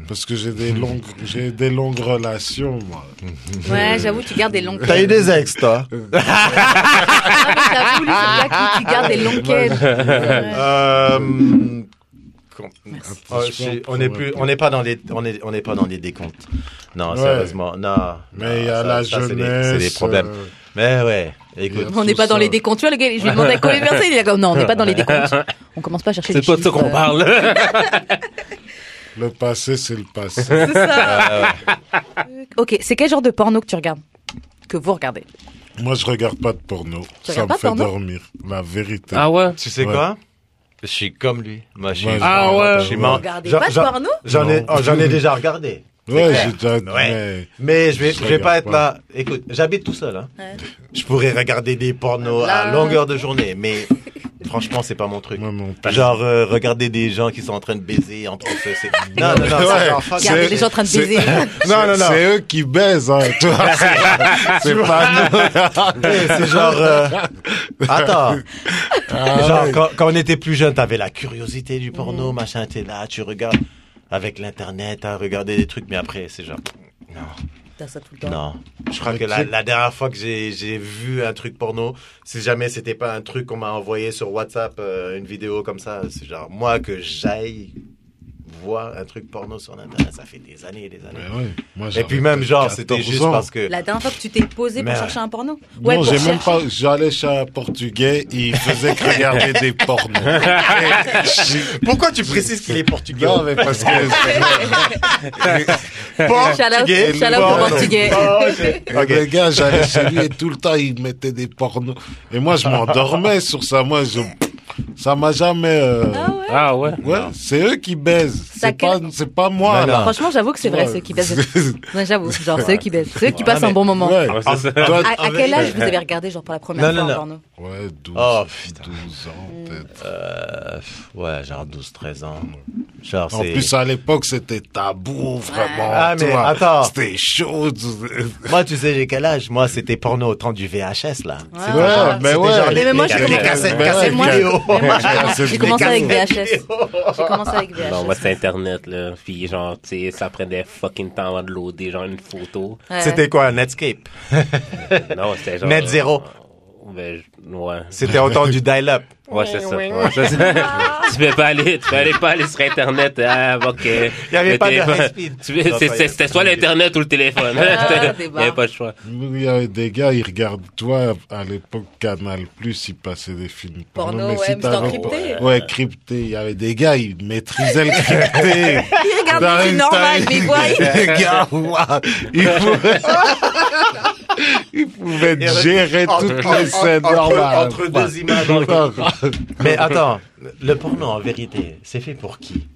Speaker 4: Parce que j'ai
Speaker 2: [LAUGHS]
Speaker 4: des longues, j'ai des longues relations, moi.
Speaker 1: Ouais, j'avoue, tu gardes des longues
Speaker 2: T'as eu des ex, [LAUGHS] toi
Speaker 1: Ah, mais J'avoue, lui, c'est le gars qui- tu gardes des longues quêtes.
Speaker 2: Euh, com- Oh,
Speaker 4: Franchement,
Speaker 2: c'est- on n'est plus, on n'est pas dans les, on est, on n'est pas dans les décomptes. Non,
Speaker 4: Ouais.
Speaker 2: sérieusement, non.
Speaker 4: Mais il y
Speaker 2: non,
Speaker 4: a
Speaker 2: Ah, ça-
Speaker 4: la
Speaker 2: ça, c'est des-
Speaker 4: jeunesse.
Speaker 2: c'est des problèmes.
Speaker 4: euh,
Speaker 2: Mais ouais, écoute.
Speaker 1: On n'est pas dans les décomptes. Tu vois, le gars, je lui demandais à
Speaker 3: [LAUGHS]
Speaker 1: quoi les personnes. Il est comme, non, on n'est pas dans les décomptes. On commence pas à chercher
Speaker 3: C'est
Speaker 1: des
Speaker 3: pas de ça
Speaker 1: chiffres,
Speaker 3: qu'on
Speaker 1: euh.
Speaker 3: [LAUGHS] parle.
Speaker 4: le passé, c'est le passé.
Speaker 2: [LAUGHS]
Speaker 1: C'est
Speaker 3: Ah,
Speaker 1: ça. ok, c'est quel genre de porno que tu regardes Que vous regardez
Speaker 4: Moi, je regarde pas de porno.
Speaker 1: Tu
Speaker 4: ça
Speaker 1: regardes
Speaker 4: me
Speaker 1: pas de
Speaker 4: fait
Speaker 1: porno
Speaker 4: dormir. La vérité.
Speaker 3: Ah ouais?
Speaker 2: Tu sais
Speaker 4: Ouais.
Speaker 2: quoi Je suis comme lui. Moi, je suis.
Speaker 4: Moi, je
Speaker 3: Ah
Speaker 4: regarde
Speaker 3: ouais.
Speaker 4: pas
Speaker 2: je suis
Speaker 4: de
Speaker 2: mort.
Speaker 4: porno.
Speaker 1: Regardez
Speaker 2: J'en-
Speaker 1: pas de
Speaker 2: j'en-
Speaker 1: porno
Speaker 2: J'en ai,
Speaker 4: Non.
Speaker 2: oh, j'en ai déjà regardé. C'est
Speaker 4: Ouais,
Speaker 2: clair.
Speaker 4: j'ai déjà.
Speaker 2: Ouais.
Speaker 4: mais-
Speaker 2: Mais je vais,
Speaker 4: Je
Speaker 2: je vais
Speaker 4: regarde
Speaker 2: pas être
Speaker 4: pas.
Speaker 2: là. Écoute, j'habite tout seul. Hein.
Speaker 1: Ouais.
Speaker 2: Je pourrais regarder des pornos
Speaker 1: Là.
Speaker 2: à longueur de journée, mais [LAUGHS] franchement, c'est pas mon truc.
Speaker 4: Moi non plus.
Speaker 2: Genre euh, regarder des gens qui sont en train de baiser entre eux. c'est- Non, non, non.
Speaker 4: Ouais.
Speaker 2: c'est genre, fuck.
Speaker 1: Regardez
Speaker 4: C'est-
Speaker 1: les gens en train de
Speaker 4: c'est- [LAUGHS]
Speaker 1: baiser.
Speaker 2: Non, non, non.
Speaker 4: C'est eux qui baisent, hein, tu [LAUGHS] vois, c'est- C'est pas nous.
Speaker 2: Eh, C'est genre. euh, Ah, Attends. genre, quand, quand on était plus jeune, t'avais la curiosité du porno, machin, t'es là, tu regardes avec l'internet, à regarder des trucs, mais après, c'est genre. Non,
Speaker 1: T'as ça tout le temps.
Speaker 2: non. Je crois que la, la dernière fois que j'ai j'ai vu un truc porno, si jamais c'était pas un truc qu'on m'a envoyé sur WhatsApp, euh, une vidéo comme ça, c'est genre, moi, que j'aille voir un truc porno sur l'internet, ça fait des années et des années.
Speaker 4: Mais ouais, moi,
Speaker 2: Et
Speaker 4: j'avais
Speaker 2: puis même, genre, c'était
Speaker 4: 14
Speaker 2: juste
Speaker 4: ans.
Speaker 2: parce que.
Speaker 1: La dernière fois que tu t'es posé pour
Speaker 2: Merde.
Speaker 1: chercher un porno
Speaker 4: non,
Speaker 1: pour
Speaker 4: j'ai même
Speaker 1: chercher-
Speaker 4: pas. J'allais chez un Portugais, il faisait que regarder des
Speaker 3: [LAUGHS]
Speaker 4: pornos.
Speaker 2: Pourquoi tu précises qu'il est portugais
Speaker 4: Non, mais
Speaker 1: [LAUGHS]
Speaker 4: parce que
Speaker 1: Shout out-
Speaker 2: Portugais,
Speaker 1: shout out
Speaker 2: le
Speaker 1: au
Speaker 2: porno.
Speaker 1: Portugais.
Speaker 4: Ah
Speaker 2: Oh, ok.
Speaker 1: [LAUGHS]
Speaker 2: Ok.
Speaker 4: le gars, j'allais chez lui et tout le temps, il mettait des pornos. Et moi, je m'endormais sur ça. Moi, je. Ça m'a jamais. euh,
Speaker 1: Ah ouais
Speaker 3: Ah ouais?
Speaker 4: Ouais, c'est eux qui baisent.
Speaker 1: Ça
Speaker 4: C'est pas,
Speaker 1: quel-
Speaker 4: c'est pas moi,
Speaker 2: Non, non.
Speaker 4: là.
Speaker 1: Franchement, j'avoue que c'est vrai,
Speaker 4: Ouais.
Speaker 1: ceux qui
Speaker 4: [LAUGHS]
Speaker 1: baissent. Ouais, j'avoue, genre, ceux qui baissent. Ceux qui passent
Speaker 2: mais-
Speaker 1: un bon moment.
Speaker 4: Ouais.
Speaker 3: Ah, c'est ça.
Speaker 4: Toi,
Speaker 1: À, à
Speaker 2: Ah,
Speaker 1: quel
Speaker 2: mais-
Speaker 1: âge vous avez regardé, genre, pour la première
Speaker 2: Non,
Speaker 1: fois
Speaker 2: non,
Speaker 1: un
Speaker 2: non.
Speaker 1: porno
Speaker 4: Ouais, 12,
Speaker 2: Oh, putain.
Speaker 4: 12 ans, peut-être.
Speaker 2: Euh, pff, ouais, genre 12, 13 ans. Genre,
Speaker 4: En
Speaker 2: c'est.
Speaker 4: plus, à l'époque, c'était tabou, vraiment.
Speaker 2: Ah,
Speaker 4: tu
Speaker 2: mais
Speaker 4: vois.
Speaker 2: attends.
Speaker 4: C'était chaud. tu-
Speaker 2: Moi, tu sais, j'ai quel âge Moi, c'était porno au temps du VHS, là. C'était
Speaker 1: Ouais,
Speaker 2: genre-
Speaker 4: mais
Speaker 2: c'était
Speaker 4: ouais.
Speaker 2: genre
Speaker 4: Mais
Speaker 2: les-
Speaker 1: moi, j'ai
Speaker 2: les
Speaker 1: commencé-
Speaker 2: cassettes,
Speaker 4: Mais
Speaker 2: cassettes
Speaker 4: ouais,
Speaker 1: moi,
Speaker 2: vidéo. [LAUGHS]
Speaker 1: mais moi, j'ai-
Speaker 4: Ouais,
Speaker 1: j'ai commencé avec
Speaker 2: cassettes
Speaker 1: VHS.
Speaker 2: vidéo.
Speaker 1: J'ai commencé avec VHS.
Speaker 3: Non, moi, c'est Internet, là. Puis, genre, tu sais, ça prenait fucking temps avant de loader, genre, une photo.
Speaker 2: [LAUGHS]
Speaker 1: Ouais.
Speaker 2: C'était quoi, Netscape
Speaker 3: Non, c'était genre.
Speaker 2: Net zéro.
Speaker 3: euh, ben, je- ouais.
Speaker 2: C'était au temps du dial-up.
Speaker 3: Ouais, c'est ça. Ouais, c'est ça.
Speaker 1: [LAUGHS]
Speaker 3: tu peux pas aller, tu peux aller pas aller sur Internet euh, avant que.
Speaker 2: y avait
Speaker 3: le
Speaker 2: pas de
Speaker 3: téléphone-
Speaker 2: high speed.
Speaker 3: Tu peux-
Speaker 2: Non,
Speaker 3: c'est-
Speaker 2: ça y est.
Speaker 3: c'est- C'était soit l'Internet ou le téléphone.
Speaker 1: Ah,
Speaker 3: [LAUGHS] Il
Speaker 1: des
Speaker 3: y
Speaker 1: barres.
Speaker 3: avait pas de choix.
Speaker 4: Nous, Il y avait des gars, ils regardent, toi, à l'époque, Canal Plus, ils passaient des films porno.
Speaker 1: Porno, ouais, mais c'était en
Speaker 4: t'avais-
Speaker 1: crypté.
Speaker 4: Ouais, crypté. Il y avait des gars, ils maîtrisaient le crypté.
Speaker 1: Il [LAUGHS] regarde,
Speaker 4: Dans
Speaker 1: c'est
Speaker 4: une
Speaker 1: normal,
Speaker 4: taille.
Speaker 1: mais quoi
Speaker 4: [LAUGHS] Les gars, ouah, ils pouvaient, [LAUGHS] ils pouvaient gérer
Speaker 2: Entre-
Speaker 4: toutes
Speaker 2: entre-
Speaker 4: les scènes
Speaker 2: entre-
Speaker 4: normales.
Speaker 2: entre deux images.
Speaker 4: [LAUGHS]
Speaker 2: Mais attends, le porno, en vérité, c'est fait pour qui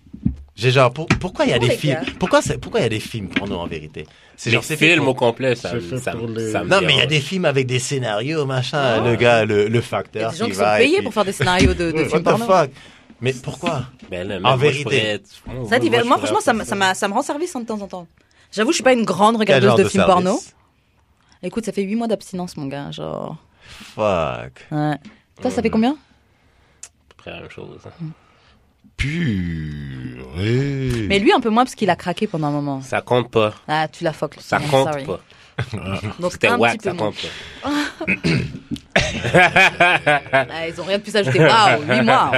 Speaker 2: J'ai genre, pour- pourquoi il y a
Speaker 1: Pour
Speaker 2: des
Speaker 1: les
Speaker 2: films
Speaker 1: gars.
Speaker 2: Pourquoi c'est- pourquoi il y a des films porno, en vérité C'est
Speaker 3: Les
Speaker 2: genre, c'est fait
Speaker 3: films
Speaker 2: pour-
Speaker 3: au complet, ça,
Speaker 4: C'est
Speaker 3: me-
Speaker 4: fait
Speaker 3: ça,
Speaker 4: pour
Speaker 3: me-
Speaker 4: les-
Speaker 3: ça me
Speaker 2: Non, mais il y a
Speaker 3: dérange.
Speaker 2: des films avec des scénarios, machin. Le gars, le, le
Speaker 1: Il y a
Speaker 2: facteur.
Speaker 1: Ah. des gens qui
Speaker 2: il
Speaker 1: sont
Speaker 2: va et
Speaker 1: payés
Speaker 2: puis-
Speaker 1: pour faire des scénarios de, de
Speaker 2: What
Speaker 1: films
Speaker 2: the
Speaker 1: porno.
Speaker 2: fuck Mais pourquoi
Speaker 3: Ben là, même
Speaker 2: En
Speaker 3: moi, je
Speaker 2: vérité.
Speaker 3: pourrais être-
Speaker 1: Ça, dit- moi,
Speaker 3: je pourrais
Speaker 1: franchement, ça, me-
Speaker 3: être-
Speaker 1: ça, m'a- ça me rend service hein, de temps en temps. J'avoue, je suis pas une grande
Speaker 2: Quel
Speaker 1: regardeuse
Speaker 2: genre
Speaker 1: de, films
Speaker 2: service
Speaker 1: porno. Écoute, ça fait 8 mois d'abstinence, mon gars. Genre.
Speaker 2: Fuck.
Speaker 1: Ouais. Toi, ça fait combien
Speaker 3: Après, la même chose. hein.
Speaker 4: Purée.
Speaker 1: Mais lui, un peu moins, parce qu'il a craqué pendant un moment.
Speaker 3: Ça compte pas.
Speaker 1: Ah, tu la foques.
Speaker 3: Ça
Speaker 1: I'm
Speaker 3: compte
Speaker 1: sorry.
Speaker 3: pas.
Speaker 1: Donc,
Speaker 3: C'était
Speaker 1: un
Speaker 3: wack,
Speaker 1: petit peu
Speaker 3: ça
Speaker 1: moins.
Speaker 3: compte pas.
Speaker 1: Ah, ils ont rien de plus ajouté. Waouh, 8 mois.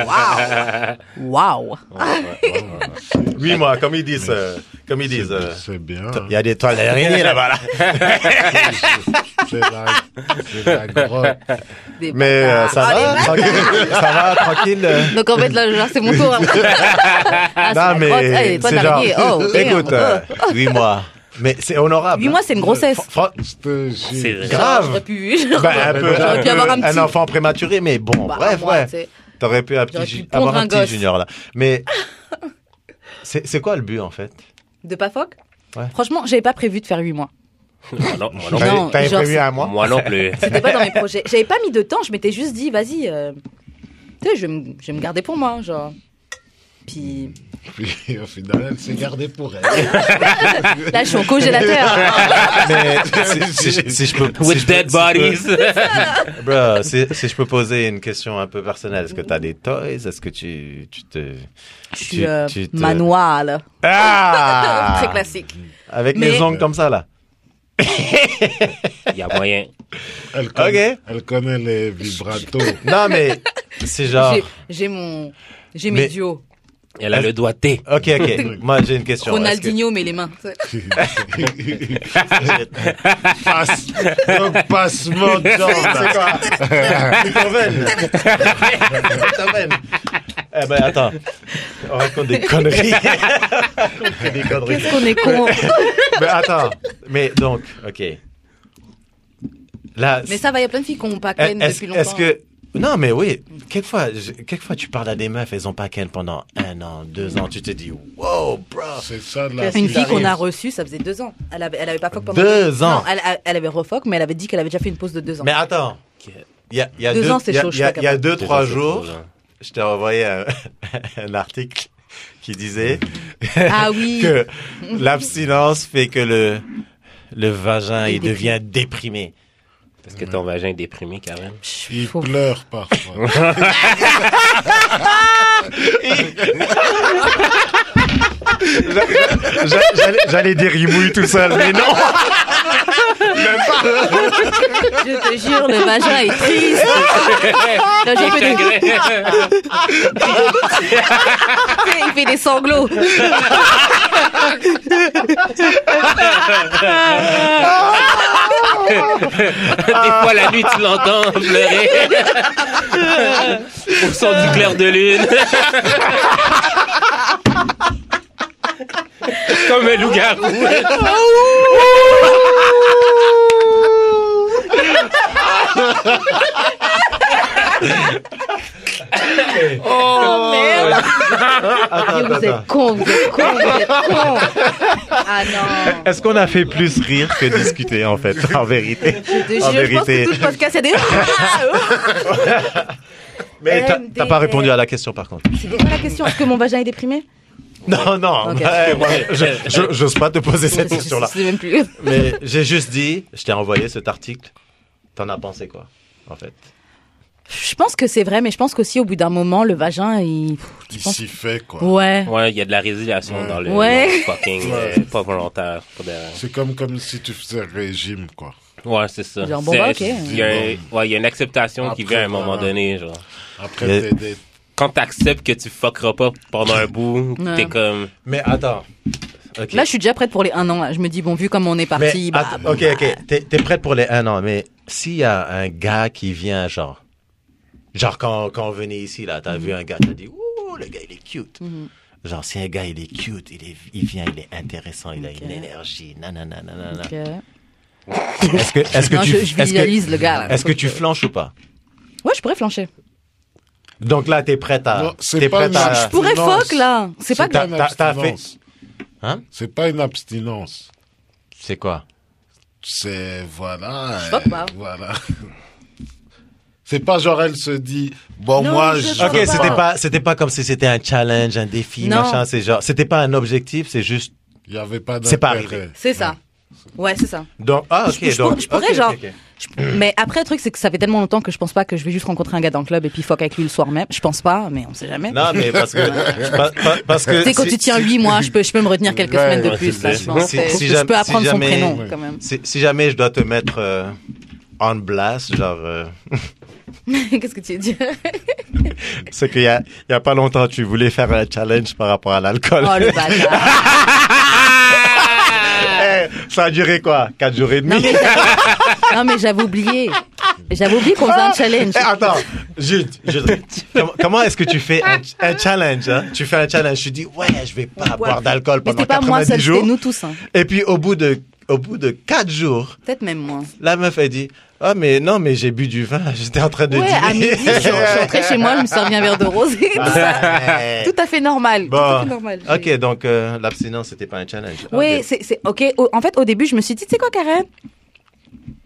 Speaker 1: Waouh. Waouh.
Speaker 2: Oui, moi, comme ils disent. euh, comme ils disent. euh,
Speaker 4: C'est bien.
Speaker 2: Il y a des toiles d'araignée [LAUGHS] là-bas. là.
Speaker 4: C'est la,
Speaker 2: [LAUGHS]
Speaker 4: c'est la grotte.
Speaker 1: Des
Speaker 2: Mais euh,
Speaker 1: bâtards.
Speaker 2: ça,
Speaker 1: Ah,
Speaker 2: [LAUGHS] va,
Speaker 1: des bâtards.
Speaker 2: tranquille, ça va, tranquille. euh.
Speaker 1: Donc, en fait, là, genre, c'est mon tour.
Speaker 2: [LAUGHS]
Speaker 1: hein. ah, c'est la
Speaker 2: non, mais.
Speaker 1: grotte. Ah, les toiles
Speaker 2: eh, c'est genre.
Speaker 1: d'araignée.
Speaker 2: [LAUGHS]
Speaker 1: Oh, damn.
Speaker 2: Écoute, euh, oui, moi. Mais c'est honorable.
Speaker 1: 8 mois, c'est une grossesse.
Speaker 2: Fran-
Speaker 4: Je te
Speaker 3: C'est
Speaker 4: jure.
Speaker 3: vrai.
Speaker 1: Genre,
Speaker 2: grave.
Speaker 1: J'aurais pu. [LAUGHS]
Speaker 2: Ben, un peu,
Speaker 1: J'aurais
Speaker 2: un
Speaker 1: pu avoir
Speaker 2: peu
Speaker 1: un petit.
Speaker 2: enfant prématuré, mais bon,
Speaker 1: Bah,
Speaker 2: bref,
Speaker 1: moi,
Speaker 2: ouais.
Speaker 1: tu sais.
Speaker 2: T'aurais pu, un petit
Speaker 1: J'aurais pu
Speaker 2: ju-
Speaker 1: pondre
Speaker 2: avoir
Speaker 1: un
Speaker 2: un petit
Speaker 1: gosse.
Speaker 2: junior là. Mais c'est c'est quoi le but en fait
Speaker 1: De Pafoc
Speaker 2: Ouais.
Speaker 1: Franchement, j'avais pas prévu de faire 8 mois.
Speaker 3: Moi non,
Speaker 2: [LAUGHS]
Speaker 3: moi non
Speaker 1: J'avais-
Speaker 3: plus.
Speaker 1: Non, t'avais genre, prévu c'est- un
Speaker 2: mois
Speaker 3: Moi non
Speaker 2: [LAUGHS]
Speaker 3: plus.
Speaker 1: C'était pas dans mes projets. J'avais pas mis de temps, je m'étais juste dit, vas-y, euh, tu sais, je vais me- je vais me garder pour moi, genre. Puis
Speaker 4: Puis au final, elle s'est gardée pour elle.
Speaker 1: là, je suis au
Speaker 2: [LAUGHS]
Speaker 1: congélateur.
Speaker 3: [LAUGHS]
Speaker 2: Mais si, si- si je peux. si
Speaker 3: With
Speaker 2: je peux-
Speaker 3: dead
Speaker 2: si je peux-
Speaker 3: bodies.
Speaker 2: Bro, si, si je peux poser une question un peu personnelle, est-ce que t'as des toys Est-ce que tu, tu te.
Speaker 1: Je
Speaker 2: Tu-
Speaker 1: suis euh,
Speaker 2: tu te-
Speaker 1: manoir, là. [LAUGHS]
Speaker 2: Ah
Speaker 5: Très classique.
Speaker 2: Avec
Speaker 1: Mais-
Speaker 2: les ongles comme ça là.
Speaker 3: [LAUGHS] Il y a moyen.
Speaker 4: Elle connaît,
Speaker 2: Ok.
Speaker 4: elle connaît les vibratos.
Speaker 2: Non mais c'est genre.
Speaker 1: J'ai- J'ai mon. J'ai mes
Speaker 2: Ah. Mais-
Speaker 1: duos.
Speaker 3: Elle a le doigté.
Speaker 2: Ok
Speaker 1: [LAUGHS]
Speaker 2: ok. Moi j'ai une question. Est-ce que-
Speaker 1: Ronaldinho, mais les mains.
Speaker 4: Passe, un passement
Speaker 2: [LAUGHS]
Speaker 4: de
Speaker 2: C'est
Speaker 4: jambes.
Speaker 2: quoi
Speaker 4: [LAUGHS]
Speaker 2: Beethoven Beethoven Eh ben attends, on raconte
Speaker 1: [LAUGHS]
Speaker 2: des conneries. on fait des conneries.
Speaker 1: Qu'est-ce qu'on est con.
Speaker 2: Mais attends, mais donc, ok. Là,
Speaker 1: Mais ça va, il y a plein de filles qui ont pas
Speaker 2: est-
Speaker 1: ken
Speaker 2: Eh, est-ce
Speaker 1: depuis longtemps. hein.
Speaker 2: est-ce que... Non, mais oui, quelquefois, je- quelquefois tu parles à des meufs, elles ont pas ken pendant un an, deux ans, tu te dis, wow, bro
Speaker 4: C'est ça la
Speaker 1: Une
Speaker 2: qui
Speaker 1: fille qu'on a
Speaker 2: arrive
Speaker 1: reçue, ça faisait deux ans. Elle avait, elle avait pas foc pendant
Speaker 2: Deux ans.
Speaker 1: Non, elle, elle avait refoc, mais elle avait dit qu'elle avait déjà fait une pause de deux ans.
Speaker 2: Mais attends, il y a, il y a
Speaker 1: Deux
Speaker 2: deux,
Speaker 1: ans, c'est
Speaker 2: il y a-
Speaker 1: chaud, je
Speaker 2: il y a-
Speaker 1: suis pas
Speaker 2: il y a
Speaker 1: capable.
Speaker 2: deux, trois
Speaker 3: Deux ans,
Speaker 2: jours,
Speaker 3: c'est trop, hein.
Speaker 2: je t'ai envoyé un, [LAUGHS] un article qui disait...
Speaker 1: Ah oui. [LAUGHS]
Speaker 2: [LAUGHS] que l'abstinence fait que le, le vagin, il devient déprimé.
Speaker 3: Est-ce que ton vagin est
Speaker 1: [LAUGHS]
Speaker 3: déprimé, Karen?
Speaker 4: Il
Speaker 1: Faut-
Speaker 4: pleure parfois.
Speaker 2: J'allais dire il mouille tout seul, mais non
Speaker 1: Je te jure, le vagin est triste.
Speaker 2: [LAUGHS]
Speaker 1: Non, j'ai fait des- Tu sais, il fait des sanglots.
Speaker 3: [LAUGHS] Des fois, la nuit, tu
Speaker 1: [LAUGHS]
Speaker 3: l'entends pleurer. Au son du clair
Speaker 1: [LAUGHS]
Speaker 3: de lune. Comme un loup-garou.
Speaker 1: Oh merde.
Speaker 2: [LAUGHS]
Speaker 1: Ah,
Speaker 2: Attends,
Speaker 1: Vous êtes con, vous êtes con, vous êtes
Speaker 2: [LAUGHS]
Speaker 1: con. Ah non.
Speaker 2: Est-ce qu'on a fait plus rire que discuter, en fait, en vérité
Speaker 1: Je te
Speaker 2: En
Speaker 1: jure, je pense
Speaker 2: vérité.
Speaker 1: que tout le podcast, il y a des.
Speaker 2: [LAUGHS]
Speaker 1: Ah,
Speaker 2: Mais t'as- t'as pas
Speaker 1: MDR.
Speaker 2: répondu à la question, par contre.
Speaker 1: oh. C'était quoi la question Est-ce que mon vagin est déprimé
Speaker 2: Non, non, bah,
Speaker 1: Ok.
Speaker 2: ouais, moi, je- je- j'ose pas te poser
Speaker 1: [LAUGHS] Je-
Speaker 2: cette
Speaker 1: je-
Speaker 2: question-là.
Speaker 1: Je sais même plus.
Speaker 2: Mais j'ai juste dit, je t'ai envoyé cet article, t'en as pensé quoi, en fait
Speaker 1: Je pense que c'est vrai, mais je pense qu'aussi au bout d'un moment, le vagin, il.
Speaker 4: Il
Speaker 1: penses-
Speaker 4: s'y fait, quoi.
Speaker 1: Ouais.
Speaker 3: Ouais, il y a de la résiliation dans le
Speaker 1: Ouais.
Speaker 3: dans le fucking euh, pas volontaire. Pas de-
Speaker 4: C'est comme, comme si tu faisais régime, quoi.
Speaker 3: Ouais, c'est ça.
Speaker 1: Genre, bon,
Speaker 3: C'est-
Speaker 1: bah, ok.
Speaker 3: Il y a, ouais, il y a une acceptation qui
Speaker 4: Après,
Speaker 3: vient à un moment
Speaker 4: voilà.
Speaker 3: donné, genre.
Speaker 4: Après,
Speaker 2: Mais-
Speaker 4: t'es des...
Speaker 3: Quand t'acceptes que tu fuckeras pas pendant un bout,
Speaker 1: Ouais.
Speaker 3: t'es comme,
Speaker 2: Mais attends. Ok.
Speaker 1: Là, je suis déjà prête pour les un an. là. Je me dis, bon, vu comme on est parti,
Speaker 2: Mais,
Speaker 1: bah,
Speaker 2: att- ok, ok. T'es, t'es prête pour les un an, mais s'il y a un gars qui vient, genre, genre quand, quand on venait ici, là, t'as vu
Speaker 1: Mhm.
Speaker 2: un gars, t'as dit, ouh, le gars, il est cute. Genre, si un gars, il est cute, il, est, il vient, il est intéressant, il a
Speaker 1: Ok.
Speaker 2: une énergie, nanana, nanana.
Speaker 1: donc, euh,
Speaker 2: Est-ce que, est-ce que
Speaker 1: non,
Speaker 2: tu,
Speaker 1: je, je
Speaker 2: est-ce que,
Speaker 1: visualise le gars. là.
Speaker 2: est-ce que tu flanches ou pas?
Speaker 1: Ouais, je pourrais flancher.
Speaker 2: Donc là, t'es prête à,
Speaker 4: Non, c'est
Speaker 2: t'es
Speaker 4: pas
Speaker 2: prête
Speaker 4: une-
Speaker 2: à,
Speaker 1: Je pourrais
Speaker 4: Non,
Speaker 1: fuck, là. C'est pas
Speaker 2: t'as-
Speaker 1: grave.
Speaker 4: une
Speaker 2: t'as- t'as fait-
Speaker 4: abstinence.
Speaker 2: Hein
Speaker 4: C'est pas une abstinence.
Speaker 2: c'est quoi?
Speaker 4: C'est voilà.
Speaker 1: Je fuck
Speaker 4: euh,
Speaker 1: pas.
Speaker 4: Voilà. [LAUGHS] C'est pas genre elle se dit bon
Speaker 1: Non,
Speaker 4: moi
Speaker 1: je
Speaker 4: je.
Speaker 1: fuck
Speaker 2: Ok,
Speaker 4: fuck
Speaker 2: c'était pas, c'était pas comme si c'était un challenge, un défi,
Speaker 1: Non.
Speaker 2: machin, c'est genre, c'était pas un objectif, c'est juste,
Speaker 4: Il y avait pas.
Speaker 2: C'est pas
Speaker 4: d'intérêt. [LAUGHS]
Speaker 2: arrivé.
Speaker 1: C'est ça. Ouais, c'est ça.
Speaker 2: donc, ah, ok,
Speaker 1: Je- je
Speaker 2: donc,
Speaker 1: pour- je pourrais,
Speaker 2: ok, ok,
Speaker 1: genre-
Speaker 2: ok.
Speaker 1: Je- Mais après, le truc, c'est que ça fait tellement longtemps que je pense pas que je vais juste rencontrer un gars dans le club et puis fuck avec lui le soir même. Je pense pas, mais on sait jamais.
Speaker 2: Non, mais parce que. pa- pa- parce que
Speaker 1: Tu sais, quand
Speaker 2: si-
Speaker 1: tu tiens 8
Speaker 2: [LAUGHS]
Speaker 1: mois, je peux, je peux me retenir quelques
Speaker 4: Ouais,
Speaker 1: semaines de
Speaker 3: ouais,
Speaker 1: plus.
Speaker 3: c'est
Speaker 1: là,
Speaker 3: ça.
Speaker 1: je pense.
Speaker 2: Si-
Speaker 1: Faut
Speaker 2: si
Speaker 1: que je
Speaker 2: jamais-
Speaker 1: peux apprendre
Speaker 2: si
Speaker 1: son
Speaker 2: jamais-
Speaker 1: prénom,
Speaker 4: Ouais.
Speaker 1: quand même. [LAUGHS]
Speaker 2: Si, si jamais je dois te mettre euh, on blast, genre. euh,
Speaker 1: Qu'est-ce que tu
Speaker 2: [LAUGHS]
Speaker 1: dis
Speaker 2: c'est qu'il y a, il y a pas longtemps, tu voulais faire un challenge par rapport à l'alcool.
Speaker 1: Oh, le bâtard.
Speaker 2: [LAUGHS] Eh, ça a duré quoi 4 jours et demi
Speaker 1: Non, mais j'avais- Non, mais j'avais oublié. J'avais oublié qu'on faisait un challenge.
Speaker 2: Eh, attends, Jude,
Speaker 1: [LAUGHS]
Speaker 2: Jude, comment, comment est-ce que tu fais un, un challenge hein Tu fais un challenge, tu dis ouais, je vais pas boire d'alcool
Speaker 1: Mais
Speaker 2: pendant
Speaker 1: c'était pas moi
Speaker 2: 90
Speaker 1: seul, c'était
Speaker 2: jours.
Speaker 1: nous tous. hein.
Speaker 2: Et puis au bout de au bout de 4 jours,
Speaker 1: Peut-être même moi.
Speaker 2: La meuf, elle dit Ah, mais non, mais j'ai bu du vin. [LAUGHS] J'étais en train de
Speaker 1: ouais, à midi,
Speaker 2: dîner. [LAUGHS]
Speaker 1: je suis rentrée chez moi, je me suis servi un verre de rosé. tout, ça. [LAUGHS] Tout à fait normal. Tout à fait normal. J'ai-
Speaker 2: Bah. Ok, donc euh, l'abstinence, c'était pas un challenge.
Speaker 1: Ouais,
Speaker 2: Ok.
Speaker 1: c'est, c'est ok. Au- en fait, au début, je me suis dit, tu sais quoi, Karen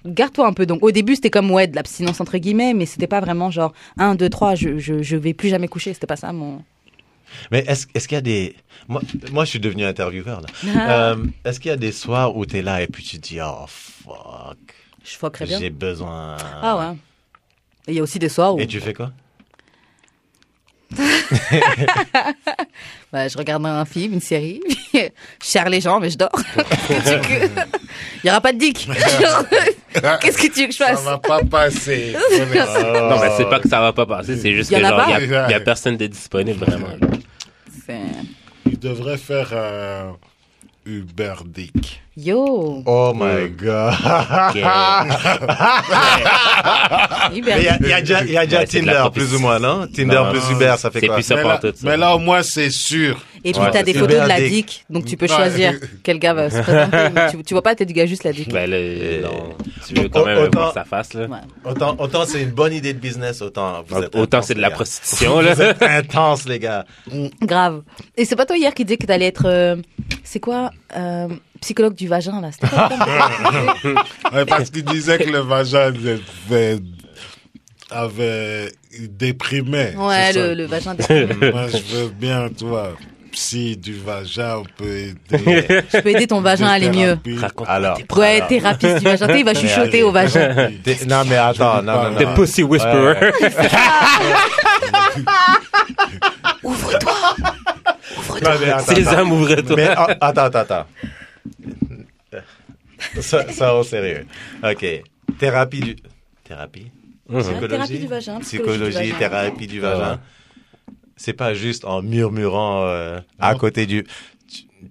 Speaker 1: Garde-toi un peu. Donc, au début, c'était comme ouais, de l'abstinence entre guillemets, mais c'était pas vraiment genre 1, 2, 3, je, je, je vais plus jamais coucher. C'était pas ça mon.
Speaker 2: Mais est-ce est qu'il y a des... Moi, moi, je suis devenu intervieweur,
Speaker 1: Ah.
Speaker 2: là. Euh, est-ce qu'il y a des soirs où t'es là et puis tu te dis, oh, fuck,
Speaker 1: Je fuckerais bien.
Speaker 2: j'ai besoin...
Speaker 1: Ah ouais. Oh. Et Il y a aussi des soirs où
Speaker 2: Et tu fais quoi
Speaker 1: bah, je regarde un film, une série, [LAUGHS] puis je serre les gens, mais je
Speaker 2: [LAUGHS]
Speaker 1: dors. Qu'est-ce que tu veux Il y aura pas de dick. Genre, Qu'est-ce que tu veux que je fasse
Speaker 4: Ça va pas
Speaker 1: [LAUGHS]
Speaker 4: passer. Euh,
Speaker 2: Ah.
Speaker 3: Non, mais c'est pas que ça va pas passer, c'est juste
Speaker 1: Y
Speaker 3: que
Speaker 1: en a
Speaker 3: genre,
Speaker 1: pas.
Speaker 3: il y a, y a personne de disponible
Speaker 2: [LAUGHS]
Speaker 3: vraiment.
Speaker 1: C'est-
Speaker 4: Il devrait faire un Uber Dick.
Speaker 1: Yo,
Speaker 2: Oh my god
Speaker 3: euh,
Speaker 2: Ah.
Speaker 1: Uber.
Speaker 2: [LAUGHS] Mais il y a, il y a déjà, il y a déjà
Speaker 3: Ouais, c'est de la
Speaker 2: Tinder, plus ou moins, non Tinder
Speaker 3: Non.
Speaker 2: plus Uber, ça fait
Speaker 3: C'est
Speaker 2: quoi
Speaker 3: plus ça
Speaker 4: mais,
Speaker 3: part
Speaker 4: là,
Speaker 3: tout ça.
Speaker 4: mais là, au moins, c'est sûr.
Speaker 1: Et puis
Speaker 2: Ouais.
Speaker 1: t'as des
Speaker 2: Uber
Speaker 1: photos de la
Speaker 2: dick.
Speaker 1: dick, donc tu peux
Speaker 4: Ouais.
Speaker 1: choisir quel gars va se présenter. tu, tu vois pas la tête du gars, juste la dick.
Speaker 3: Ben là, non, tu veux quand
Speaker 2: Au-
Speaker 3: même euh,
Speaker 2: autant-
Speaker 3: voir sa face, là.
Speaker 1: Ouais.
Speaker 2: Autant, autant c'est une bonne idée de business, autant vous êtes
Speaker 3: Autant
Speaker 2: intenses,
Speaker 3: c'est de
Speaker 2: les
Speaker 3: la
Speaker 2: gars.
Speaker 3: prostitution, [LAUGHS]
Speaker 2: Vous
Speaker 3: là.
Speaker 2: êtes intense, les gars.
Speaker 1: Grave. Et c'est pas toi hier qui disais que t'allais être. euh, c'est quoi euh, Psychologue du vagin, là. C'était quoi le terme
Speaker 4: Ouais, parce qu'il disait que le vagin avait, avait déprimé.
Speaker 1: Ouais,
Speaker 4: C'est ça.
Speaker 1: le, le vagin. des-
Speaker 2: Mm.
Speaker 4: Moi, je veux bien, toi. Psy du vagin, on peut aider.
Speaker 1: Tu peux aider
Speaker 4: [LAUGHS]
Speaker 1: ton vagin à aller mieux.
Speaker 4: Thérapie.
Speaker 2: Alors,
Speaker 1: Ouais, thérapeute du vagin. Tu sais, Il va chuchoter au
Speaker 4: [LAUGHS]
Speaker 1: vagin.
Speaker 2: [LAUGHS] t'es- non, mais attends,
Speaker 4: dis
Speaker 2: non,
Speaker 4: pas,
Speaker 2: non,
Speaker 4: t'es
Speaker 2: non.
Speaker 3: Pussy Whisperer.
Speaker 2: Non, mais
Speaker 3: [LAUGHS]
Speaker 2: attends,
Speaker 3: Ces
Speaker 2: attends.
Speaker 3: hommes, ouvrez-toi.
Speaker 2: Mais ah, attends, attends, attends. Ça, ça au sérieux. OK. Thérapie du... Thérapie?
Speaker 4: Mhm.
Speaker 1: Ouais, Thérapie du vagin.
Speaker 2: Psychologie,
Speaker 1: du vagin.
Speaker 2: thérapie du
Speaker 4: Ah
Speaker 2: vagin. C'est pas juste en murmurant euh, à côté du... Tu,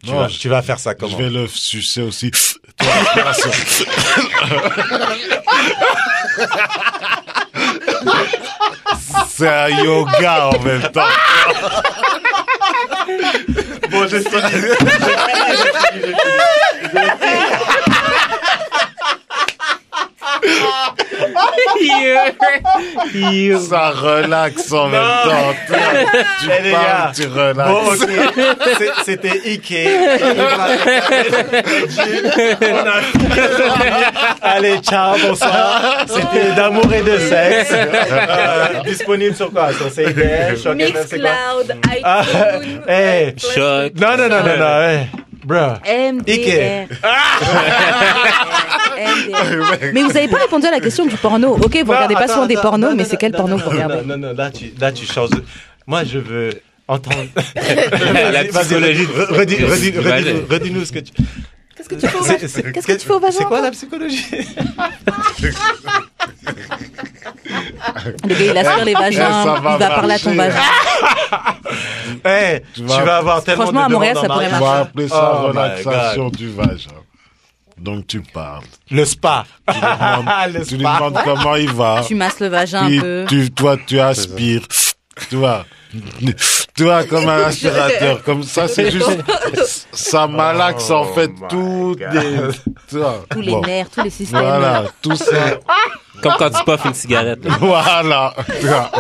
Speaker 2: tu
Speaker 4: Non,
Speaker 2: vas,
Speaker 4: je-
Speaker 2: tu vas faire ça
Speaker 4: Je
Speaker 2: comment?
Speaker 4: vais le sucer aussi. Toi, respiration. [LAUGHS] C'est un yoga en même temps. Bon, j'ai fini. Ça relaxe en même temps. Tu
Speaker 2: Eh, les gars.
Speaker 4: parles, tu relaxes.
Speaker 2: Bon,
Speaker 4: [LAUGHS]
Speaker 2: ok. C'est- C'était Ike. [LAUGHS] On a fini. [LAUGHS] Allez, ciao, bonsoir. C'était d'amour et de [LAUGHS] sexe. Euh, disponible sur quoi Sur CIDL, Choc FM, c'est quoi
Speaker 5: Mixcloud,
Speaker 2: Ah,
Speaker 5: iTunes.
Speaker 2: hey.
Speaker 3: Choc.
Speaker 2: Non, non, non, non, non. hey. Bro.
Speaker 1: MDR.
Speaker 2: Ike. [LAUGHS]
Speaker 1: MDR. Mais vous avez pas répondu à la question du porno. Ok, vous regardez pas
Speaker 2: attends,
Speaker 1: souvent des
Speaker 2: attends,
Speaker 1: pornos,
Speaker 2: non,
Speaker 1: mais
Speaker 2: non,
Speaker 1: c'est quel
Speaker 2: non,
Speaker 1: porno
Speaker 2: non,
Speaker 1: vous
Speaker 2: non,
Speaker 1: regardez
Speaker 2: Non, non, non, là tu, là, tu changes. de- Moi, je veux entendre. [LAUGHS]
Speaker 3: La
Speaker 2: Vas-y, vas-y,
Speaker 3: psychologie
Speaker 2: redis- redis-
Speaker 3: du-
Speaker 2: redis-
Speaker 3: du
Speaker 2: redis-
Speaker 3: vagin.
Speaker 2: Redis-nous ce que tu.
Speaker 1: Qu'est-ce que tu fais au vagin
Speaker 2: C'est-
Speaker 1: Qu'est-ce que tu fais au vagin
Speaker 2: C'est quoi la psychologie
Speaker 1: Le gars, il aspire les vagins,
Speaker 4: Eh, ça va
Speaker 1: il va parler à ton
Speaker 4: marcher.
Speaker 1: vagin.
Speaker 2: Eh, tu,
Speaker 4: vas-
Speaker 2: vas avoir tellement
Speaker 1: Franchement,
Speaker 2: de
Speaker 1: à Montréal,
Speaker 2: demandes
Speaker 1: ça
Speaker 2: en
Speaker 1: pourrait
Speaker 4: On
Speaker 2: mariage.
Speaker 4: va appeler ça
Speaker 2: Oh my
Speaker 4: relaxation du vagin. Donc tu
Speaker 2: [LAUGHS]
Speaker 4: parles.
Speaker 2: Le spa.
Speaker 4: demandes-
Speaker 2: Ah, [LAUGHS] le
Speaker 4: Tu lui
Speaker 2: spa.
Speaker 4: demandes comment il va.
Speaker 1: Tu masses le vagin un
Speaker 4: hein. Puis
Speaker 1: peu.
Speaker 4: tu, toi, tu aspires. Tu vois. Tu vois, comme un aspirateur. Comme ça, c'est juste. Ça malaxe en fait
Speaker 2: Oh my
Speaker 4: tout
Speaker 2: God.
Speaker 4: des. tu vois.
Speaker 1: Tous les
Speaker 4: Bon.
Speaker 1: nerfs, tous les systèmes.
Speaker 4: Voilà, tout ça.
Speaker 3: Comme quand tu puffes une
Speaker 2: [LAUGHS]
Speaker 3: cigarette, là.
Speaker 4: Voilà. Tu vois.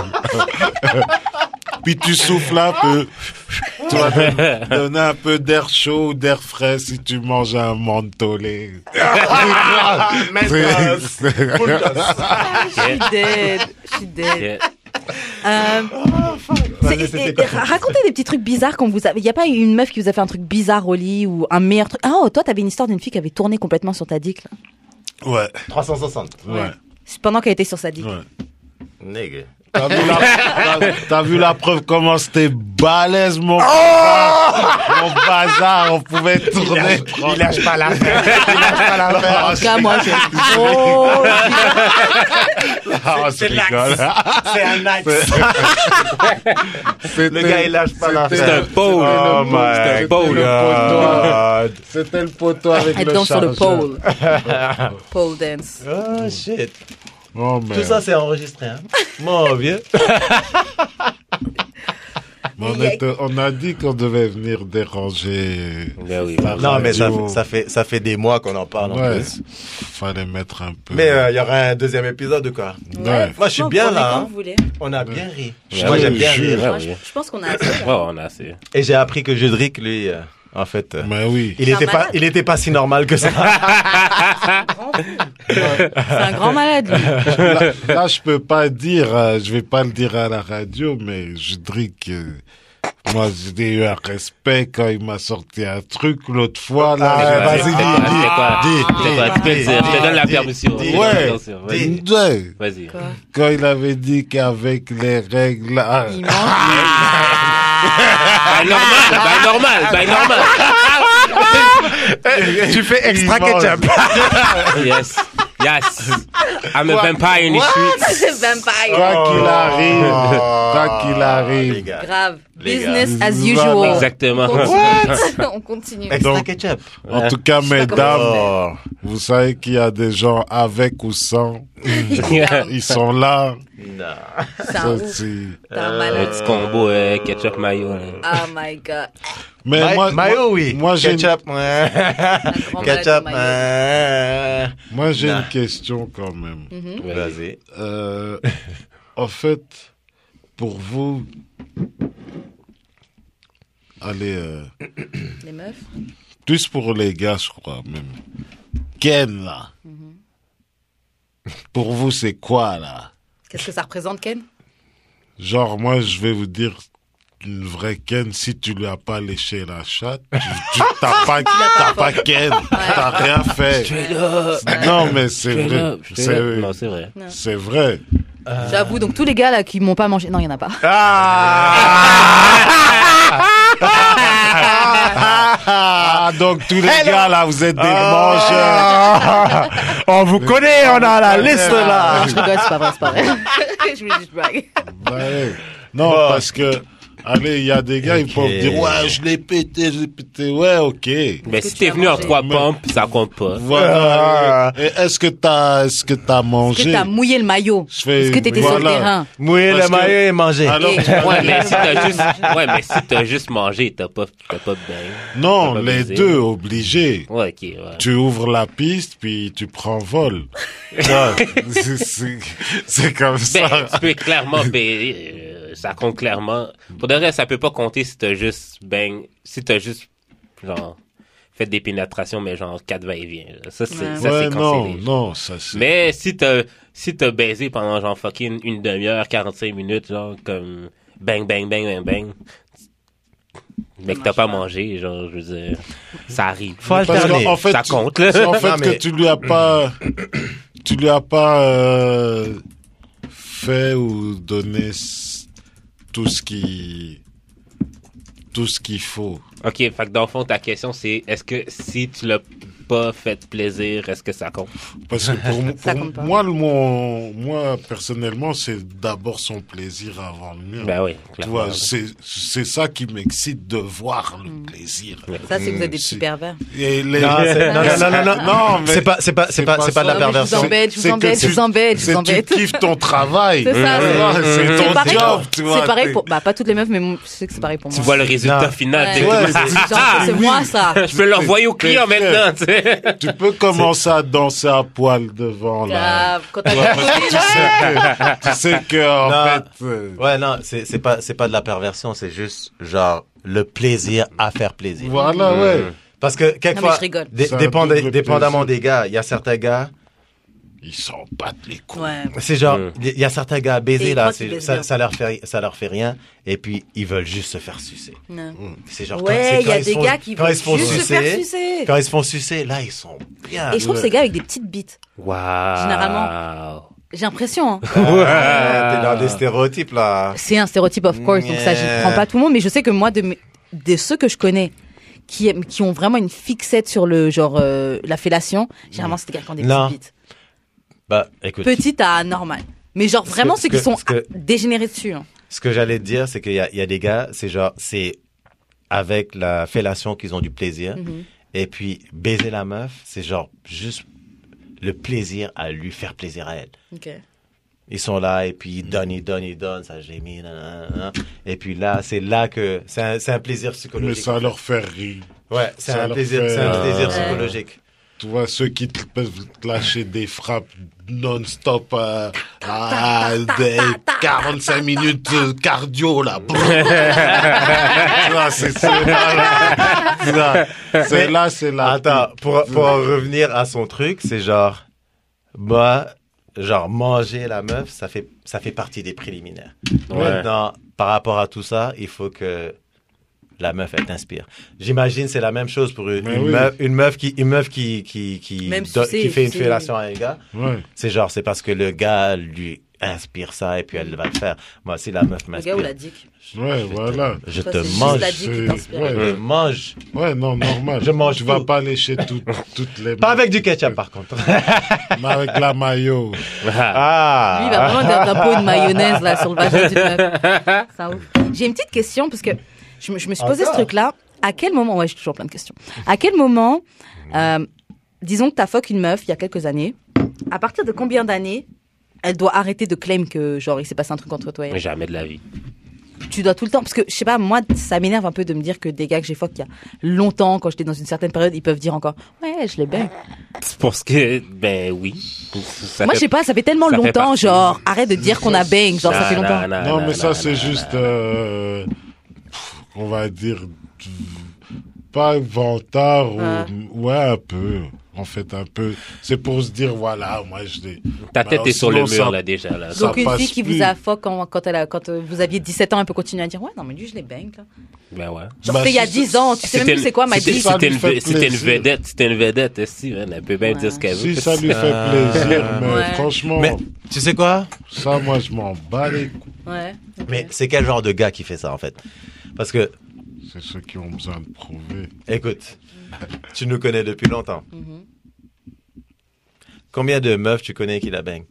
Speaker 4: Puis tu souffles un peu. Tu vas te donner un peu d'air chaud ou d'air frais si tu manges un mentholé.
Speaker 2: Maintenance.
Speaker 1: Je suis dead. Je suis dead.
Speaker 3: Yeah.
Speaker 1: Euh,
Speaker 4: Ah,
Speaker 1: c'est-
Speaker 2: Vas-y,
Speaker 1: et-
Speaker 2: c'était
Speaker 1: et
Speaker 2: quoi
Speaker 1: ra- racontez des petits trucs bizarres qu'on vous a. Il y a pas une meuf qui vous a fait un truc bizarre au lit ou un meilleur truc. Ah, oh, toi, t'avais une histoire d'une fille qui avait tourné complètement sur ta dick. là.
Speaker 4: Ouais,
Speaker 2: 360.
Speaker 4: ouais.
Speaker 1: C'est Pendant qu'elle était sur sa dick.
Speaker 4: Ouais.
Speaker 2: Nigga.
Speaker 4: T'as vu, la- t'as- t'as vu la preuve comment c'était balèze
Speaker 2: Oh
Speaker 4: mon, mon bazar, on pouvait tourner.
Speaker 2: Il lâche pas la l'affaire. Il lâche pas l'affaire.
Speaker 1: En tout cas, moi,
Speaker 4: [LAUGHS]
Speaker 1: je. Oh,
Speaker 4: Ah, on se
Speaker 2: C'est l'axe.
Speaker 4: rigole.
Speaker 2: C'est un axe. Le
Speaker 4: C'était-
Speaker 2: gars, il lâche pas
Speaker 4: c'était-
Speaker 3: C'est un
Speaker 2: l'affaire.
Speaker 3: pôle.
Speaker 2: Oh my
Speaker 3: C'est un
Speaker 4: c'était
Speaker 3: pôle.
Speaker 4: le poteau.
Speaker 2: God.
Speaker 4: C'était le poteau avec
Speaker 1: elle
Speaker 4: le
Speaker 1: danse sur le
Speaker 4: chargeur. [LAUGHS]
Speaker 1: pole. Pole dance.
Speaker 2: Oh shit.
Speaker 4: Oh, merde. [LAUGHS]
Speaker 2: Tout ça, c'est enregistré. Hein. Mon vieux.
Speaker 4: Mais on, était- on a dit qu'on devait venir déranger.
Speaker 3: Ben
Speaker 4: la
Speaker 2: Non, mais ça,
Speaker 4: radio.
Speaker 2: ça, fait, ça fait des mois qu'on en parle en
Speaker 4: Ouais.
Speaker 2: plus.
Speaker 4: Fallait mettre un peu.
Speaker 2: Mais euh, il y aura un deuxième épisode ou quoi
Speaker 4: Ouais.
Speaker 2: Moi, je suis
Speaker 1: Franchement,
Speaker 2: bien
Speaker 1: prenez
Speaker 2: là.
Speaker 1: quand
Speaker 2: hein. Ah
Speaker 1: vous voulez.
Speaker 2: On a bien ri.
Speaker 3: Ouais,
Speaker 2: Moi,
Speaker 3: oui,
Speaker 2: j'aime bien
Speaker 3: je-
Speaker 2: rire.
Speaker 3: ouais,
Speaker 1: Moi, je,
Speaker 3: oui.
Speaker 1: je pense qu'on a assez. là.
Speaker 3: Ouais, on a assez.
Speaker 2: Et j'ai appris que Judric, lui, euh, en fait, euh,
Speaker 4: Mais oui.
Speaker 2: il
Speaker 1: C'est un
Speaker 2: n'était pas,
Speaker 1: malade.
Speaker 2: il était pas si normal que ça.
Speaker 1: C'est un grand malade, lui.
Speaker 4: là, là, je peux pas dire, euh, je vais pas le dire à la radio, mais je dirais que moi, j'ai eu un respect quand il m'a sorti un truc l'autre fois,
Speaker 2: Ah,
Speaker 4: là.
Speaker 2: vas-y,
Speaker 3: C'est
Speaker 2: dis,
Speaker 3: quoi,
Speaker 2: dis.
Speaker 3: c'est quoi? C'est quoi? Tu peux le dire. Je te donne la
Speaker 2: dis,
Speaker 3: permission.
Speaker 2: dis,
Speaker 3: Je te donne la permission.
Speaker 4: Ouais.
Speaker 3: Vas-y.
Speaker 4: Ouais.
Speaker 3: Vas-y.
Speaker 1: Quoi
Speaker 4: Quand il avait dit qu'avec les règles, ah,
Speaker 1: Il mange.
Speaker 3: Bah, normal, bah, normal, bah, normal.
Speaker 2: tu fais extra
Speaker 4: mange.
Speaker 2: ketchup.
Speaker 3: Yes. Yes. I'm a vampire in
Speaker 1: [LAUGHS]
Speaker 3: the streets.
Speaker 1: C'est vampire.
Speaker 4: quoi qu'il arrive, quoi qu'il
Speaker 2: Oh. Ah. Les
Speaker 4: arrive.
Speaker 2: gars.
Speaker 1: Grave.
Speaker 2: Les gars.
Speaker 1: Business as
Speaker 4: Voilà.
Speaker 1: usual.
Speaker 3: Exactement.
Speaker 5: On continue.
Speaker 2: Extra
Speaker 4: Donc-
Speaker 2: ketchup.
Speaker 4: En tout cas,
Speaker 1: pas comment
Speaker 4: mesdames,
Speaker 2: Oh.
Speaker 4: vous savez qu'il y a des gens avec ou sans, [LAUGHS]
Speaker 3: Petit
Speaker 4: ils sont là.
Speaker 2: Non.
Speaker 1: C'est un
Speaker 4: Ça,
Speaker 1: ouf.
Speaker 4: c'est-
Speaker 1: C'est un malade.
Speaker 3: combo euh, ketchup mayo. là.
Speaker 1: Oh my god.
Speaker 4: Mais
Speaker 2: Ma-
Speaker 4: moi,
Speaker 2: mayo,
Speaker 4: moi-
Speaker 2: oui.
Speaker 4: moi, j'ai une-
Speaker 2: ketchup. ouais.
Speaker 1: grand oh
Speaker 2: ketchup.
Speaker 1: mayo.
Speaker 2: ouais.
Speaker 4: moi, j'ai
Speaker 2: Nah. Mhm.
Speaker 4: une question quand même.
Speaker 1: Hein?
Speaker 3: Vas-y.
Speaker 2: Vas-y.
Speaker 4: Euh, en fait, pour vous, allez, euh,
Speaker 1: Les meufs
Speaker 4: plus pour les gars, je crois même. Ken là,
Speaker 2: Mhm.
Speaker 4: pour vous, c'est quoi là
Speaker 1: Qu'est-ce que ça représente, Ken
Speaker 4: Genre, moi, je vais vous dire une vraie Ken. Si tu lui as pas léché la chatte, tu, tu- t'as pas, t'as pas Ken, t'as rien fait.
Speaker 3: Straight up.
Speaker 4: Non, mais c'est
Speaker 3: Straight
Speaker 4: vrai,
Speaker 3: up. Straight up. Non,
Speaker 4: c'est
Speaker 3: c'est vrai.
Speaker 4: c'est vrai.
Speaker 1: J'avoue, donc tous les gars là qui m'ont pas mangé. Non, il y en a pas.
Speaker 4: Ah, donc tous les gars là, vous êtes des mangeurs.
Speaker 2: On vous connaît, on a la liste là.
Speaker 1: Non, je rigole, c'est pas vrai, c'est pas vrai. [LAUGHS] je voulais juste blague.
Speaker 4: Ouais. Ben, Non,
Speaker 2: Bon.
Speaker 4: parce que, allez, il y a des gars,
Speaker 2: Ok.
Speaker 4: ils peuvent dire, ouais, je l'ai pété, je l'ai pété, ouais, ok.
Speaker 1: que
Speaker 3: Mais si
Speaker 1: tu
Speaker 3: t'es
Speaker 1: as
Speaker 3: venu en
Speaker 1: mangé
Speaker 3: trois
Speaker 4: Mais-
Speaker 3: pompes, ça compte pas.
Speaker 4: Voilà.
Speaker 2: Ah.
Speaker 4: Et Est-ce que t'as, est-ce que t'as
Speaker 1: Est-ce
Speaker 4: mangé?
Speaker 1: que t'as mouillé le maillot
Speaker 4: Je fais-
Speaker 1: Est-ce que t'étais sur le
Speaker 4: voilà.
Speaker 1: terrain
Speaker 2: Mouiller
Speaker 4: Parce
Speaker 2: le
Speaker 4: que-
Speaker 2: maillot et manger.
Speaker 4: Alors,
Speaker 1: Et-
Speaker 4: tu vas
Speaker 3: Ouais,
Speaker 4: dire-
Speaker 3: mais si t'as juste, ouais, mais si t'as juste mangé, t'as pas, t'as pas bien.
Speaker 4: non,
Speaker 3: t'as pas
Speaker 4: les
Speaker 3: baisé.
Speaker 4: deux obligés.
Speaker 3: Ouais, ok, ouais.
Speaker 4: Tu ouvres la piste, puis tu prends vol. Ouais. C'est- c'est c'est comme
Speaker 3: Ben,
Speaker 4: ça.
Speaker 3: tu peux clairement, ben, euh, ça compte clairement. Pour de vrai, ça peut pas compter si t'as juste, ben, si t'as juste, genre, fait des pénétrations, mais genre, quatre va-et-vient. là. Ça, c'est,
Speaker 1: Ouais.
Speaker 3: ça,
Speaker 4: Ouais,
Speaker 3: c'est
Speaker 4: non,
Speaker 3: cancellé.
Speaker 4: non, ça c'est.
Speaker 3: Mais si t'as, si t'as baisé pendant, genre, fucking une demi-heure, 45 minutes, genre, comme, bang, bang, bang, bang, bang. Mais que t'as pas mangé, genre, je veux dire, ça arrive.
Speaker 2: Faut
Speaker 4: Parce
Speaker 2: alterner.
Speaker 4: qu'en fait,
Speaker 3: ça
Speaker 4: tu-
Speaker 3: compte, là.
Speaker 4: c'est en fait
Speaker 2: Non, mais-
Speaker 4: que tu lui as pas, tu lui as pas euh, fait ou donné s- tout ce qui, tout ce qu'il faut.
Speaker 3: Ok, fait que dans le fond, ta question, c'est, est-ce que si tu l'as pas fait plaisir, est-ce que ça compte?
Speaker 4: Parce que
Speaker 1: [LAUGHS]
Speaker 4: pour, mo-
Speaker 1: Ça
Speaker 4: pour
Speaker 1: compte pas.
Speaker 4: moi, le mon, moi personnellement, c'est d'abord son plaisir avant le mien.
Speaker 3: Ben oui,
Speaker 4: tu
Speaker 3: clairement.
Speaker 4: vois, c'est c'est ça qui m'excite de voir
Speaker 1: Hmm.
Speaker 4: le plaisir.
Speaker 1: Ça, c'est que vous êtes des
Speaker 4: Si.
Speaker 1: petits pervers.
Speaker 4: Et les-
Speaker 2: Non, c'est- non, non, non, non, non.
Speaker 4: Non, mais
Speaker 2: C'est pas, c'est pas, c'est
Speaker 4: c'est
Speaker 2: pas,
Speaker 4: pas
Speaker 2: c'est pas de la
Speaker 4: ça.
Speaker 1: Non, mais Je vous
Speaker 2: perversion.
Speaker 1: embête, je vous
Speaker 4: C'est que
Speaker 1: embête, je
Speaker 4: tu-
Speaker 1: vous embête, je
Speaker 4: c'est
Speaker 1: vous
Speaker 4: tu
Speaker 1: embête.
Speaker 4: kiffes ton travail.
Speaker 1: C'est ça,
Speaker 4: Tu
Speaker 1: ouais.
Speaker 4: vois, c'est
Speaker 1: C'est
Speaker 4: ton
Speaker 1: pareil,
Speaker 4: job,
Speaker 1: pour-
Speaker 4: tu vois.
Speaker 1: c'est pareil
Speaker 4: t'es-
Speaker 1: pour. Bah, pas toutes les meufs, mais mon- je sais que c'est pareil pour
Speaker 3: Tu
Speaker 1: moi.
Speaker 3: vois le résultat
Speaker 2: Non.
Speaker 3: final. t'es-
Speaker 1: Ouais.
Speaker 4: Ouais,
Speaker 1: Genre,
Speaker 4: c'est-
Speaker 1: c'est moi ça.
Speaker 3: Je peux l'envoyer au client
Speaker 4: C'est-
Speaker 3: maintenant, tu sais.
Speaker 4: Tu peux commencer à danser à poil devant là.
Speaker 1: Grave, quand t'as
Speaker 4: Tu sais que, tu sais que en
Speaker 2: Non.
Speaker 4: fait, euh,
Speaker 2: Ouais, non, c'est c'est pas, c'est pas de la perversion, c'est juste genre le plaisir à faire plaisir.
Speaker 4: voilà, ouais.
Speaker 2: Parce que
Speaker 1: Non, mais
Speaker 2: quelquefois,
Speaker 1: je rigole.
Speaker 2: dé-
Speaker 4: C'est un
Speaker 2: dépend-
Speaker 4: double
Speaker 2: dépendamment des gars, il y a certains gars,
Speaker 4: Ils s'en battent les couilles.
Speaker 1: Ouais.
Speaker 2: c'est genre,
Speaker 3: Mm.
Speaker 2: il y a certains gars
Speaker 1: Et
Speaker 2: baisés
Speaker 1: ils
Speaker 2: là,
Speaker 1: croient qu'ils
Speaker 2: c'est-
Speaker 1: baisent
Speaker 2: ça,
Speaker 1: bien.
Speaker 2: ça leur fait, ça leur fait rien, et puis ils veulent juste se faire sucer.
Speaker 1: Non.
Speaker 2: C'est genre, quand- c'est
Speaker 1: Ouais, il y
Speaker 2: quand
Speaker 1: a
Speaker 2: ils
Speaker 1: des
Speaker 2: se font-
Speaker 1: gars qui
Speaker 2: quand
Speaker 1: veulent
Speaker 2: ils se font
Speaker 1: juste se faire
Speaker 2: sucer,
Speaker 1: sucer.
Speaker 2: quand ils se font sucer, là ils sont bien.
Speaker 1: Et je trouve ces gars avec des petites bites.
Speaker 3: Wow.
Speaker 1: Généralement. J'ai l'impression. hein.
Speaker 2: Ah, T'es dans des stéréotypes là.
Speaker 1: C'est un stéréotype, of course, donc ça, j'y prends pas tout le monde, mais je sais que moi, de, mes- de ceux que je connais qui, aiment- qui ont vraiment une fixette sur le genre euh, la fellation, généralement, c'est des gars qui ont des
Speaker 2: Non.
Speaker 1: petites bites.
Speaker 2: Bah, écoute.
Speaker 1: Petites à normales. Mais genre, vraiment,
Speaker 2: ce
Speaker 1: ceux
Speaker 2: que-
Speaker 1: qui sont
Speaker 2: ce que-
Speaker 1: dégénérés dessus. hein.
Speaker 2: Ce que j'allais te dire, c'est qu'il y, a- il y a des gars, c'est genre, c'est avec la fellation qu'ils ont du plaisir.
Speaker 1: Mhm.
Speaker 2: Et puis, baiser la meuf, c'est genre juste le plaisir à lui faire plaisir à elle. Ils sont là et puis ils donnent, ils donnent, ils donnent, ça gémit. nanana, nanana. Et puis là, c'est là que c'est un, c'est un plaisir
Speaker 4: Mais
Speaker 2: psychologique.
Speaker 4: ça leur fait rire.
Speaker 2: ouais, c'est
Speaker 4: ça
Speaker 2: un
Speaker 4: leur
Speaker 2: plaisir,
Speaker 4: fait-
Speaker 2: c'est un plaisir
Speaker 3: Ouais.
Speaker 2: psychologique.
Speaker 4: Tu vois, ceux qui te peuvent te lâcher des frappes non-stop à, à des 45 minutes de
Speaker 2: [LAUGHS]
Speaker 4: cardio, là. Tu vois, c'est c'est là, là. Tu vois, C'est
Speaker 2: Mais-
Speaker 4: là, c'est
Speaker 2: [LAUGHS]
Speaker 4: là.
Speaker 2: Attends, pour, pour en revenir à son truc, c'est genre, bah, genre manger la meuf, ça fait, ça fait partie des préliminaires.
Speaker 3: Ouais.
Speaker 2: Maintenant, par rapport à tout ça, il faut que la meuf, elle t'inspire. J'imagine c'est la même chose pour une,
Speaker 4: Mais
Speaker 2: une
Speaker 4: oui.
Speaker 2: meuf, une meuf qui, une meuf qui, qui, qui,
Speaker 1: Même
Speaker 2: do-
Speaker 1: sucer,
Speaker 2: qui fait une
Speaker 1: sucer.
Speaker 2: fellation à un gars.
Speaker 4: Ouais.
Speaker 2: C'est genre, c'est parce que le gars lui inspire ça et puis elle va le faire. Moi aussi, la meuf
Speaker 1: Le gars
Speaker 2: m'inspire.
Speaker 1: ou la dick.
Speaker 2: Je-
Speaker 4: Ouais,
Speaker 2: je te-
Speaker 4: voilà.
Speaker 2: Je
Speaker 1: Toi,
Speaker 2: te
Speaker 1: c'est juste
Speaker 2: mange.
Speaker 1: la dick qui
Speaker 4: c'est-
Speaker 1: t'inspire.
Speaker 2: Je
Speaker 4: ouais.
Speaker 2: te mange.
Speaker 4: Ouais, non, normal.
Speaker 2: Je mange
Speaker 4: Tu vas
Speaker 2: tout.
Speaker 4: pas lécher tout- toutes les
Speaker 2: Pas avec du ketchup, hein. par
Speaker 4: [LAUGHS]
Speaker 2: contre.
Speaker 4: Mais avec la maillot.
Speaker 2: Ah.
Speaker 1: Lui, il va vraiment dire d'un pot une mayonnaise là sur le vagin d'une meuf.
Speaker 3: [LAUGHS]
Speaker 1: Ça ouf. J'ai une petite question parce que je, me- je me suis posé ce
Speaker 2: Encore
Speaker 1: truc-là. À quel moment, ouais, j'ai toujours plein de questions. À quel moment, euh, disons que t'as fuck une meuf il y a quelques années, à partir de combien d'années elle doit arrêter de claim que genre il s'est passé un truc entre toi et elle
Speaker 3: Mais jamais de la vie.
Speaker 1: tu dois tout le temps parce que je sais pas moi ça m'énerve un peu de me dire que des gars que j'ai fuck il y a longtemps quand j'étais dans une certaine période ils peuvent dire encore ouais je l'ai bien
Speaker 3: Pour ce que, ben oui. Ça
Speaker 1: moi
Speaker 3: fait-
Speaker 1: je sais pas ça fait tellement
Speaker 3: ça fait
Speaker 1: longtemps
Speaker 3: partie.
Speaker 1: genre arrête de dire qu'on a bang genre ça
Speaker 3: Non,
Speaker 1: fait longtemps
Speaker 3: non,
Speaker 4: Non,
Speaker 3: non,
Speaker 4: mais ça,
Speaker 3: non,
Speaker 4: c'est
Speaker 3: non,
Speaker 4: juste,
Speaker 3: non.
Speaker 4: euh, pff, on va dire, t- pas vantard, ou,
Speaker 3: Ah.
Speaker 1: Ouais.
Speaker 4: ouais, un peu. En fait, un peu. C'est pour se dire, voilà, moi, je l'ai.
Speaker 3: Ta tête
Speaker 4: Bah,
Speaker 3: est sur le
Speaker 4: sinon, ça-
Speaker 3: mur, là, déjà. Là.
Speaker 4: Ça
Speaker 1: Donc une
Speaker 4: passe
Speaker 1: fille qui
Speaker 4: plus.
Speaker 1: vous a fuck quand, quand, elle a- quand euh, vous aviez 17 ans, elle peut continuer à dire ouais non mais lui je l'ai bang là.
Speaker 3: Ben ouais.
Speaker 1: Genre
Speaker 4: Bah,
Speaker 1: c'était il y a
Speaker 4: c'est-
Speaker 1: 10 ans, tu sais même plus c'est quoi ma
Speaker 3: c'était-
Speaker 1: dick.
Speaker 4: Ça
Speaker 3: C'était
Speaker 4: lui
Speaker 3: une,
Speaker 4: fait
Speaker 3: ve- c'était une
Speaker 4: plaisir.
Speaker 3: vedette, c'était une vedette, si, hein, elle peut bien
Speaker 1: Ouais.
Speaker 3: dire ce qu'elle veut.
Speaker 4: Si ça lui fait
Speaker 2: Ah.
Speaker 4: plaisir, mais
Speaker 1: Ouais.
Speaker 4: franchement,
Speaker 2: Mais tu sais quoi
Speaker 4: ça, moi, je m'en bats les couilles.
Speaker 1: Ouais. ok.
Speaker 2: Mais c'est quel genre de gars qui fait ça en fait Parce que,
Speaker 4: C'est ceux qui ont besoin de prouver.
Speaker 2: écoute, tu nous connais depuis longtemps.
Speaker 1: Mhm.
Speaker 2: Combien de meufs tu connais qui la baignent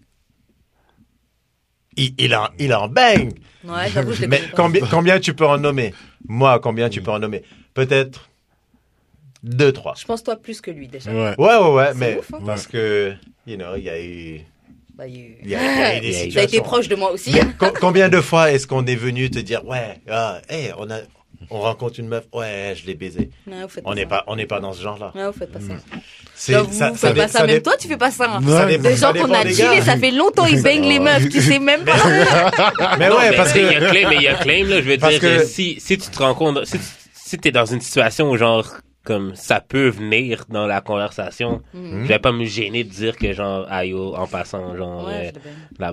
Speaker 2: il, il en, il en baigne
Speaker 1: Ouais, j'avoue je l'ai
Speaker 2: Mais
Speaker 1: connu.
Speaker 2: combien, combien tu peux en nommer Moi, combien tu peux en nommer Peut-être deux, trois.
Speaker 1: Je pense toi plus que lui déjà.
Speaker 4: Ouais.
Speaker 2: Ouais, ouais, ouais,
Speaker 1: C'est
Speaker 2: mais
Speaker 1: ouf, hein.
Speaker 2: parce que, you know, il y a eu,
Speaker 1: Bah, il-
Speaker 2: il y a, il y a eu des
Speaker 3: Il a
Speaker 1: T'as été
Speaker 2: situations.
Speaker 1: proche de moi aussi.
Speaker 2: Mais co- combien de fois est-ce qu'on est venu te dire, ouais, ah, hey, on, a, on rencontre une meuf, ouais, je l'ai baisée.
Speaker 1: Non, vous faites
Speaker 2: On
Speaker 1: pas
Speaker 2: n'est
Speaker 1: ça.
Speaker 2: pas, on n'est pas dans ce genre-là.
Speaker 1: Ouais, vous faites pas ça.
Speaker 2: C'est-
Speaker 1: Genre, vous, vous faites
Speaker 2: dé-
Speaker 1: pas ça.
Speaker 2: ça
Speaker 1: Même
Speaker 2: dé-
Speaker 1: toi, tu fais pas ça. hein.
Speaker 2: dé-
Speaker 4: Ouais.
Speaker 1: Des gens
Speaker 2: dépend
Speaker 1: qu'on a
Speaker 2: des gars.
Speaker 1: chillé, ça fait longtemps, ils baignent les meufs, tu sais même pas.
Speaker 2: Mais Ben ouais, parce
Speaker 3: Il y a
Speaker 2: que
Speaker 3: claim, mais il y a claim, là, je veux
Speaker 2: Parce
Speaker 3: dire,
Speaker 2: que-
Speaker 3: euh, si, si tu te rends compte, si, tu- si t'es dans une situation où, genre, comme, ça peut venir dans la conversation,
Speaker 1: Mm.
Speaker 3: je vais pas me gêner de dire que, genre, aïe, oh, en passant, genre,
Speaker 1: Ouais,
Speaker 3: euh,
Speaker 1: je l'ai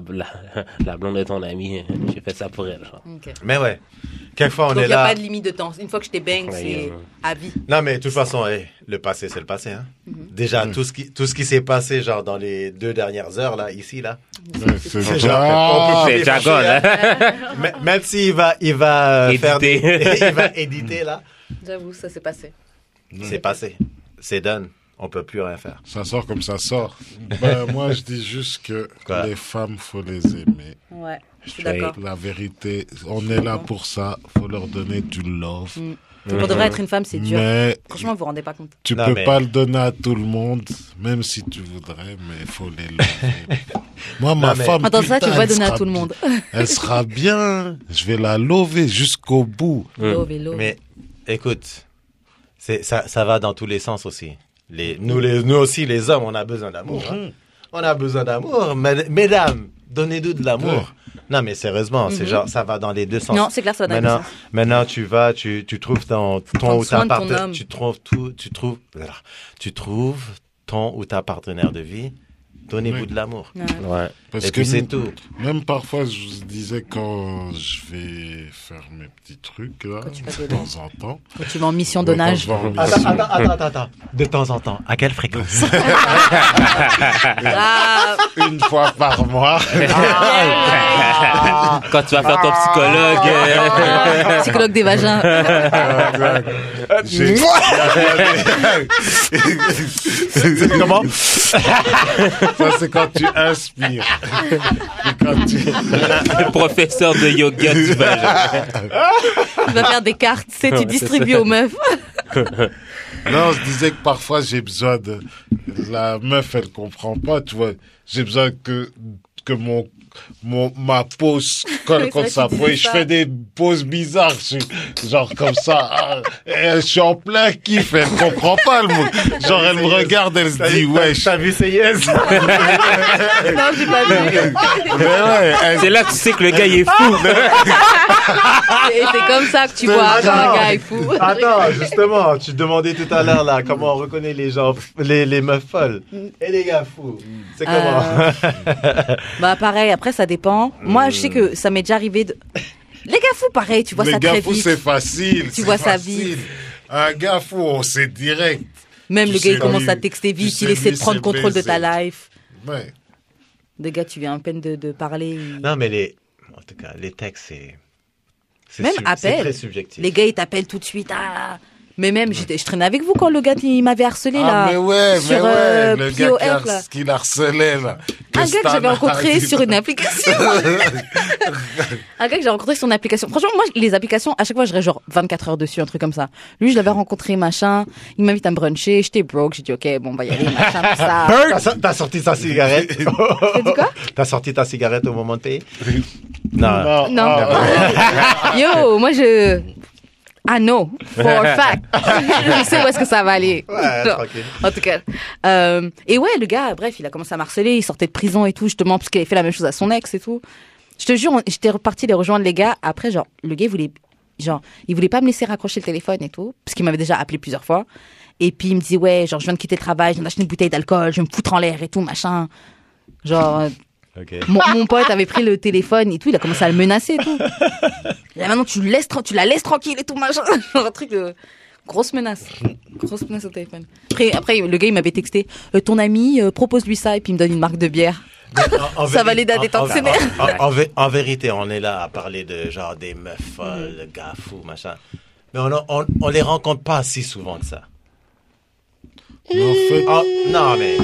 Speaker 1: bien.
Speaker 3: la, la, la blonde de ton ami, euh, j'ai fait ça pour elle, genre.
Speaker 1: Ok.
Speaker 2: mais ouais. Quelquefois on
Speaker 1: Donc
Speaker 2: est
Speaker 1: il y a
Speaker 2: là.
Speaker 1: pas de limite de temps. Une fois que je t'ai bang,
Speaker 3: Ouais,
Speaker 1: c'est
Speaker 3: ouais.
Speaker 1: à vie.
Speaker 2: Non mais de toute façon, hey, le passé c'est le passé hein.
Speaker 1: Mhm.
Speaker 2: Déjà tout ce qui tout ce qui s'est passé genre dans les deux dernières heures là ici là.
Speaker 4: Ouais, c'est Ah,
Speaker 2: C'est
Speaker 4: ça.
Speaker 2: genre, on peut
Speaker 3: C'est
Speaker 2: les
Speaker 3: jargon,
Speaker 2: fâcher,
Speaker 3: hein.
Speaker 2: M- Même s'il va il va euh,
Speaker 3: Éditer.
Speaker 2: faire des, [LAUGHS] il va éditer là,
Speaker 1: J'avoue, ça s'est passé.
Speaker 2: c'est passé. C'est done. On peut plus rien faire.
Speaker 4: Ça sort comme ça sort. Ben, moi, je dis juste que
Speaker 2: Quoi
Speaker 4: les femmes, faut les aimer.
Speaker 1: Ouais, je suis
Speaker 3: Straight.
Speaker 1: d'accord.
Speaker 4: La vérité, on est là pour ça. Faut leur donner du love.
Speaker 1: Pour de vrai, être une femme, Mm. c'est dur.
Speaker 4: Mais
Speaker 1: Franchement, vous vous rendez pas compte.
Speaker 4: tu
Speaker 2: Non,
Speaker 4: peux
Speaker 2: mais-
Speaker 4: pas le donner à tout le monde, même si tu voudrais, mais il faut les lever.
Speaker 2: [LAUGHS]
Speaker 4: Moi, ma
Speaker 2: Non, mais-
Speaker 4: femme.
Speaker 1: Attends, ça, tu
Speaker 4: putain,
Speaker 1: vas
Speaker 4: elle
Speaker 1: donner à
Speaker 4: sera
Speaker 1: tout le
Speaker 4: bi-
Speaker 1: monde.
Speaker 4: Elle sera bien. Je vais la lever jusqu'au bout.
Speaker 2: Mm.
Speaker 1: Vélo, vélo.
Speaker 2: Mais écoute, c'est ça ça va dans tous les sens aussi. Les nous les nous aussi les hommes on a besoin d'amour. hein.
Speaker 1: Mm-hmm.
Speaker 2: On a besoin d'amour, Mes- mesdames, donnez-nous de l'amour. Non, mais sérieusement, c'est genre, ça va dans les deux sens.
Speaker 1: Mm-hmm. Non, c'est clair, ça va dans les
Speaker 2: maintenant,
Speaker 1: deux sens.
Speaker 2: Maintenant, tu vas, tu, tu trouves ton, ton
Speaker 1: Prendre
Speaker 2: ou ta
Speaker 1: soin de ton
Speaker 2: partenaire,
Speaker 1: homme.
Speaker 2: tu trouves tout, tu trouves, voilà. tu trouves ton ou ta partenaire de vie, donnez-vous de l'amour.
Speaker 1: Ouais.
Speaker 3: Ouais.
Speaker 4: Parce
Speaker 2: Et
Speaker 4: que
Speaker 2: puis c'est
Speaker 4: m-
Speaker 2: tout.
Speaker 4: Même parfois, je vous disais quand je vais faire mes petits trucs, là,
Speaker 1: Quand tu vas
Speaker 4: de
Speaker 1: donner.
Speaker 4: temps en temps.
Speaker 1: Quand tu vas en mission
Speaker 4: Ouais, quand
Speaker 1: d'honnage.
Speaker 4: je vais en
Speaker 2: Attends,
Speaker 4: mission.
Speaker 2: attends, attends, attends. De temps en temps, à quelle fréquence
Speaker 1: Ah,
Speaker 2: bah.
Speaker 4: Une fois par mois.
Speaker 3: [LAUGHS] Quand tu vas faire ton psychologue,
Speaker 2: Ah.
Speaker 3: euh,
Speaker 1: psychologue des vagins.
Speaker 4: J'ai-
Speaker 2: [LAUGHS] Comment
Speaker 4: Ça, c'est quand tu inspires. Et quand tu...
Speaker 3: euh, [LAUGHS] professeur de yoga, tu vas, genre.
Speaker 2: [LAUGHS]
Speaker 1: Tu vas faire des cartes, tu sais, tu
Speaker 3: Ouais,
Speaker 1: distribues aux meufs. [LAUGHS]
Speaker 4: Non, on se disait que parfois j'ai besoin de la meuf, elle comprend pas, tu vois. J'ai besoin que que mon mon, ma pose colle
Speaker 5: Oui,
Speaker 4: contre
Speaker 5: c'est vrai
Speaker 4: sa
Speaker 5: que tu
Speaker 4: peau et
Speaker 5: disais
Speaker 4: je
Speaker 5: ça.
Speaker 4: fais des poses bizarres. je suis- genre comme ça. Ah, et je suis en plein kiff. Elle comprend pas le mot. Genre, elle me regarde, elle se dit, ouais,
Speaker 2: T'as vu, c'est yes.
Speaker 5: Non, j'ai pas
Speaker 4: [LAUGHS]
Speaker 5: vu.
Speaker 4: mais ouais, elle-
Speaker 3: C'est là que tu sais que le gars il est fou.
Speaker 2: Ah.
Speaker 1: Et c'est comme ça que tu
Speaker 2: Mais
Speaker 1: vois,
Speaker 2: attends.
Speaker 1: genre, un gars est fou.
Speaker 2: [LAUGHS] Attends, justement, tu demandais tout à l'heure là comment on reconnaît les gens, les, les meufs folles Mm. et les gars fous. C'est comment
Speaker 1: Euh, bah pareil, après ça dépend. Moi je sais que ça m'est déjà arrivé de... Les gars fous, pareil, tu vois
Speaker 4: Mmh. Les
Speaker 1: ça
Speaker 4: gars
Speaker 1: très
Speaker 4: fous,
Speaker 1: vite.
Speaker 4: c'est facile.
Speaker 1: Tu
Speaker 4: c'est
Speaker 1: vois sa
Speaker 4: facile.
Speaker 1: vie.
Speaker 4: Un gars fou, on sait direct.
Speaker 1: Même
Speaker 4: tu
Speaker 1: le gars il
Speaker 4: sais
Speaker 1: commence
Speaker 4: lui,
Speaker 1: à texter
Speaker 4: tu
Speaker 1: vite,
Speaker 4: sais
Speaker 1: il essaie
Speaker 4: lui,
Speaker 1: de prendre
Speaker 4: c'est
Speaker 1: contrôle de ta
Speaker 4: baiser.
Speaker 1: life.
Speaker 4: Ouais.
Speaker 1: Le gars tu viens à peine de, de parler. il-
Speaker 2: [LAUGHS] Non, mais les, en tout cas, les textes, c'est, c'est
Speaker 1: Même
Speaker 2: sub-
Speaker 1: appel.
Speaker 2: c'est très subjectif.
Speaker 1: Les gars ils t'appellent tout de suite. Ah. Mais même j'étais- je traînais avec vous quand le gars il m'avait harcelé
Speaker 4: Ah,
Speaker 1: là.
Speaker 4: mais ouais, mais
Speaker 1: sur,
Speaker 4: ouais.
Speaker 1: euh,
Speaker 4: le gars qui,
Speaker 1: POF,
Speaker 4: har-
Speaker 1: là.
Speaker 4: qui l'harcelait, là.
Speaker 1: Un gars que j'avais rencontré sur
Speaker 4: [LAUGHS]
Speaker 1: une application. un gars que j'ai rencontré sur une application. Franchement, moi, les applications, à chaque fois, je reste genre 24 heures dessus, un truc comme ça. Lui, je l'avais rencontré, machin. Il m'invite à me bruncher. J'étais broke. J'ai dit, OK, bon, on va y aller, machin, tout ça.
Speaker 4: [LAUGHS]
Speaker 2: T'as, so- t'as sorti ta [LAUGHS] cigarette. T'as
Speaker 1: dit quoi
Speaker 2: T'as sorti ta cigarette au moment de payer Non.
Speaker 1: Non.
Speaker 4: ah,
Speaker 1: [LAUGHS]
Speaker 4: Oh.
Speaker 1: Yo, moi, je. Ah non, for a
Speaker 4: [LAUGHS]
Speaker 1: fact. [LAUGHS] je sais où est-ce que ça va aller.
Speaker 2: Ouais,
Speaker 1: Genre.
Speaker 2: tranquille.
Speaker 1: En tout cas. Euh, et ouais, le gars, bref, il a commencé à marceler, il sortait de prison et tout, justement, parce qu'il avait fait la même chose à son ex et tout. Je te jure, on- j'étais reparti les rejoindre, les gars. Après, genre, le gars, il voulait, genre, il voulait pas me laisser raccrocher le téléphone et tout, parce qu'il m'avait déjà appelé plusieurs fois. Et puis, il me dit, ouais, genre, je viens de quitter le travail, je viens d'acheter une bouteille d'alcool, je vais me foutre en l'air et tout, machin. Genre, euh,
Speaker 2: Ok.
Speaker 1: mon, mon pote avait pris le téléphone et tout, il a commencé à le menacer et [LAUGHS] tout. Il a dit, maintenant, tu, le laisses, tra- tu la laisses tranquille et tout, machin. [LAUGHS] Genre, un truc de. Grosse menace. Grosse menace au téléphone. Après, après le gars, il m'avait texté euh, Ton ami, euh, propose-lui ça, et puis il me donne une marque de bière.
Speaker 2: En- en
Speaker 1: Ça
Speaker 2: véri-
Speaker 1: valide la
Speaker 2: en-
Speaker 1: détente
Speaker 2: en-
Speaker 1: sévère.
Speaker 2: En, en vé- en vérité, on est là à parler de genre des meufs folles, le gars fous, machin. Mais on, on, on les rencontre pas si souvent que ça.
Speaker 4: Non, fais-
Speaker 2: Oh, non, mais.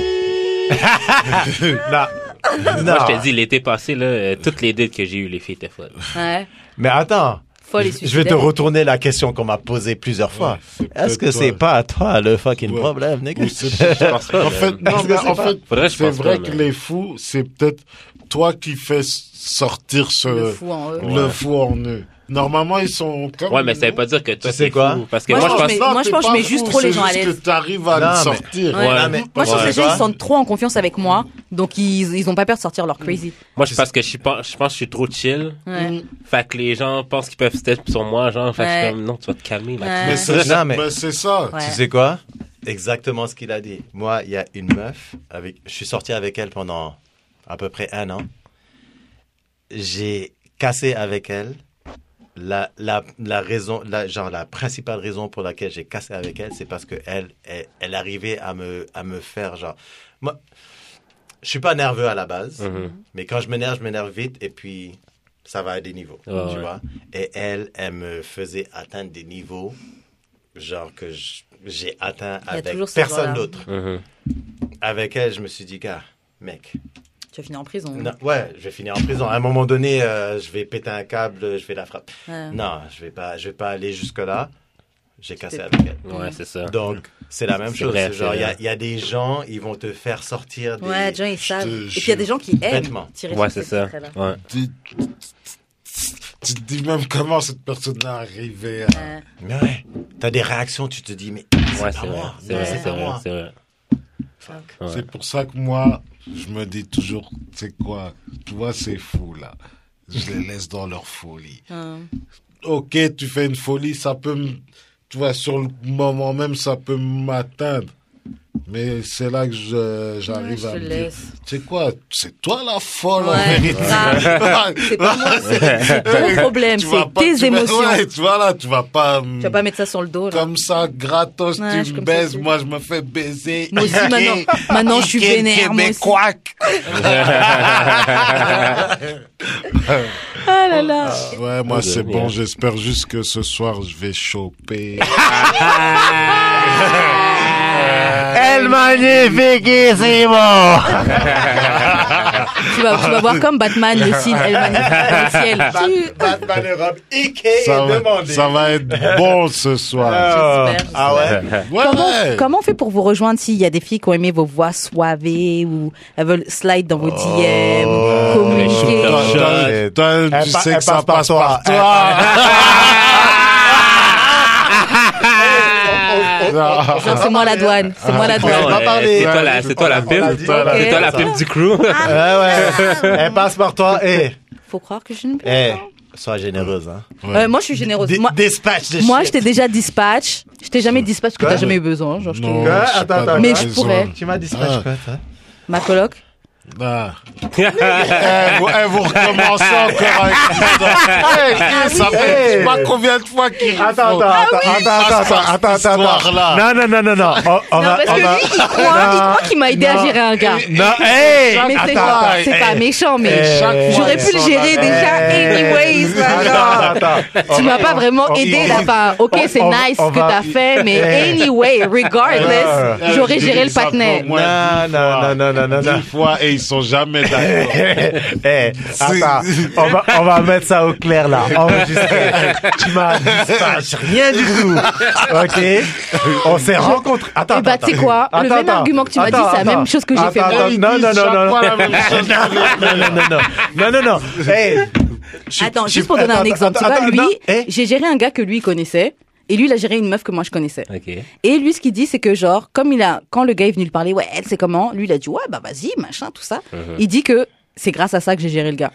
Speaker 2: non. Non.
Speaker 3: Moi, je te dis, l'été passé, là, euh, toutes les dates que j'ai eues, les filles étaient folles.
Speaker 1: Ouais.
Speaker 2: Mais attends.
Speaker 1: Folle et
Speaker 2: je je vais te
Speaker 1: suicidaire.
Speaker 2: retourner la question qu'on m'a posée plusieurs fois.
Speaker 4: c'est
Speaker 2: Est-ce que
Speaker 4: peut-être
Speaker 2: c'est
Speaker 4: toi.
Speaker 2: pas à toi le fucking
Speaker 4: Ouais.
Speaker 2: problème, nigga?
Speaker 4: Ou c'est-
Speaker 3: Je pense
Speaker 2: [LAUGHS]
Speaker 3: pas.
Speaker 4: En
Speaker 3: là.
Speaker 4: fait, non,
Speaker 2: Est-ce que
Speaker 4: mais
Speaker 2: c'est
Speaker 4: en
Speaker 2: pas-
Speaker 4: fait,
Speaker 3: Faudrait que je
Speaker 4: c'est
Speaker 3: pense
Speaker 4: vrai
Speaker 3: pas,
Speaker 4: que
Speaker 3: mais-
Speaker 4: les fous, c'est peut-être toi qui fais sortir ce,
Speaker 1: Le fou euh. en eux.
Speaker 4: le fou en eux. Normalement, ils sont comme.
Speaker 3: Ouais, mais ça veut pas dire que toi,
Speaker 2: Tu sais
Speaker 3: t'es
Speaker 2: quoi?
Speaker 3: fou. Parce que
Speaker 1: Moi,
Speaker 3: moi, je pense.
Speaker 1: mais- moi, je pense que je mets juste trop les gens à
Speaker 4: C'est
Speaker 1: l'aise.
Speaker 4: que t'arrives à
Speaker 2: Non,
Speaker 4: le
Speaker 2: mais-
Speaker 4: sortir.
Speaker 1: Ouais.
Speaker 2: Non, mais-
Speaker 1: Moi, je pense que
Speaker 2: Ouais.
Speaker 1: les gens, ils se sentent trop en confiance avec moi, donc ils, ils ont pas peur de sortir leur crazy.
Speaker 3: Moi, je pense que je suis pas- je pense que je suis trop chill.
Speaker 1: Ouais.
Speaker 3: Fait que les gens pensent qu'ils peuvent step sur moi, genre. Fait que je suis
Speaker 1: Ouais.
Speaker 3: comme, non, tu vas te calmer, Max.
Speaker 1: Ouais.
Speaker 4: Mais c'est
Speaker 2: Non,
Speaker 4: ça.
Speaker 2: mais-
Speaker 4: Mais c'est ça.
Speaker 1: Ouais.
Speaker 2: Tu sais quoi Exactement ce qu'il a dit. Moi, il y a une meuf, avec... je suis sorti avec elle pendant à peu près un an. J'ai cassé avec elle. La, la, la raison, la, genre la principale raison pour laquelle j'ai cassé avec elle, c'est parce que elle, elle, elle arrivait à me, à me faire genre. Moi, je suis pas nerveux à la base,
Speaker 3: Mhm.
Speaker 2: mais quand je m'énerve, je m'énerve vite et puis ça va à des niveaux,
Speaker 3: Ouais,
Speaker 2: tu
Speaker 3: ouais.
Speaker 2: vois. Et elle, elle me faisait atteindre des niveaux genre que je- j'ai atteint
Speaker 1: Il y a
Speaker 2: avec
Speaker 1: toujours ces
Speaker 2: personne
Speaker 1: gens-là.
Speaker 2: d'autre.
Speaker 3: Mhm.
Speaker 2: Avec elle, je me suis dit, gars, mec,
Speaker 1: Tu vas finir en prison.
Speaker 2: non, ouais, je vais finir en prison. À un moment donné, euh, je vais péter un câble, je vais la frapper.
Speaker 1: Ouais.
Speaker 2: Non, je vais pas, je vais pas aller jusque là. J'ai cassé avec elle.
Speaker 3: Ouais, c'est ça.
Speaker 2: Donc, c'est la même
Speaker 3: C'est
Speaker 2: chose.
Speaker 3: vrai,
Speaker 2: C'est genre,
Speaker 3: c'est
Speaker 2: il y, a-
Speaker 3: vrai.
Speaker 2: il y a des gens, ils vont te faire sortir des.
Speaker 1: Ouais, les gens, ils savent.
Speaker 4: te
Speaker 1: Et puis, il y a
Speaker 4: jure.
Speaker 1: des gens qui aiment
Speaker 2: Bêtement.
Speaker 1: tirer
Speaker 3: Ouais,
Speaker 1: sur
Speaker 3: c'est
Speaker 1: ce
Speaker 3: ça.
Speaker 1: trait-là.
Speaker 3: Ouais.
Speaker 4: Tu tu te dis même comment cette personne est arrivée à.
Speaker 1: Ouais.
Speaker 2: Mais ouais, t'as des réactions, tu te dis, mais c'est
Speaker 3: Ouais,
Speaker 2: pas
Speaker 3: c'est vrai.
Speaker 2: moi.
Speaker 3: C'est
Speaker 2: Non,
Speaker 3: vrai,
Speaker 2: c'est
Speaker 3: c'est
Speaker 2: pas
Speaker 3: vrai,
Speaker 2: moi.
Speaker 3: c'est vrai.
Speaker 2: Fuck.
Speaker 3: Ouais.
Speaker 4: C'est pour ça que moi, je me dis toujours, c'est quoi, tu vois ces fous là, je les laisse dans leur folie.
Speaker 1: Ouais.
Speaker 4: Ok, tu fais une folie, ça peut, me- tu vois, sur le moment même, ça peut m'atteindre. Mais c'est là que je- j'arrive
Speaker 1: Ouais,
Speaker 4: à
Speaker 1: je
Speaker 4: me dire,
Speaker 1: laisse.
Speaker 4: c'est quoi, c'est toi la folle en
Speaker 1: Ouais,
Speaker 4: vérité. [LAUGHS]
Speaker 1: grave. C'est pas moi, c'est ton problème,
Speaker 4: Tu vas
Speaker 1: c'est
Speaker 4: pas-
Speaker 1: tes
Speaker 4: tu vas-
Speaker 1: émotions.
Speaker 4: ouais, tu vois là, tu vas pas. me-
Speaker 1: Tu vas pas mettre ça sur le dos, là.
Speaker 4: comme ça, gratos,
Speaker 1: Ouais, je
Speaker 4: tu
Speaker 1: suis
Speaker 4: me
Speaker 1: comme ça
Speaker 4: baises,
Speaker 1: aussi.
Speaker 4: moi je me fais baiser.
Speaker 1: Moi [LAUGHS] aussi, maintenant, maintenant je suis
Speaker 4: Quel
Speaker 1: vénère. Moi aussi.
Speaker 4: Québécois.
Speaker 1: Ah là là.
Speaker 4: Ouais, moi
Speaker 3: Ouais,
Speaker 4: c'est
Speaker 3: ouais.
Speaker 4: bon, j'espère juste que ce soir je vais choper.
Speaker 2: Elle magnifique, c'est bon.
Speaker 1: Tu vas, tu vas voir comme Batman, le ciel, elle manifeste le ciel. Tu-
Speaker 2: Batman Europe, Ikea,
Speaker 4: ça, va,
Speaker 2: demandez.
Speaker 4: ça va être bon ce soir.
Speaker 1: J'espère.
Speaker 2: Ah ouais?
Speaker 4: Ouais, ouais.
Speaker 1: [LAUGHS] Comment on fait pour vous rejoindre s'il y a des Oh. filles qui ont aimé vos voix soivées ou elles veulent slide dans vos DM,
Speaker 3: Ouais,
Speaker 1: communiquer
Speaker 4: Oh, Toi,
Speaker 2: Elle
Speaker 4: tu
Speaker 2: pa-
Speaker 4: sais
Speaker 2: elle
Speaker 4: que ça passe par [LAUGHS]
Speaker 2: Elle-
Speaker 4: toi.
Speaker 2: [LAUGHS]
Speaker 1: Non, c'est moi la douane. C'est moi la
Speaker 2: On va
Speaker 1: douane.
Speaker 2: pas parler.
Speaker 3: C'est toi
Speaker 2: On l'a
Speaker 3: la, c'est toi la pimp.
Speaker 2: dit,
Speaker 3: C'est
Speaker 2: on l'a dit,
Speaker 3: toi la
Speaker 2: ça.
Speaker 3: pimp du crew.
Speaker 1: Ah,
Speaker 2: Ah Ouais, [LAUGHS] ouais. Elle passe par toi. Eh,
Speaker 1: Faut croire que je ne peux
Speaker 2: eh, sois généreuse, hein.
Speaker 1: pas. Euh, moi, je suis généreuse.
Speaker 2: Dé-
Speaker 1: Moi,
Speaker 2: Dispatch de
Speaker 1: moi,
Speaker 2: shit.
Speaker 1: je t'ai déjà dispatch. Je t'ai jamais dispatch parce que
Speaker 2: Quoi
Speaker 1: t'as jamais eu besoin. Genre, je te-
Speaker 4: Non,
Speaker 2: Quoi
Speaker 4: je sais
Speaker 2: Attends,
Speaker 4: pas
Speaker 2: attends,
Speaker 4: de
Speaker 1: Mais
Speaker 4: quelle
Speaker 1: je pourrais.
Speaker 4: zone.
Speaker 2: Tu m'as dispatch
Speaker 4: Ah.
Speaker 2: quoi, toi
Speaker 1: Ma coloc.
Speaker 4: Ah. Eh, vous, eh, vous recommencez encore avec Eh, Chris, ça fait je sais pas combien de fois qu'il
Speaker 2: Attends, attends,
Speaker 1: Ah
Speaker 2: attends, attends, attends, attends, attends, attends.
Speaker 4: là.
Speaker 2: Non, non, non, non, non. On, on
Speaker 1: Non,
Speaker 2: va,
Speaker 1: parce
Speaker 2: on
Speaker 1: que
Speaker 2: va-
Speaker 1: lui, il croit, il
Speaker 2: Non.
Speaker 1: croit qu'il m'a aidé à
Speaker 2: Non.
Speaker 1: gérer un gars.
Speaker 2: Non, hey!
Speaker 1: Mais c'est
Speaker 2: Attends,
Speaker 1: pas, c'est
Speaker 2: attends,
Speaker 1: pas
Speaker 2: hey.
Speaker 1: méchant,
Speaker 2: Eh,
Speaker 1: mais
Speaker 4: Chaque
Speaker 1: j'aurais
Speaker 4: fois,
Speaker 1: pu le
Speaker 4: ils sont
Speaker 1: gérer
Speaker 4: là.
Speaker 1: déjà
Speaker 2: Eh.
Speaker 1: anyways. là, genre.
Speaker 2: Attends, attends.
Speaker 1: Tu
Speaker 2: On-
Speaker 1: m'as pas
Speaker 2: on-
Speaker 1: vraiment
Speaker 2: on-
Speaker 1: aidé,
Speaker 2: on-
Speaker 1: là, pas. Ok,
Speaker 2: on-
Speaker 1: c'est
Speaker 2: on-
Speaker 1: nice
Speaker 2: on
Speaker 1: ce que
Speaker 2: va-
Speaker 1: t'as fait, mais
Speaker 2: Eh. [LAUGHS] Ah,
Speaker 1: anyway,
Speaker 4: Eh.
Speaker 1: regardless, [LAUGHS] j'aurais
Speaker 4: Je
Speaker 1: géré
Speaker 4: dis
Speaker 1: le
Speaker 4: ça
Speaker 1: patinet.
Speaker 4: pour moi.
Speaker 2: Non, non, non, non, non, non, non.
Speaker 4: Dix fois et ils sont jamais d'accord.
Speaker 2: Eh, attends, on va, on va mettre ça au clair là. Enregistré. tu m'as dispatch, rien du tout. Ok. On s'est rencontrés. Attends,
Speaker 1: Eh bah,
Speaker 2: attends,
Speaker 1: tu sais
Speaker 2: attends.
Speaker 1: quoi, le
Speaker 2: Attends,
Speaker 1: même
Speaker 2: attends.
Speaker 1: argument que tu m'as dit,
Speaker 2: Attends,
Speaker 1: c'est la
Speaker 2: attends.
Speaker 1: même chose que j'ai
Speaker 2: Attends,
Speaker 1: fait moi.
Speaker 2: attends. Non, non, non, non, non.
Speaker 4: Chaque fois la même chose que
Speaker 2: non,
Speaker 4: les
Speaker 2: non,
Speaker 4: autres.
Speaker 2: non, non. Non, non, Eh. non. Hey, tu-
Speaker 1: Attends,
Speaker 2: tu-
Speaker 1: juste pour donner un
Speaker 2: attends,
Speaker 1: exemple, tu
Speaker 2: attends,
Speaker 1: vois,
Speaker 2: attends, non, eh.
Speaker 1: lui,
Speaker 2: hey.
Speaker 1: j'ai géré un gars que lui il connaissait, et lui, il a géré une meuf que moi je connaissais.
Speaker 3: Ok.
Speaker 1: Et lui, ce qu'il dit, c'est que genre, comme il a, quand le gars est venu lui parler, ouais, elle, c'est comment Lui, il a dit, ouais, bah vas-y, machin, tout ça.
Speaker 2: Uh-huh.
Speaker 1: Il dit que c'est grâce à ça que j'ai géré le gars.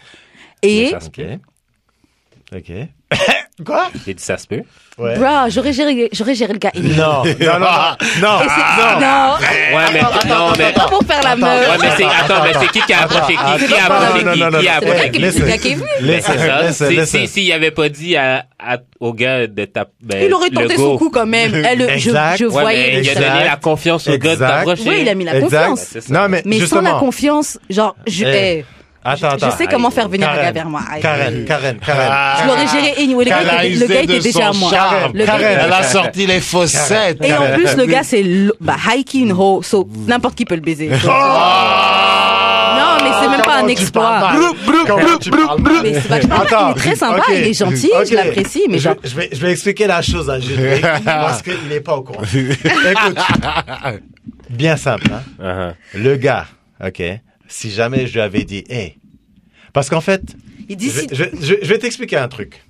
Speaker 1: Et,
Speaker 3: Ça se peut.
Speaker 2: eh. Ok. [LAUGHS] Quoi?
Speaker 3: J'ai dit ça se peut.
Speaker 2: Ouais.
Speaker 1: bro, j'aurais géré, j'aurais géré le gars. Et-
Speaker 2: Non, non, non,
Speaker 3: Ah.
Speaker 2: non, Ah, non, Eh,
Speaker 1: Et c'est- non, [LAUGHS]
Speaker 3: Ouais, mais non, mais.
Speaker 1: pas pour faire la
Speaker 3: Ouais,
Speaker 1: meuf.
Speaker 3: mais c'est. Attends, mais c'est qui qui a approché qui? Qui a approché
Speaker 2: non, non,
Speaker 3: qui?
Speaker 2: non,
Speaker 3: Qui a
Speaker 2: non,
Speaker 1: C'est vrai
Speaker 3: approché
Speaker 1: que
Speaker 3: qui?
Speaker 1: le
Speaker 2: Laissez.
Speaker 1: gars qui est venu.
Speaker 3: Ben,
Speaker 2: Laissez,
Speaker 3: c'est ça.
Speaker 2: laissez,
Speaker 3: Si,
Speaker 2: laissez.
Speaker 3: si, s'il avait pas dit à, à- au gars de ta, ben,
Speaker 1: Il aurait
Speaker 3: le
Speaker 1: tenté
Speaker 3: go.
Speaker 1: son coup quand même. Elle, je,
Speaker 2: Exact.
Speaker 1: je
Speaker 2: Ouais,
Speaker 3: Ouais,
Speaker 1: voyais.
Speaker 3: mais il a
Speaker 1: ça.
Speaker 3: donné la confiance au gars de
Speaker 2: Exact.
Speaker 3: t'approcher.
Speaker 1: Oui, il a mis la
Speaker 2: Exact.
Speaker 1: confiance.
Speaker 3: Ben, C'est ça.
Speaker 2: Non, mais,
Speaker 1: Mais sans
Speaker 2: justement.
Speaker 1: la confiance, genre, je,
Speaker 2: Eh,
Speaker 1: eh,
Speaker 2: attends,
Speaker 1: je
Speaker 2: attends.
Speaker 1: sais comment
Speaker 3: Aïe.
Speaker 1: faire venir un
Speaker 2: Karen.
Speaker 1: gars vers moi. Aïe.
Speaker 2: Karen, Karen, Karen.
Speaker 3: Ah.
Speaker 1: Je l'aurais
Speaker 2: Ah.
Speaker 1: géré anyway. Le gars était- le gars était déjà à moi. Le gars était-
Speaker 4: Elle a sorti les faussettes.
Speaker 1: Et oh en plus, le
Speaker 2: [LAUGHS]
Speaker 1: gars, c'est lo- bah, hiking ho, so n'importe qui peut le baiser.
Speaker 4: Ah.
Speaker 1: non, mais c'est même
Speaker 2: Oh,
Speaker 1: pas un exploit. Mais c'est pas que je parle mal,
Speaker 2: Attends.
Speaker 1: il est très sympa,
Speaker 2: Ok.
Speaker 1: il est gentil,
Speaker 2: Ok.
Speaker 1: je l'apprécie, mais
Speaker 2: je,
Speaker 1: genre,
Speaker 2: vais- je vais, je vais expliquer la chose à
Speaker 3: [LAUGHS]
Speaker 2: Jules parce qu'il n'est pas au courant. Écoute, bien simple. Hein?
Speaker 3: Uh-huh.
Speaker 2: Le gars, ok, si jamais je lui avais dit, hey, parce qu'en fait,
Speaker 1: il dit
Speaker 2: je,
Speaker 1: si.
Speaker 2: je, je, je vais t'expliquer un truc.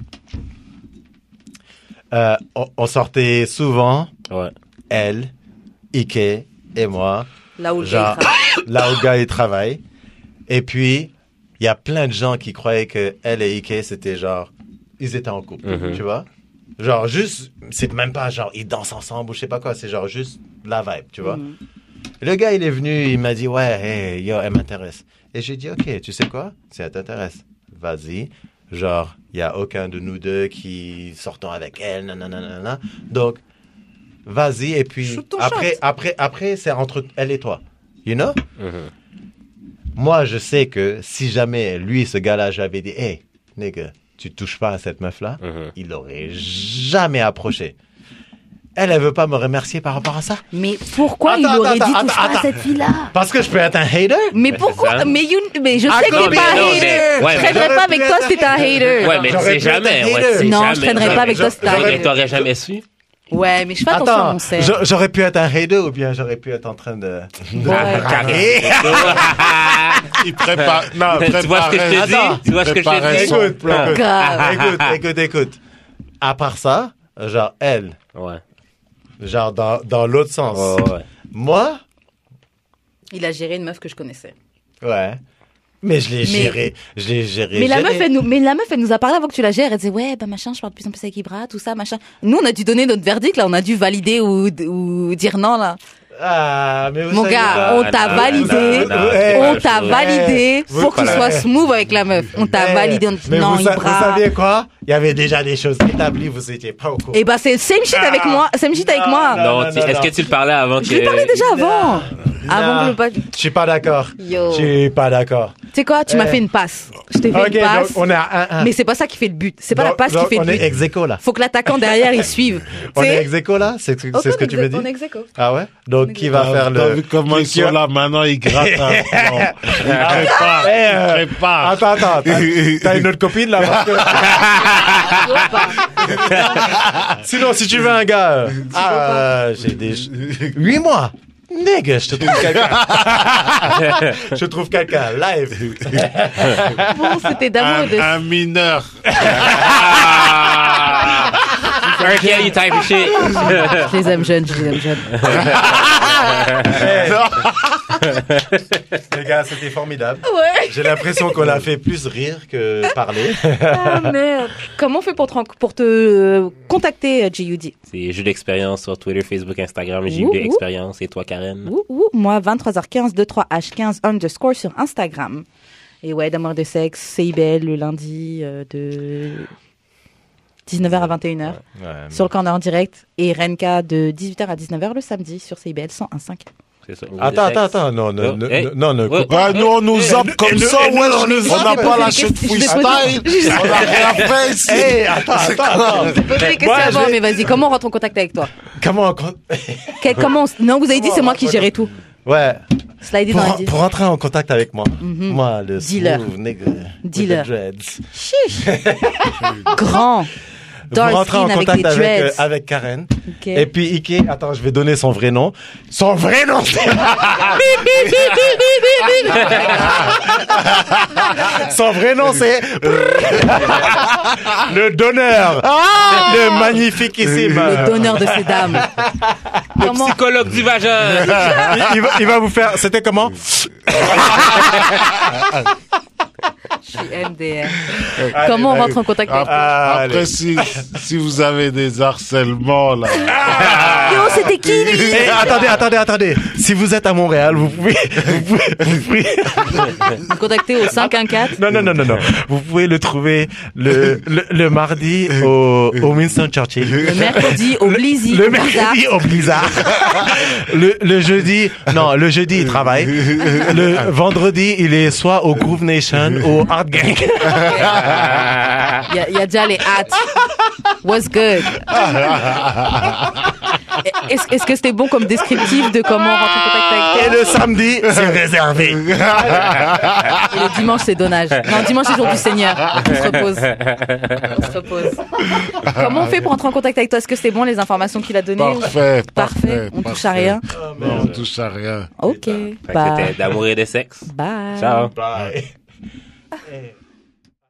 Speaker 2: Euh, on, on sortait souvent,
Speaker 3: Ouais.
Speaker 2: elle, Ike et moi,
Speaker 1: Là où le gars,
Speaker 2: genre
Speaker 1: il travaille.
Speaker 2: là où le gars il travaille. Et puis, il y a plein de gens qui croyaient que elle et Ike, c'était genre, ils étaient en couple,
Speaker 3: Mhm.
Speaker 2: tu vois. Genre juste, c'est même pas genre ils dansent ensemble ou je sais pas quoi, c'est genre juste la vibe,
Speaker 1: Mhm.
Speaker 2: tu vois. Le gars il est venu, il m'a dit ouais, hey, yo, elle m'intéresse. Et j'ai dit ok, tu sais quoi, si elle t'intéresse, vas-y. Genre, il y a aucun de nous deux qui sortons avec elle, nanana, nanana. Donc, vas-y et puis
Speaker 1: Shoot ton
Speaker 2: après,
Speaker 1: shot.
Speaker 2: après, après, c'est entre elle et toi, you know. Euh, Moi, je sais que si jamais lui, ce gars-là, j'avais dit, hey, nigga, tu touches pas à cette meuf-là,
Speaker 3: Mhm.
Speaker 2: il aurait jamais approché. Elle, elle veut pas me remercier par rapport à ça.
Speaker 1: Mais pourquoi
Speaker 2: Attends,
Speaker 1: il aurait
Speaker 2: attends,
Speaker 1: dit
Speaker 2: attends,
Speaker 1: touche pas à
Speaker 2: attends.
Speaker 1: cette fille-là
Speaker 2: Parce que je peux être un hater.
Speaker 1: Mais
Speaker 3: c'est
Speaker 1: pourquoi
Speaker 3: ça.
Speaker 1: mais, you, mais je
Speaker 2: Ah,
Speaker 1: sais que
Speaker 2: non,
Speaker 1: t'es
Speaker 2: mais
Speaker 1: pas un
Speaker 2: non,
Speaker 1: hater.
Speaker 3: mais- ouais,
Speaker 1: Je
Speaker 3: mais-
Speaker 1: traînerais pas
Speaker 2: J'aurais
Speaker 1: avec
Speaker 2: pu
Speaker 1: toi
Speaker 2: être
Speaker 1: si t'étais un hater.
Speaker 3: Ouais, mais
Speaker 2: J'aurais
Speaker 3: c'est
Speaker 2: pu être
Speaker 3: jamais.
Speaker 2: un
Speaker 3: Ouais,
Speaker 2: hater.
Speaker 3: c'est
Speaker 1: Non,
Speaker 3: jamais.
Speaker 1: je traînerais pas avec toi, c'est
Speaker 3: J'aurais-
Speaker 1: arrivé.
Speaker 3: T'aurais
Speaker 2: [LAUGHS]
Speaker 3: jamais su.
Speaker 1: Ouais, mais je fais attention à
Speaker 2: Attends,
Speaker 1: mon cerf.
Speaker 2: j'a- j'aurais pu être un hater ou bien j'aurais pu être en train de...
Speaker 1: Ouais.
Speaker 2: Carré.
Speaker 4: Il prépare. Non,
Speaker 3: Tu vois ce que je te dis? Tu vois ce que je te dis?
Speaker 2: Écoute, écoute,
Speaker 1: Grave.
Speaker 2: écoute, écoute, écoute. À part ça, genre, elle,
Speaker 3: Ouais.
Speaker 2: genre, dans, dans l'autre sens.
Speaker 3: Ouais, ouais.
Speaker 2: Moi,
Speaker 1: Il a géré une meuf que je connaissais.
Speaker 2: ouais. Mais je l'ai
Speaker 1: Mais-
Speaker 2: géré. Je l'ai géré.
Speaker 1: Mais la,
Speaker 2: géré.
Speaker 1: meuf, elle nous, mais la meuf, elle nous a parlé avant que tu la gères. Elle disait, ouais, bah machin, je parle de plus en plus avec Ibra, tout ça, machin. Nous, on a dû donner notre verdict, là. On a dû valider ou, ou dire non, là.
Speaker 2: Ah, mais vous
Speaker 1: Mon
Speaker 2: savez
Speaker 1: gars,
Speaker 2: pas.
Speaker 1: on t'a validé.
Speaker 2: Ah, non, non, c'est
Speaker 1: On
Speaker 2: pas
Speaker 1: t'a validé
Speaker 2: Ouais.
Speaker 1: pour qu'il
Speaker 2: Voilà.
Speaker 1: soit smooth avec la meuf. On t'a
Speaker 2: Eh,
Speaker 1: validé. On dit,
Speaker 2: mais
Speaker 1: non,
Speaker 2: vous, sa- vous
Speaker 1: Ibra.
Speaker 2: saviez quoi Il y avait déjà des choses établies, vous étiez pas au courant.
Speaker 1: Et bah, c'est le same shit avec moi. Same shit avec moi.
Speaker 3: Non,
Speaker 2: non,
Speaker 3: tu-
Speaker 2: non,
Speaker 3: est-ce
Speaker 2: non.
Speaker 3: que tu le parlais avant que.
Speaker 1: Je lui parlais déjà avant. Avant que le Oh. pas- Tu
Speaker 2: Je suis pas d'accord.
Speaker 1: Yo.
Speaker 2: Je suis pas d'accord.
Speaker 1: sais quoi? Tu m'as
Speaker 2: Eh.
Speaker 1: fait une passe. Je t'ai fait
Speaker 2: Ok,
Speaker 1: une
Speaker 2: donc
Speaker 1: passe.
Speaker 2: on est à 1-1.
Speaker 1: Mais c'est pas ça qui fait le but. C'est pas la
Speaker 2: Donc-
Speaker 1: passe qui
Speaker 2: donc
Speaker 1: fait
Speaker 2: On
Speaker 1: le
Speaker 2: est
Speaker 1: but.
Speaker 2: ex aequo, là.
Speaker 1: Faut que l'attaquant derrière, il suive.
Speaker 2: On
Speaker 1: Tu
Speaker 2: est
Speaker 1: sais?
Speaker 2: ex aequo, là C'est c'est ce que tu me dis
Speaker 1: On est ex aequo.
Speaker 2: Ah ouais Donc qui va faire
Speaker 4: T'as
Speaker 2: le.
Speaker 4: vu comment
Speaker 2: qui-
Speaker 4: ils
Speaker 2: qui-
Speaker 4: sont là maintenant, ils grattent un plan. Ils préparent.
Speaker 2: Eh, euh,
Speaker 4: Ils préparent.
Speaker 2: Attends, attends. T'as
Speaker 4: [LAUGHS]
Speaker 2: t'as une autre copine là parce que-
Speaker 1: Ah,
Speaker 2: [LAUGHS] euh, Sinon, si tu veux un gars. euh, Ah, j'ai des. 8 mois. Nigga, je te
Speaker 1: [LAUGHS]
Speaker 2: trouve quelqu'un. je trouve quelqu'un
Speaker 4: [LAUGHS]
Speaker 2: live.
Speaker 1: [LAUGHS] Bon, c'était d'amour et de.
Speaker 4: un, un mineur.
Speaker 3: [LAUGHS] R. Kelly Ah! type of shit.
Speaker 1: Je les aime jeunes, je les aime jeunes.
Speaker 2: Hey. [LAUGHS] Les gars, c'était formidable.
Speaker 1: Ah Ouais.
Speaker 2: J'ai l'impression qu'on a fait plus rire que parler.
Speaker 1: Ah merde. Comment on fait pour te, ren- pour te euh, contacter, euh, JUD
Speaker 3: C'est jeu d'expérience sur Twitter, Facebook, Instagram, j'ai
Speaker 1: Ouh,
Speaker 3: eu
Speaker 1: ouh.
Speaker 3: d'expérience. Et toi, Karen?
Speaker 1: Ouh, ouh, moi, 23h15, 23h15 underscore sur Instagram. Et ouais, d'amour et de sexe, CIBL le lundi euh, de 19h à 21h
Speaker 2: Ouais,
Speaker 1: sur le corner en direct et Renka de 18h à 19h le samedi sur CIBL 101.5.
Speaker 3: C'est ça.
Speaker 2: Attends, attends, attends. Non,
Speaker 3: Oh,
Speaker 2: non, non,
Speaker 3: hey.
Speaker 2: non, non, ne
Speaker 3: Ouais.
Speaker 2: coupe-
Speaker 1: Ah,
Speaker 4: Bah, nous, on nous zappe comme ça, ouais, on nous On n'a
Speaker 1: zappe.
Speaker 4: pas lâché de
Speaker 1: Je vais poser-
Speaker 4: freestyle. On n'a rien
Speaker 1: Eh,
Speaker 4: fait ici.
Speaker 2: Hey, attends,
Speaker 1: [LAUGHS]
Speaker 2: attends, attends.
Speaker 1: Je posais des questions
Speaker 2: Moi,
Speaker 1: avant,
Speaker 2: j'ai-
Speaker 1: mais vas-y, comment on rentre en contact avec toi
Speaker 2: Comment on compte-
Speaker 1: Quel- comment on s- Non, vous avez dit, c'est moi qui gérais tout.
Speaker 2: Ouais.
Speaker 1: Slidez dans
Speaker 2: Pour,
Speaker 1: les
Speaker 2: pour entrer en contact avec moi. Moi, le
Speaker 1: Mhm. Dealer.
Speaker 2: smooth nigga. with
Speaker 1: Dealer.
Speaker 2: the dreads.
Speaker 1: Grand. Dark
Speaker 2: Pour entrer en
Speaker 1: skin avec
Speaker 2: contact
Speaker 1: des
Speaker 2: avec, euh,
Speaker 1: dreads.
Speaker 2: avec Karen.
Speaker 1: Ok.
Speaker 2: Et puis Ike, attends, je vais donner son vrai nom. Son vrai nom, c'est- son vrai nom, c'est le donneur, le magnifique ici.
Speaker 1: Ah Le donneur de ces dames. Comment
Speaker 3: Psychologue du vagin.
Speaker 2: il, il va, il va vous faire. C'était comment
Speaker 1: MDR. eh, Comment on rentre en contact avec
Speaker 4: Après,
Speaker 1: toi
Speaker 2: Allez.
Speaker 4: après, si, si vous avez des harcèlements, là.
Speaker 1: Ah, Yo, c'était qui lui [LAUGHS]
Speaker 2: Eh, Attendez, attendez, attendez. Si vous êtes à Montréal, vous pouvez, vous pouvez, vous pouvez-
Speaker 1: Vous contactez au 514.
Speaker 2: Non, non, non, non, non. Vous pouvez le trouver le, le, le mardi au, au Winston Churchill.
Speaker 1: Le mercredi au Blizzy.
Speaker 2: Le
Speaker 1: au Blizzard.
Speaker 2: mercredi au Blizzard. Le, le jeudi, non, le jeudi, il travaille. Le vendredi, il est soit au Groove Nation, au Hard Gang.
Speaker 1: Il y, a- il y a déjà les hâtes. What's [LAUGHS] good? Est-ce est-ce que c'était bon comme descriptif de comment on rentre en contact
Speaker 2: Et
Speaker 1: avec
Speaker 2: le samedi, c'est réservé.
Speaker 1: toi Et le dimanche, c'est donnage. Non, dimanche, c'est jour du Seigneur. On se repose. On se repose. Comment on fait pour entrer en contact avec toi Est-ce que c'est bon les informations qu'il a données ou-
Speaker 4: Parfait, parfait.
Speaker 1: Parfait. On touche à
Speaker 4: parfait.
Speaker 1: rien.
Speaker 4: Non, on touche à rien.
Speaker 1: Ok.
Speaker 3: Fait que
Speaker 1: Bah,
Speaker 3: C'était d'amour et de sexe.
Speaker 1: bye.
Speaker 3: Ciao.
Speaker 2: Bye.